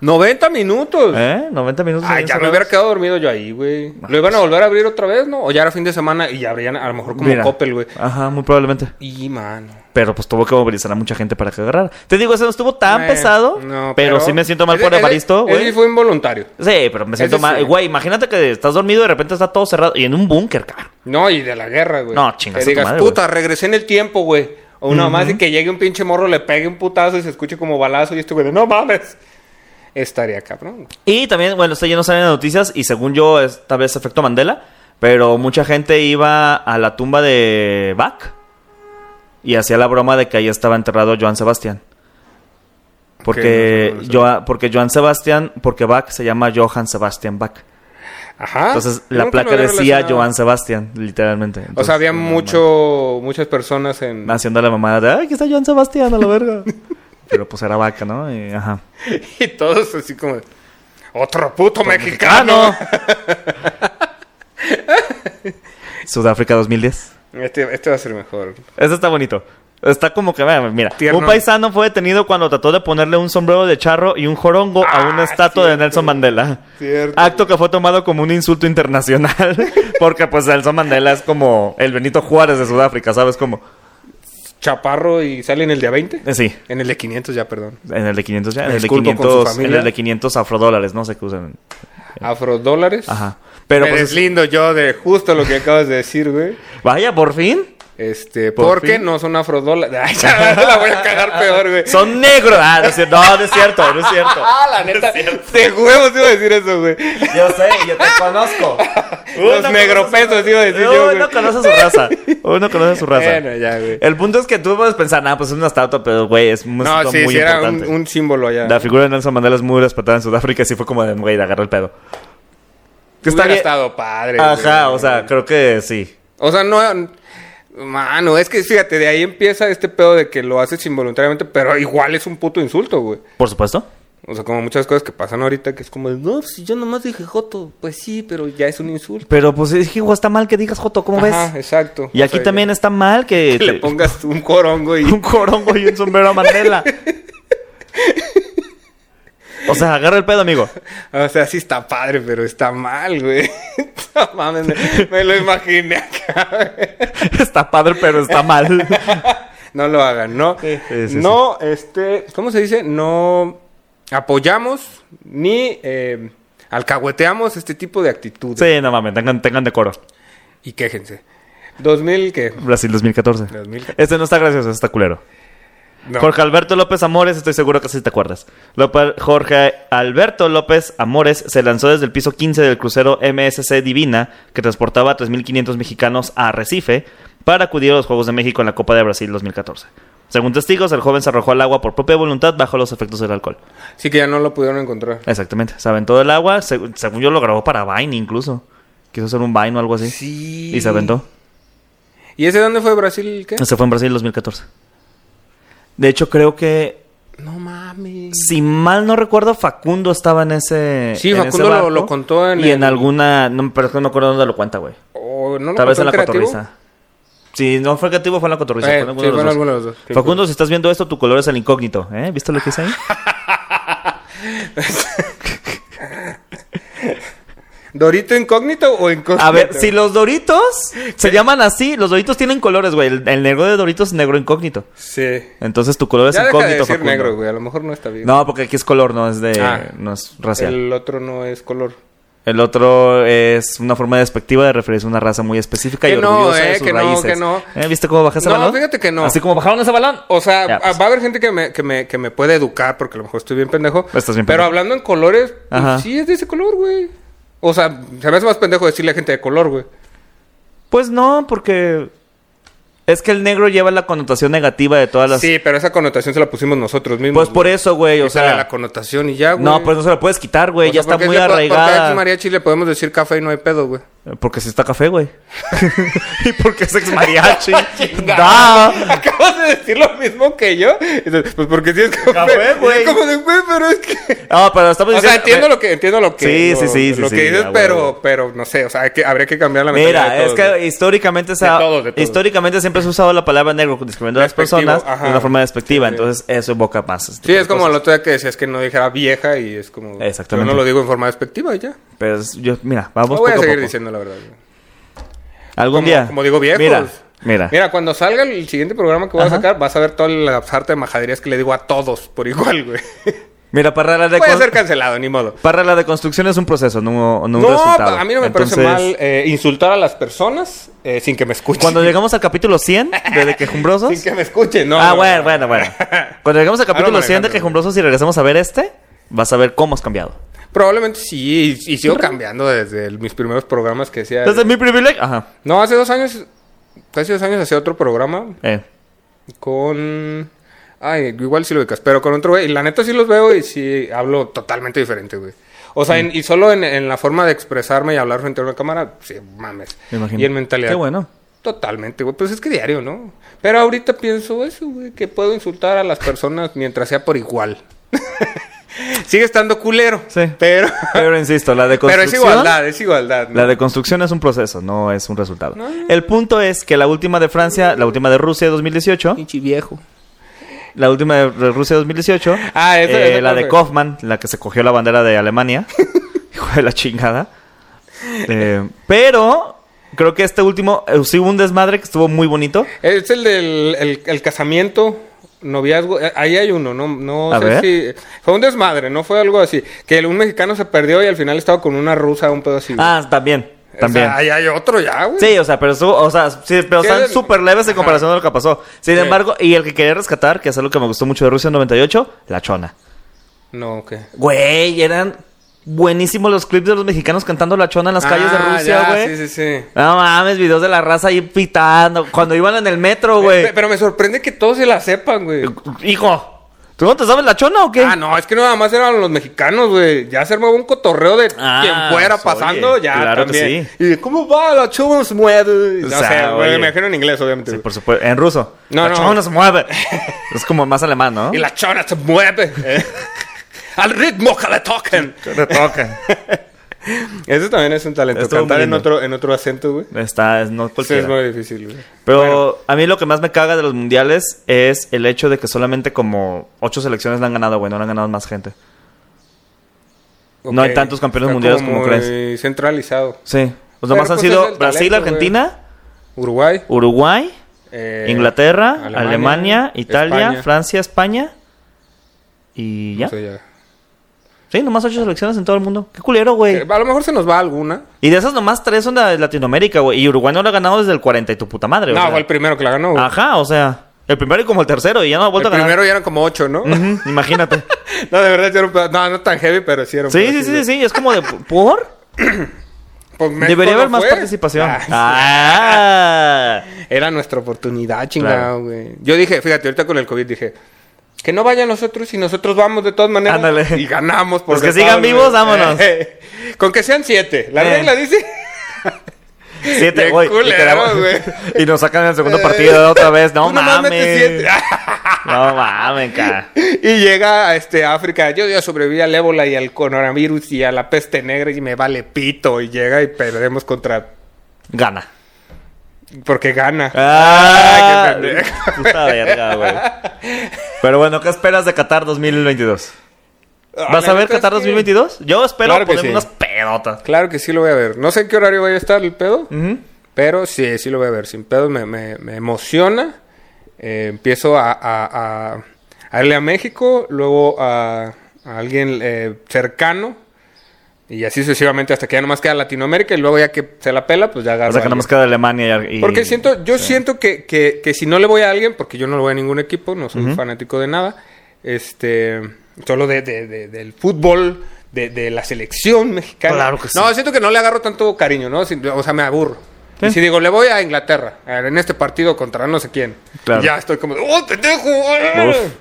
[SPEAKER 1] 90 minutos.
[SPEAKER 2] ¿Eh? 90 minutos.
[SPEAKER 1] Ay, ya
[SPEAKER 2] ahí
[SPEAKER 1] me
[SPEAKER 2] encerrados.
[SPEAKER 1] hubiera quedado dormido yo ahí, güey. Lo iban a volver a abrir otra vez, ¿no? O ya era fin de semana y ya abrían a lo mejor como
[SPEAKER 2] Mira.
[SPEAKER 1] Coppel, güey.
[SPEAKER 2] Ajá, muy probablemente.
[SPEAKER 1] Y, mano.
[SPEAKER 2] Pero pues tuvo que movilizar a mucha gente para que agarrara. Te digo, eso no estuvo tan
[SPEAKER 1] Eh,
[SPEAKER 2] pesado,
[SPEAKER 1] no,
[SPEAKER 2] pero, sí me siento mal
[SPEAKER 1] Ese-
[SPEAKER 2] por
[SPEAKER 1] ese-
[SPEAKER 2] Evaristo,
[SPEAKER 1] ese
[SPEAKER 2] güey.
[SPEAKER 1] sí fue involuntario.
[SPEAKER 2] Sí, pero me siento
[SPEAKER 1] Ese
[SPEAKER 2] mal.
[SPEAKER 1] sí.
[SPEAKER 2] Güey, imagínate que estás dormido y de repente está todo cerrado y en un búnker, cabrón.
[SPEAKER 1] No, y de la guerra, güey.
[SPEAKER 2] No, chingas a
[SPEAKER 1] Que
[SPEAKER 2] tu
[SPEAKER 1] digas,
[SPEAKER 2] madre,
[SPEAKER 1] puta, regresé en el tiempo, güey. O una más y que llegue un pinche morro, le pegue un putazo y se escuche como balazo y este güey, de, no mames. Estaría cabrón.
[SPEAKER 2] Y también, bueno, esto ya no sale en las noticias y según yo es tal vez efecto Mandela, pero mucha gente iba a la tumba de Bach y hacía la broma de que ahí estaba enterrado Joan Sebastián. Porque,
[SPEAKER 1] Ok, no, eso no lo
[SPEAKER 2] Joa- porque Joan Sebastián, porque Bach se llama Johann Sebastian Bach.
[SPEAKER 1] Ajá.
[SPEAKER 2] Entonces
[SPEAKER 1] Ah, Yo nunca
[SPEAKER 2] la
[SPEAKER 1] lo
[SPEAKER 2] placa
[SPEAKER 1] había
[SPEAKER 2] decía
[SPEAKER 1] relacionado.
[SPEAKER 2] Joan Sebastián, literalmente.
[SPEAKER 1] O
[SPEAKER 2] Entonces,
[SPEAKER 1] sea, había
[SPEAKER 2] era
[SPEAKER 1] mucho, muchas personas en.
[SPEAKER 2] mamá- Haciendo la mamada de, ay, aquí está Joan Sebastián, a la verga. pero pues era Bach, ¿no? Y, ajá.
[SPEAKER 1] (laughs) Y todos así como. de, Otro puto
[SPEAKER 2] ¡Ah,
[SPEAKER 1] mexicano.
[SPEAKER 2] no! Sudáfrica 2010.
[SPEAKER 1] (laughs) Este, este va a ser mejor.
[SPEAKER 2] Eso está bonito. Está como que, mira, mira,
[SPEAKER 1] Tierno.
[SPEAKER 2] un paisano fue detenido cuando trató de ponerle un sombrero de charro y un jorongo a una
[SPEAKER 1] Ah,
[SPEAKER 2] estatua de
[SPEAKER 1] cierto.
[SPEAKER 2] Nelson Mandela.
[SPEAKER 1] Cierto.
[SPEAKER 2] Acto que fue tomado como un insulto internacional, (laughs) porque pues Nelson Mandela es como el Benito Juárez de Sudáfrica, ¿sabes cómo?
[SPEAKER 1] Chaparro y sale en el de a 20.
[SPEAKER 2] Eh, Sí,
[SPEAKER 1] En el de 500 ya, perdón.
[SPEAKER 2] en el de 500 ya, en el de
[SPEAKER 1] Disculpo con su
[SPEAKER 2] 500, en
[SPEAKER 1] familia.
[SPEAKER 2] el de 500 afrodólares, no sé qué usan.
[SPEAKER 1] Afrodólares.
[SPEAKER 2] Eh. Ajá. Pero
[SPEAKER 1] Me
[SPEAKER 2] pues
[SPEAKER 1] deslindo yo de justo lo que acabas de decir, güey.
[SPEAKER 2] vaya, por fin.
[SPEAKER 1] Este,
[SPEAKER 2] Por
[SPEAKER 1] porque
[SPEAKER 2] fin.
[SPEAKER 1] no son afrodólares. (laughs) Ay, ya la voy a
[SPEAKER 2] (laughs)
[SPEAKER 1] cagar peor, güey.
[SPEAKER 2] Son negros. Ah, no es cierto, no, no es cierto, no es Pues cierto.
[SPEAKER 1] Ah, la neta. De huevos iba a decir eso,
[SPEAKER 2] (laughs)
[SPEAKER 1] güey.
[SPEAKER 2] Yo sé, yo te conozco.
[SPEAKER 1] (laughs) Los negropesos iba a decir yo, güey.
[SPEAKER 2] Uno conoce su raza. Uno conoce su raza.
[SPEAKER 1] Bueno, ya, güey.
[SPEAKER 2] El punto es que tú puedes pensar, nah, pues es una estatua, pero güey, es un
[SPEAKER 1] No,
[SPEAKER 2] asunto
[SPEAKER 1] sí,
[SPEAKER 2] muy
[SPEAKER 1] sí, era un,
[SPEAKER 2] importante.
[SPEAKER 1] un símbolo allá.
[SPEAKER 2] La figura de Nelson Mandela es muy respetada en Sudáfrica, así fue como de, güey, de agarrar el pedo. Que
[SPEAKER 1] Hubiera
[SPEAKER 2] bien.
[SPEAKER 1] estado padre.
[SPEAKER 2] Ajá,
[SPEAKER 1] güey.
[SPEAKER 2] o sea, creo que sí.
[SPEAKER 1] O sea, no. Mano, es que fíjate, de ahí empieza este pedo de que lo haces involuntariamente, pero igual es un puto insulto, güey.
[SPEAKER 2] Por supuesto.
[SPEAKER 1] O sea, como muchas cosas que pasan ahorita que es como, de, no, si yo nomás dije Joto, pues sí, pero ya es un insulto.
[SPEAKER 2] Pero pues es que igual está mal que digas Joto, ¿cómo
[SPEAKER 1] Ajá,
[SPEAKER 2] ves?
[SPEAKER 1] exacto.
[SPEAKER 2] Y
[SPEAKER 1] O
[SPEAKER 2] aquí
[SPEAKER 1] sea,
[SPEAKER 2] también está mal que,
[SPEAKER 1] que (laughs) le
[SPEAKER 2] te-
[SPEAKER 1] pongas un corongo y
[SPEAKER 2] (laughs) un corongo y un sombrero a
[SPEAKER 1] (laughs)
[SPEAKER 2] Mandela. o sea, agarra el pedo, amigo. (laughs)
[SPEAKER 1] O sea, sí está padre, pero está mal, güey. (laughs) No mames, me, me lo imaginé acá. güey. (laughs)
[SPEAKER 2] Está padre, pero está mal.
[SPEAKER 1] no lo hagan, ¿no?
[SPEAKER 2] Sí, sí, sí,
[SPEAKER 1] no, este, ¿cómo se dice? No apoyamos ni eh, alcahueteamos este tipo de actitudes.
[SPEAKER 2] Sí, no mames, tengan, tengan decoro.
[SPEAKER 1] Y quéjense. 2000 que...
[SPEAKER 2] Brasil 2014.
[SPEAKER 1] 2014.
[SPEAKER 2] Este no está gracioso, este está culero.
[SPEAKER 1] No.
[SPEAKER 2] Jorge Alberto López Amores, estoy seguro que sí te acuerdas. Lope- Jorge Alberto López Amores se lanzó desde el piso 15 del crucero MSC Divina, que transportaba a 3.500 mexicanos a Recife, para acudir a los Juegos de México en la Copa de Brasil 2014. Según testigos, el joven se arrojó al agua por propia voluntad bajo los efectos del alcohol.
[SPEAKER 1] Sí que ya no lo pudieron encontrar.
[SPEAKER 2] Exactamente, se aventó del agua, se- según yo lo grabó para Vine incluso. Quiso hacer un Vine o algo así.
[SPEAKER 1] Sí.
[SPEAKER 2] Y se aventó.
[SPEAKER 1] ¿Y ese dónde fue Brasil? ¿Qué?
[SPEAKER 2] Se fue en Brasil 2014. De hecho, creo que
[SPEAKER 1] No mames.
[SPEAKER 2] Si mal no recuerdo, Facundo estaba en ese.
[SPEAKER 1] Mm. Sí,
[SPEAKER 2] en ese
[SPEAKER 1] Facundo lo-
[SPEAKER 2] barco.
[SPEAKER 1] lo contó en
[SPEAKER 2] Y
[SPEAKER 1] el-
[SPEAKER 2] en alguna. No, pero es que no me acuerdo dónde lo cuenta, güey.
[SPEAKER 1] O no lo
[SPEAKER 2] Tal vez
[SPEAKER 1] contó
[SPEAKER 2] en la
[SPEAKER 1] el creativo.
[SPEAKER 2] cotorriza. Si no fue el creativo, fue en la cotorriza.
[SPEAKER 1] Eh,
[SPEAKER 2] fue en alguno
[SPEAKER 1] sí,
[SPEAKER 2] de los
[SPEAKER 1] fue en
[SPEAKER 2] dos.
[SPEAKER 1] alguno de los dos. Sí,
[SPEAKER 2] Facundo, si estás viendo esto, tu color es el incógnito. ¿Eh? ¿Viste lo
[SPEAKER 1] (laughs)
[SPEAKER 2] que hice ahí?
[SPEAKER 1] ¿Dorito incógnito o incógnito?
[SPEAKER 2] A ver, si los doritos se llaman así, los doritos tienen colores, güey. El, el negro de doritos es negro incógnito.
[SPEAKER 1] Sí.
[SPEAKER 2] Entonces tu color es
[SPEAKER 1] Ya deja
[SPEAKER 2] incógnito,
[SPEAKER 1] de decir
[SPEAKER 2] Facundo.
[SPEAKER 1] negro, güey. A lo mejor no está bien.
[SPEAKER 2] No, porque aquí es color, no es de.
[SPEAKER 1] Ah.
[SPEAKER 2] No es racial.
[SPEAKER 1] El otro no es color.
[SPEAKER 2] El otro es una forma despectiva de referirse a una raza muy específica y
[SPEAKER 1] Que no,
[SPEAKER 2] orgullosa de
[SPEAKER 1] eh,
[SPEAKER 2] sus
[SPEAKER 1] que no,
[SPEAKER 2] raíces.
[SPEAKER 1] que no.
[SPEAKER 2] ¿Eh? ¿Viste cómo bajé ese
[SPEAKER 1] No,
[SPEAKER 2] balón?
[SPEAKER 1] fíjate que no.
[SPEAKER 2] Así como bajaron ese balón.
[SPEAKER 1] O sea,
[SPEAKER 2] Ya, pues.
[SPEAKER 1] va a haber gente que me, que, me, que me puede educar porque a lo mejor estoy bien pendejo.
[SPEAKER 2] Estás bien
[SPEAKER 1] pero
[SPEAKER 2] pendejo.
[SPEAKER 1] hablando en colores, pues,
[SPEAKER 2] Ajá.
[SPEAKER 1] sí es de ese color, güey. O sea, se me hace más pendejo decirle a gente de color, güey.
[SPEAKER 2] Pues no, porque es que el negro lleva la connotación negativa de todas las.
[SPEAKER 1] Sí, pero esa connotación se la pusimos nosotros mismos.
[SPEAKER 2] pues por eso, güey. O
[SPEAKER 1] sea, la
[SPEAKER 2] sea,
[SPEAKER 1] connotación y ya, güey.
[SPEAKER 2] no, pues no se la puedes quitar, güey.
[SPEAKER 1] O sea,
[SPEAKER 2] ya está
[SPEAKER 1] porque
[SPEAKER 2] muy
[SPEAKER 1] es de- porque a
[SPEAKER 2] arraigada. Eh,
[SPEAKER 1] Ex mariachi le podemos decir café y no hay pedo,
[SPEAKER 2] (laughs)
[SPEAKER 1] güey.
[SPEAKER 2] Porque si está
[SPEAKER 1] (laughs)
[SPEAKER 2] café, güey. (laughs) y porque es ex mariachi.
[SPEAKER 1] Chingada.
[SPEAKER 2] da.
[SPEAKER 1] Acabas de decir lo mismo que yo. Entonces, pues porque si es café,
[SPEAKER 2] Café, güey.
[SPEAKER 1] Es como de, güey, pero es que.
[SPEAKER 2] No, Ah, pero estamos
[SPEAKER 1] O sea,
[SPEAKER 2] diciendo.
[SPEAKER 1] entiendo lo que, entiendo lo que,
[SPEAKER 2] Sí,
[SPEAKER 1] lo,
[SPEAKER 2] sí, sí, sí,
[SPEAKER 1] lo que
[SPEAKER 2] sí,
[SPEAKER 1] dices,
[SPEAKER 2] ah,
[SPEAKER 1] pero,
[SPEAKER 2] huevo.
[SPEAKER 1] pero no sé, o sea, hay que, habría que cambiar la mentalidad.
[SPEAKER 2] Mira,
[SPEAKER 1] de
[SPEAKER 2] es
[SPEAKER 1] todos,
[SPEAKER 2] que
[SPEAKER 1] güey.
[SPEAKER 2] históricamente se
[SPEAKER 1] De
[SPEAKER 2] ha-
[SPEAKER 1] todos, de todos.
[SPEAKER 2] históricamente siempre se ha usado la palabra negro discriminando a las
[SPEAKER 1] Despectivo,
[SPEAKER 2] personas
[SPEAKER 1] ajá.
[SPEAKER 2] de una forma despectiva,
[SPEAKER 1] Sí.
[SPEAKER 2] entonces eso evoca más. este
[SPEAKER 1] Sí,
[SPEAKER 2] tipo
[SPEAKER 1] es
[SPEAKER 2] de
[SPEAKER 1] como el
[SPEAKER 2] cosas.
[SPEAKER 1] otro día que decías que no dijera vieja y es como.
[SPEAKER 2] Exactamente.
[SPEAKER 1] Yo no lo digo en forma despectiva y ya.
[SPEAKER 2] Pero es- yo mira, vamos
[SPEAKER 1] No voy
[SPEAKER 2] poco
[SPEAKER 1] a seguir
[SPEAKER 2] poco.
[SPEAKER 1] diciendo la verdad. güey.
[SPEAKER 2] Algún
[SPEAKER 1] Como-
[SPEAKER 2] día.
[SPEAKER 1] como digo, viejos.
[SPEAKER 2] Mira, mira.
[SPEAKER 1] Mira, cuando salga el siguiente programa que voy
[SPEAKER 2] Ajá.
[SPEAKER 1] a sacar, vas a ver toda la sarta de majaderías que le digo a todos por igual,
[SPEAKER 2] (laughs)
[SPEAKER 1] güey. (laughs)
[SPEAKER 2] Mira, para la de
[SPEAKER 1] Puede ser cancelado, ni modo.
[SPEAKER 2] para la deconstrucción es un proceso, no, no un
[SPEAKER 1] No,
[SPEAKER 2] resultado.
[SPEAKER 1] a mí no me parece
[SPEAKER 2] Entonces,
[SPEAKER 1] mal eh, insultar a las personas eh, sin que me escuchen.
[SPEAKER 2] Cuando llegamos al capítulo 100 de De
[SPEAKER 1] (laughs)
[SPEAKER 2] Quejumbrosos.
[SPEAKER 1] Sin que me escuchen, no.
[SPEAKER 2] ah,
[SPEAKER 1] no,
[SPEAKER 2] bueno,
[SPEAKER 1] no.
[SPEAKER 2] bueno,
[SPEAKER 1] (laughs)
[SPEAKER 2] bueno. Cuando llegamos al capítulo 100 de
[SPEAKER 1] manejando.
[SPEAKER 2] Quejumbrosos y regresamos a ver este, vas a ver cómo has cambiado.
[SPEAKER 1] Probablemente sí, y, y sigo cambiando desde el- mis primeros programas que hacía.
[SPEAKER 2] Desde mi privilegio. Ajá.
[SPEAKER 1] No, hace dos años, casi dos años hacía otro programa (laughs)
[SPEAKER 2] Eh.
[SPEAKER 1] con... Ay, igual sí lo ubicas, pero con otro güey. Y la neta sí los veo y sí hablo totalmente diferente, güey. O sea,
[SPEAKER 2] Mm.
[SPEAKER 1] en- y solo en, en la forma de expresarme y hablar frente a una cámara, sí, mames.
[SPEAKER 2] Me imagino.
[SPEAKER 1] Y en mentalidad.
[SPEAKER 2] Qué bueno.
[SPEAKER 1] Totalmente, güey. Pues es que diario, ¿no? Pero ahorita pienso eso, güey, que puedo insultar a las personas mientras sea por igual. (laughs) Sigue estando culero.
[SPEAKER 2] Sí.
[SPEAKER 1] Pero,
[SPEAKER 2] Pero insisto, la
[SPEAKER 1] pero es
[SPEAKER 2] deconstrucción.
[SPEAKER 1] igualdad, es igualdad. ¿no?
[SPEAKER 2] La deconstrucción es un proceso, no es un resultado.
[SPEAKER 1] No.
[SPEAKER 2] El punto es que la última de Francia, la última de Rusia de 2018,
[SPEAKER 1] Pinche viejo.
[SPEAKER 2] la última de Rusia de 2018,
[SPEAKER 1] Ah, esa-
[SPEAKER 2] eh,
[SPEAKER 1] esa
[SPEAKER 2] la de
[SPEAKER 1] cosa.
[SPEAKER 2] Kaufman, la que se cogió la bandera de
[SPEAKER 1] (laughs)
[SPEAKER 2] Alemania, hijo de la chingada. Eh, pero creo que este último, eh, sí hubo un desmadre que estuvo muy bonito.
[SPEAKER 1] Es el del el, el casamiento, noviazgo. eh, Ahí hay uno, no, no
[SPEAKER 2] A
[SPEAKER 1] sé
[SPEAKER 2] ver.
[SPEAKER 1] si. Fue un desmadre, no fue algo así. Que el- un mexicano se perdió y al final estaba con una rusa, un pedo así. güey.
[SPEAKER 2] Ah, también,
[SPEAKER 1] O
[SPEAKER 2] también.
[SPEAKER 1] sea, ahí hay otro ya, güey.
[SPEAKER 2] Sí, o sea, pero estuvo- o sea, sí, pero
[SPEAKER 1] Sí,
[SPEAKER 2] están
[SPEAKER 1] es-
[SPEAKER 2] súper leves en comparación a lo que pasó. Sin
[SPEAKER 1] Sí.
[SPEAKER 2] embargo, y el que quería rescatar, que es algo que me gustó mucho de Rusia en 98, la chona.
[SPEAKER 1] No, ¿qué?
[SPEAKER 2] Güey, eran buenísimos los clips de los mexicanos cantando la chona en las calles de
[SPEAKER 1] Ah,
[SPEAKER 2] Rusia,
[SPEAKER 1] ya,
[SPEAKER 2] güey.
[SPEAKER 1] Sí, sí, sí.
[SPEAKER 2] No mames, videos de la raza ahí pitando. Cuando iban en el metro, güey.
[SPEAKER 1] Pe- Pero me sorprende que todos se la sepan, güey.
[SPEAKER 2] Hijo, ¿tú no te sabes la chona o qué?
[SPEAKER 1] Ah, no, es que nada más eran los mexicanos, güey. Ya se armaba un cotorreo de
[SPEAKER 2] Ah,
[SPEAKER 1] quien fuera
[SPEAKER 2] pues,
[SPEAKER 1] pasando,
[SPEAKER 2] oye,
[SPEAKER 1] ya
[SPEAKER 2] claro que
[SPEAKER 1] también. Y cómo va la chuva se mueve. No
[SPEAKER 2] O sea,
[SPEAKER 1] sé, güey,
[SPEAKER 2] oye.
[SPEAKER 1] me imagino en inglés, obviamente.
[SPEAKER 2] Sí,
[SPEAKER 1] güey.
[SPEAKER 2] por supuesto. En ruso.
[SPEAKER 1] No,
[SPEAKER 2] la
[SPEAKER 1] no.
[SPEAKER 2] chona
[SPEAKER 1] (laughs)
[SPEAKER 2] se mueve. es como más alemán, ¿no?
[SPEAKER 1] Y la chona se mueve. eh. (laughs) Al ritmo que le toquen.
[SPEAKER 2] Le toca.
[SPEAKER 1] Eso también es un talento.
[SPEAKER 2] Estuvo
[SPEAKER 1] Cantar
[SPEAKER 2] muy
[SPEAKER 1] en
[SPEAKER 2] lindo.
[SPEAKER 1] otro, en otro acento, güey.
[SPEAKER 2] Está, es no
[SPEAKER 1] Sí, es
[SPEAKER 2] cualquiera.
[SPEAKER 1] muy difícil, güey.
[SPEAKER 2] Pero
[SPEAKER 1] Bueno.
[SPEAKER 2] a mí lo que más me caga de los mundiales es el hecho de que solamente como ocho selecciones la han ganado, güey. No la han ganado más gente. No hay
[SPEAKER 1] Ok.
[SPEAKER 2] tantos campeones
[SPEAKER 1] Está
[SPEAKER 2] mundiales como
[SPEAKER 1] muy centralizado.
[SPEAKER 2] Sí. Los
[SPEAKER 1] Pero,
[SPEAKER 2] demás han
[SPEAKER 1] pues,
[SPEAKER 2] sido
[SPEAKER 1] es el
[SPEAKER 2] Brasil,
[SPEAKER 1] talento, güey.
[SPEAKER 2] Argentina,
[SPEAKER 1] Uruguay.
[SPEAKER 2] Uruguay
[SPEAKER 1] Eh,
[SPEAKER 2] Inglaterra, Alemania,
[SPEAKER 1] Alemania,
[SPEAKER 2] Italia,
[SPEAKER 1] España.
[SPEAKER 2] Francia, España. Y ya.
[SPEAKER 1] no sé, ya.
[SPEAKER 2] Sí, nomás ocho selecciones en todo el mundo. Qué culero, güey.
[SPEAKER 1] Eh, A lo mejor se nos va alguna.
[SPEAKER 2] Y de esas nomás tres son de Latinoamérica, güey. Y Uruguay no lo ha ganado desde el 40 y tu puta madre,
[SPEAKER 1] no,
[SPEAKER 2] o sea. Ah,
[SPEAKER 1] fue el primero que la ganó. güey.
[SPEAKER 2] Ajá, o sea. El primero y como el tercero, y ya no ha
[SPEAKER 1] el
[SPEAKER 2] vuelto a ganar.
[SPEAKER 1] primero ya eran como ocho, ¿no?
[SPEAKER 2] Ujú, imagínate.
[SPEAKER 1] (laughs) No, de verdad, sí era un pedo- no, no tan heavy, pero sí era un
[SPEAKER 2] sí,
[SPEAKER 1] pedo
[SPEAKER 2] sí,
[SPEAKER 1] así
[SPEAKER 2] sí,
[SPEAKER 1] de-
[SPEAKER 2] sí. Es como de. ¿Por?
[SPEAKER 1] Pues (laughs) México
[SPEAKER 2] Debería
[SPEAKER 1] no
[SPEAKER 2] haber más
[SPEAKER 1] fue.
[SPEAKER 2] participación.
[SPEAKER 1] Ah, (laughs)
[SPEAKER 2] Ah.
[SPEAKER 1] Era nuestra oportunidad,
[SPEAKER 2] Claro.
[SPEAKER 1] chingado, güey. Yo dije, fíjate, ahorita con el COVID dije, que no vayan nosotros y nosotros vamos de todas maneras.
[SPEAKER 2] Ándale.
[SPEAKER 1] Y ganamos.
[SPEAKER 2] Los que
[SPEAKER 1] default,
[SPEAKER 2] sigan
[SPEAKER 1] güey.
[SPEAKER 2] vivos, vámonos.
[SPEAKER 1] Eh, con que sean siete. La
[SPEAKER 2] Eh.
[SPEAKER 1] regla
[SPEAKER 2] (laughs)
[SPEAKER 1] dice...
[SPEAKER 2] Siete,
[SPEAKER 1] Bien
[SPEAKER 2] güey. Y,
[SPEAKER 1] culero,
[SPEAKER 2] quedamos-
[SPEAKER 1] güey.
[SPEAKER 2] (laughs) y nos sacan en
[SPEAKER 1] (laughs)
[SPEAKER 2] el segundo partido otra vez. No
[SPEAKER 1] Tú nomás
[SPEAKER 2] mames.
[SPEAKER 1] mete siete. (laughs)
[SPEAKER 2] No mames, cara.
[SPEAKER 1] y llega este, a África. Yo ya sobreviví al ébola y al coronavirus y a la peste negra y me vale pito. Y llega y perdemos contra...
[SPEAKER 2] Gana.
[SPEAKER 1] Porque gana.
[SPEAKER 2] Ah,
[SPEAKER 1] qué pendejo.
[SPEAKER 2] puta verga, güey. Pero bueno, ¿qué esperas de Qatar 2022?
[SPEAKER 1] Ah,
[SPEAKER 2] ¿Vas
[SPEAKER 1] la
[SPEAKER 2] a ver
[SPEAKER 1] neta es
[SPEAKER 2] Qatar
[SPEAKER 1] que-
[SPEAKER 2] 2022? Yo espero
[SPEAKER 1] Claro que
[SPEAKER 2] ponerme
[SPEAKER 1] sí.
[SPEAKER 2] unas pedotas.
[SPEAKER 1] Claro que sí lo voy a ver. No sé en qué horario vaya a estar el pedo,
[SPEAKER 2] Ujú.
[SPEAKER 1] pero sí, sí lo voy a ver. Sin pedo me, me- me emociona. Eh, empiezo a, a, a- a irle a México, luego a, a alguien eh, cercano. Y así sucesivamente hasta que ya nomás queda Latinoamérica y luego ya que se la pela, pues ya agarro.
[SPEAKER 2] O sea
[SPEAKER 1] a
[SPEAKER 2] que nada más
[SPEAKER 1] alguien.
[SPEAKER 2] queda Alemania y... y-
[SPEAKER 1] Porque siento, yo siento que, que, que si no le voy a alguien, porque yo no le voy a ningún equipo, no soy fanático de nada, este, solo de, de- de- del fútbol, de, de la selección mexicana.
[SPEAKER 2] Claro que sí.
[SPEAKER 1] No, siento que no le agarro tanto cariño, ¿no? Si- o sea, me aburro. Y si digo, le voy a Inglaterra, a ver, en este partido contra no sé quién,
[SPEAKER 2] Claro.
[SPEAKER 1] ya estoy como, de, ¡oh, te dejo! ¡ah!
[SPEAKER 2] Uf.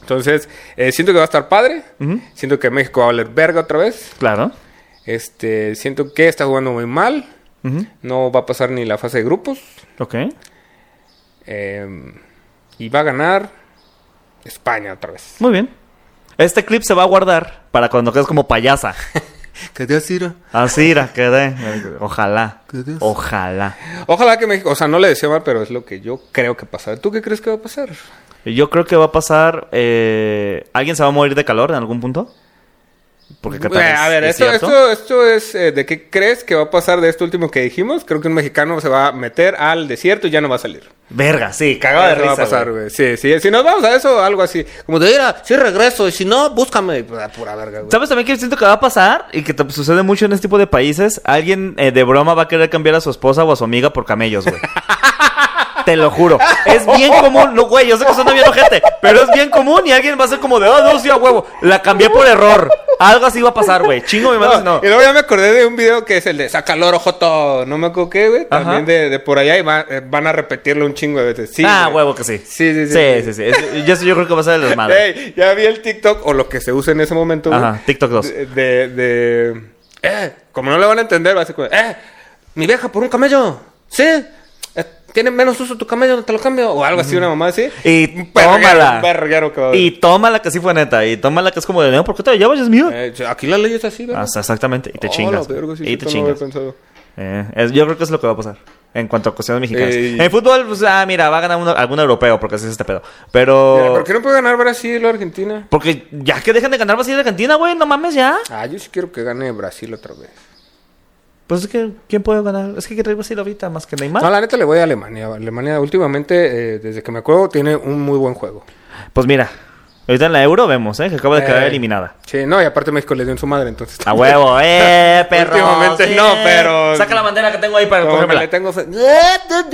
[SPEAKER 1] Entonces, eh, siento que va a estar padre,
[SPEAKER 2] Ujú.
[SPEAKER 1] siento que México va a valer verga otra vez,
[SPEAKER 2] Claro.
[SPEAKER 1] este, siento que está jugando muy mal,
[SPEAKER 2] Ujú.
[SPEAKER 1] no va a pasar ni la fase de grupos,
[SPEAKER 2] Ok.
[SPEAKER 1] eh, y va a ganar España otra vez.
[SPEAKER 2] Muy bien. Este clip se va a guardar para cuando quedes como payasa.
[SPEAKER 1] Que Dios sirva.
[SPEAKER 2] Así la quedé. Ojalá.
[SPEAKER 1] ¿Qué dices?
[SPEAKER 2] Ojalá.
[SPEAKER 1] Ojalá que México, o sea, no le deseo mal, pero es lo que yo creo que pasará. ¿Tú qué crees que va a pasar?
[SPEAKER 2] Yo creo que va a pasar. eh, ¿Alguien se va a morir de calor en algún punto? Porque Qatar
[SPEAKER 1] Eh,
[SPEAKER 2] es
[SPEAKER 1] a ver, esto,
[SPEAKER 2] desierto.
[SPEAKER 1] esto, esto es eh, de qué crees que va a pasar de esto último que dijimos. Creo que un mexicano se va a meter al desierto y ya no va a salir.
[SPEAKER 2] Verga, sí, cagado de
[SPEAKER 1] Eso
[SPEAKER 2] risa.
[SPEAKER 1] va a pasar,
[SPEAKER 2] güey.
[SPEAKER 1] güey. Sí, sí. Si nos vamos a eso, algo así. Como de ir a, sí regreso, y si no, búscame. Pura, pura verga, güey.
[SPEAKER 2] ¿Sabes también que siento que va a pasar? Y que te- sucede mucho en este tipo de países. Alguien eh, de broma va a querer cambiar a su esposa o a su amiga por camellos, (laughs) güey. Te lo juro. Es bien común. No, güey, yo sé que suena bien ojete. Pero es bien común y alguien va a ser como de, ah, no, sí, a huevo. La cambié por error. Algo así va a pasar, güey. Chingo mi madre si no.
[SPEAKER 1] Y luego ya me acordé de un video que es el de Saca loro Joto, no me acuerdo qué, güey. También
[SPEAKER 2] Ajá.
[SPEAKER 1] de, de por allá y va- eh, van a repetirlo un chingo de veces. Sí,
[SPEAKER 2] ah,
[SPEAKER 1] güey.
[SPEAKER 2] huevo que sí.
[SPEAKER 1] Sí, sí, sí.
[SPEAKER 2] Sí, sí, sí. Es- yo, eso yo creo que va a ser el desmadre.
[SPEAKER 1] Ey, ya vi el TikTok o lo que se usa en ese momento. güey,
[SPEAKER 2] Ajá, TikTok dos.
[SPEAKER 1] De, de, de- Eh, como no le van a entender, va a ser como, eh, mi vieja por un camello. Sí. eh, Tiene menos uso tu camello, te lo cambio. O algo así, una mamá así.
[SPEAKER 2] Y
[SPEAKER 1] Un perguero,
[SPEAKER 2] tómala.
[SPEAKER 1] un perguero que va a haber.
[SPEAKER 2] Y tómala que sí fue neta. Y tómala que es como de, no, ¿por qué te la llevas? Es mío.
[SPEAKER 1] Eh, aquí la ley es así, ¿verdad?
[SPEAKER 2] Ah, exactamente. Y te
[SPEAKER 1] Oh,
[SPEAKER 2] chingas.
[SPEAKER 1] la verga, sí,
[SPEAKER 2] y
[SPEAKER 1] eso
[SPEAKER 2] te
[SPEAKER 1] no lo había
[SPEAKER 2] chingas.
[SPEAKER 1] pensado.
[SPEAKER 2] Eh, es- yo creo que es lo que va a pasar. En cuanto a cuestiones mexicanas.
[SPEAKER 1] Ey.
[SPEAKER 2] En fútbol, pues, ah, mira, va a ganar uno- algún europeo, porque así es este pedo. Pero.
[SPEAKER 1] Mira, ¿Por qué no puede ganar Brasil o Argentina?
[SPEAKER 2] Porque ya que dejen de ganar Brasil y Argentina, güey, no mames ya.
[SPEAKER 1] Ah, yo sí quiero que gane Brasil otra vez.
[SPEAKER 2] Pues es que, ¿quién puede ganar? Es que trae Brasil ahorita más que Neymar.
[SPEAKER 1] No, la neta le voy a Alemania. Alemania últimamente, eh, desde que me acuerdo, tiene un muy buen juego.
[SPEAKER 2] Pues mira, ahorita en la Euro vemos, ¿eh? Que acaba de quedar
[SPEAKER 1] Eh.
[SPEAKER 2] eliminada.
[SPEAKER 1] Sí, no, y aparte México le dio en su madre, entonces... (laughs)
[SPEAKER 2] A huevo, eh, perro.
[SPEAKER 1] Últimamente no, pero-
[SPEAKER 2] Saca la bandera que tengo ahí para
[SPEAKER 1] Como que le
[SPEAKER 2] cogérmela.
[SPEAKER 1] tengo fe... (laughs)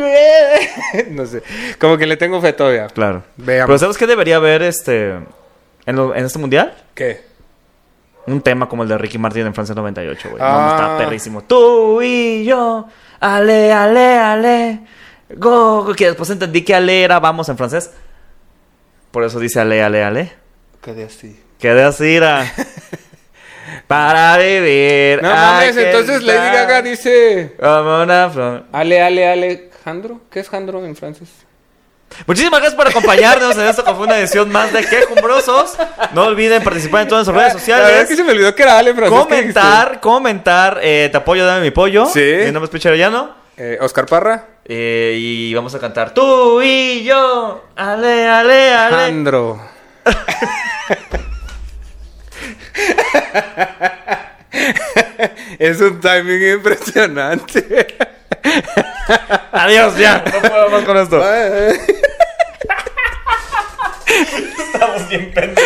[SPEAKER 1] No sé. Como que le tengo fe todavía.
[SPEAKER 2] Claro.
[SPEAKER 1] Veamos.
[SPEAKER 2] Pero ¿sabes qué debería haber este en, lo- en este mundial?
[SPEAKER 1] ¿Qué?
[SPEAKER 2] Un tema como el de Ricky Martin en Francia 98, güey.
[SPEAKER 1] Ah.
[SPEAKER 2] No, está perrísimo. Tú y yo, ale, ale, ale, go, go, que después entendí que ale era vamos en francés. Por eso dice ale, ale, ale.
[SPEAKER 1] Quedé así.
[SPEAKER 2] Quedé
[SPEAKER 1] (laughs)
[SPEAKER 2] así, era. Para vivir.
[SPEAKER 1] No
[SPEAKER 2] hay
[SPEAKER 1] mames,
[SPEAKER 2] que
[SPEAKER 1] entonces Lady
[SPEAKER 2] estar
[SPEAKER 1] Gaga dice...
[SPEAKER 2] como una flor.
[SPEAKER 1] Ale, ale, Alejandro. ¿Qué es Jandro en francés?
[SPEAKER 2] Muchísimas gracias por acompañarnos en esta fue una edición más de Quejumbrosos. No olviden participar en todas nuestras redes
[SPEAKER 1] La verdad es
[SPEAKER 2] sociales.
[SPEAKER 1] que se me olvidó que era Ale en francés. ¿Qué dijiste?
[SPEAKER 2] Comentar, comentar, eh, te apoyo, dame mi pollo.
[SPEAKER 1] Sí.
[SPEAKER 2] Mi nombre es Pichero Llano.
[SPEAKER 1] Eh, Oscar Parra.
[SPEAKER 2] Eh, y vamos a cantar tú y yo. Ale, ale,
[SPEAKER 1] (laughs)
[SPEAKER 2] ale.
[SPEAKER 1] Jandro. es un timing impresionante.
[SPEAKER 2] Adiós, ya. No puedo más con esto. Estamos bien pendejos.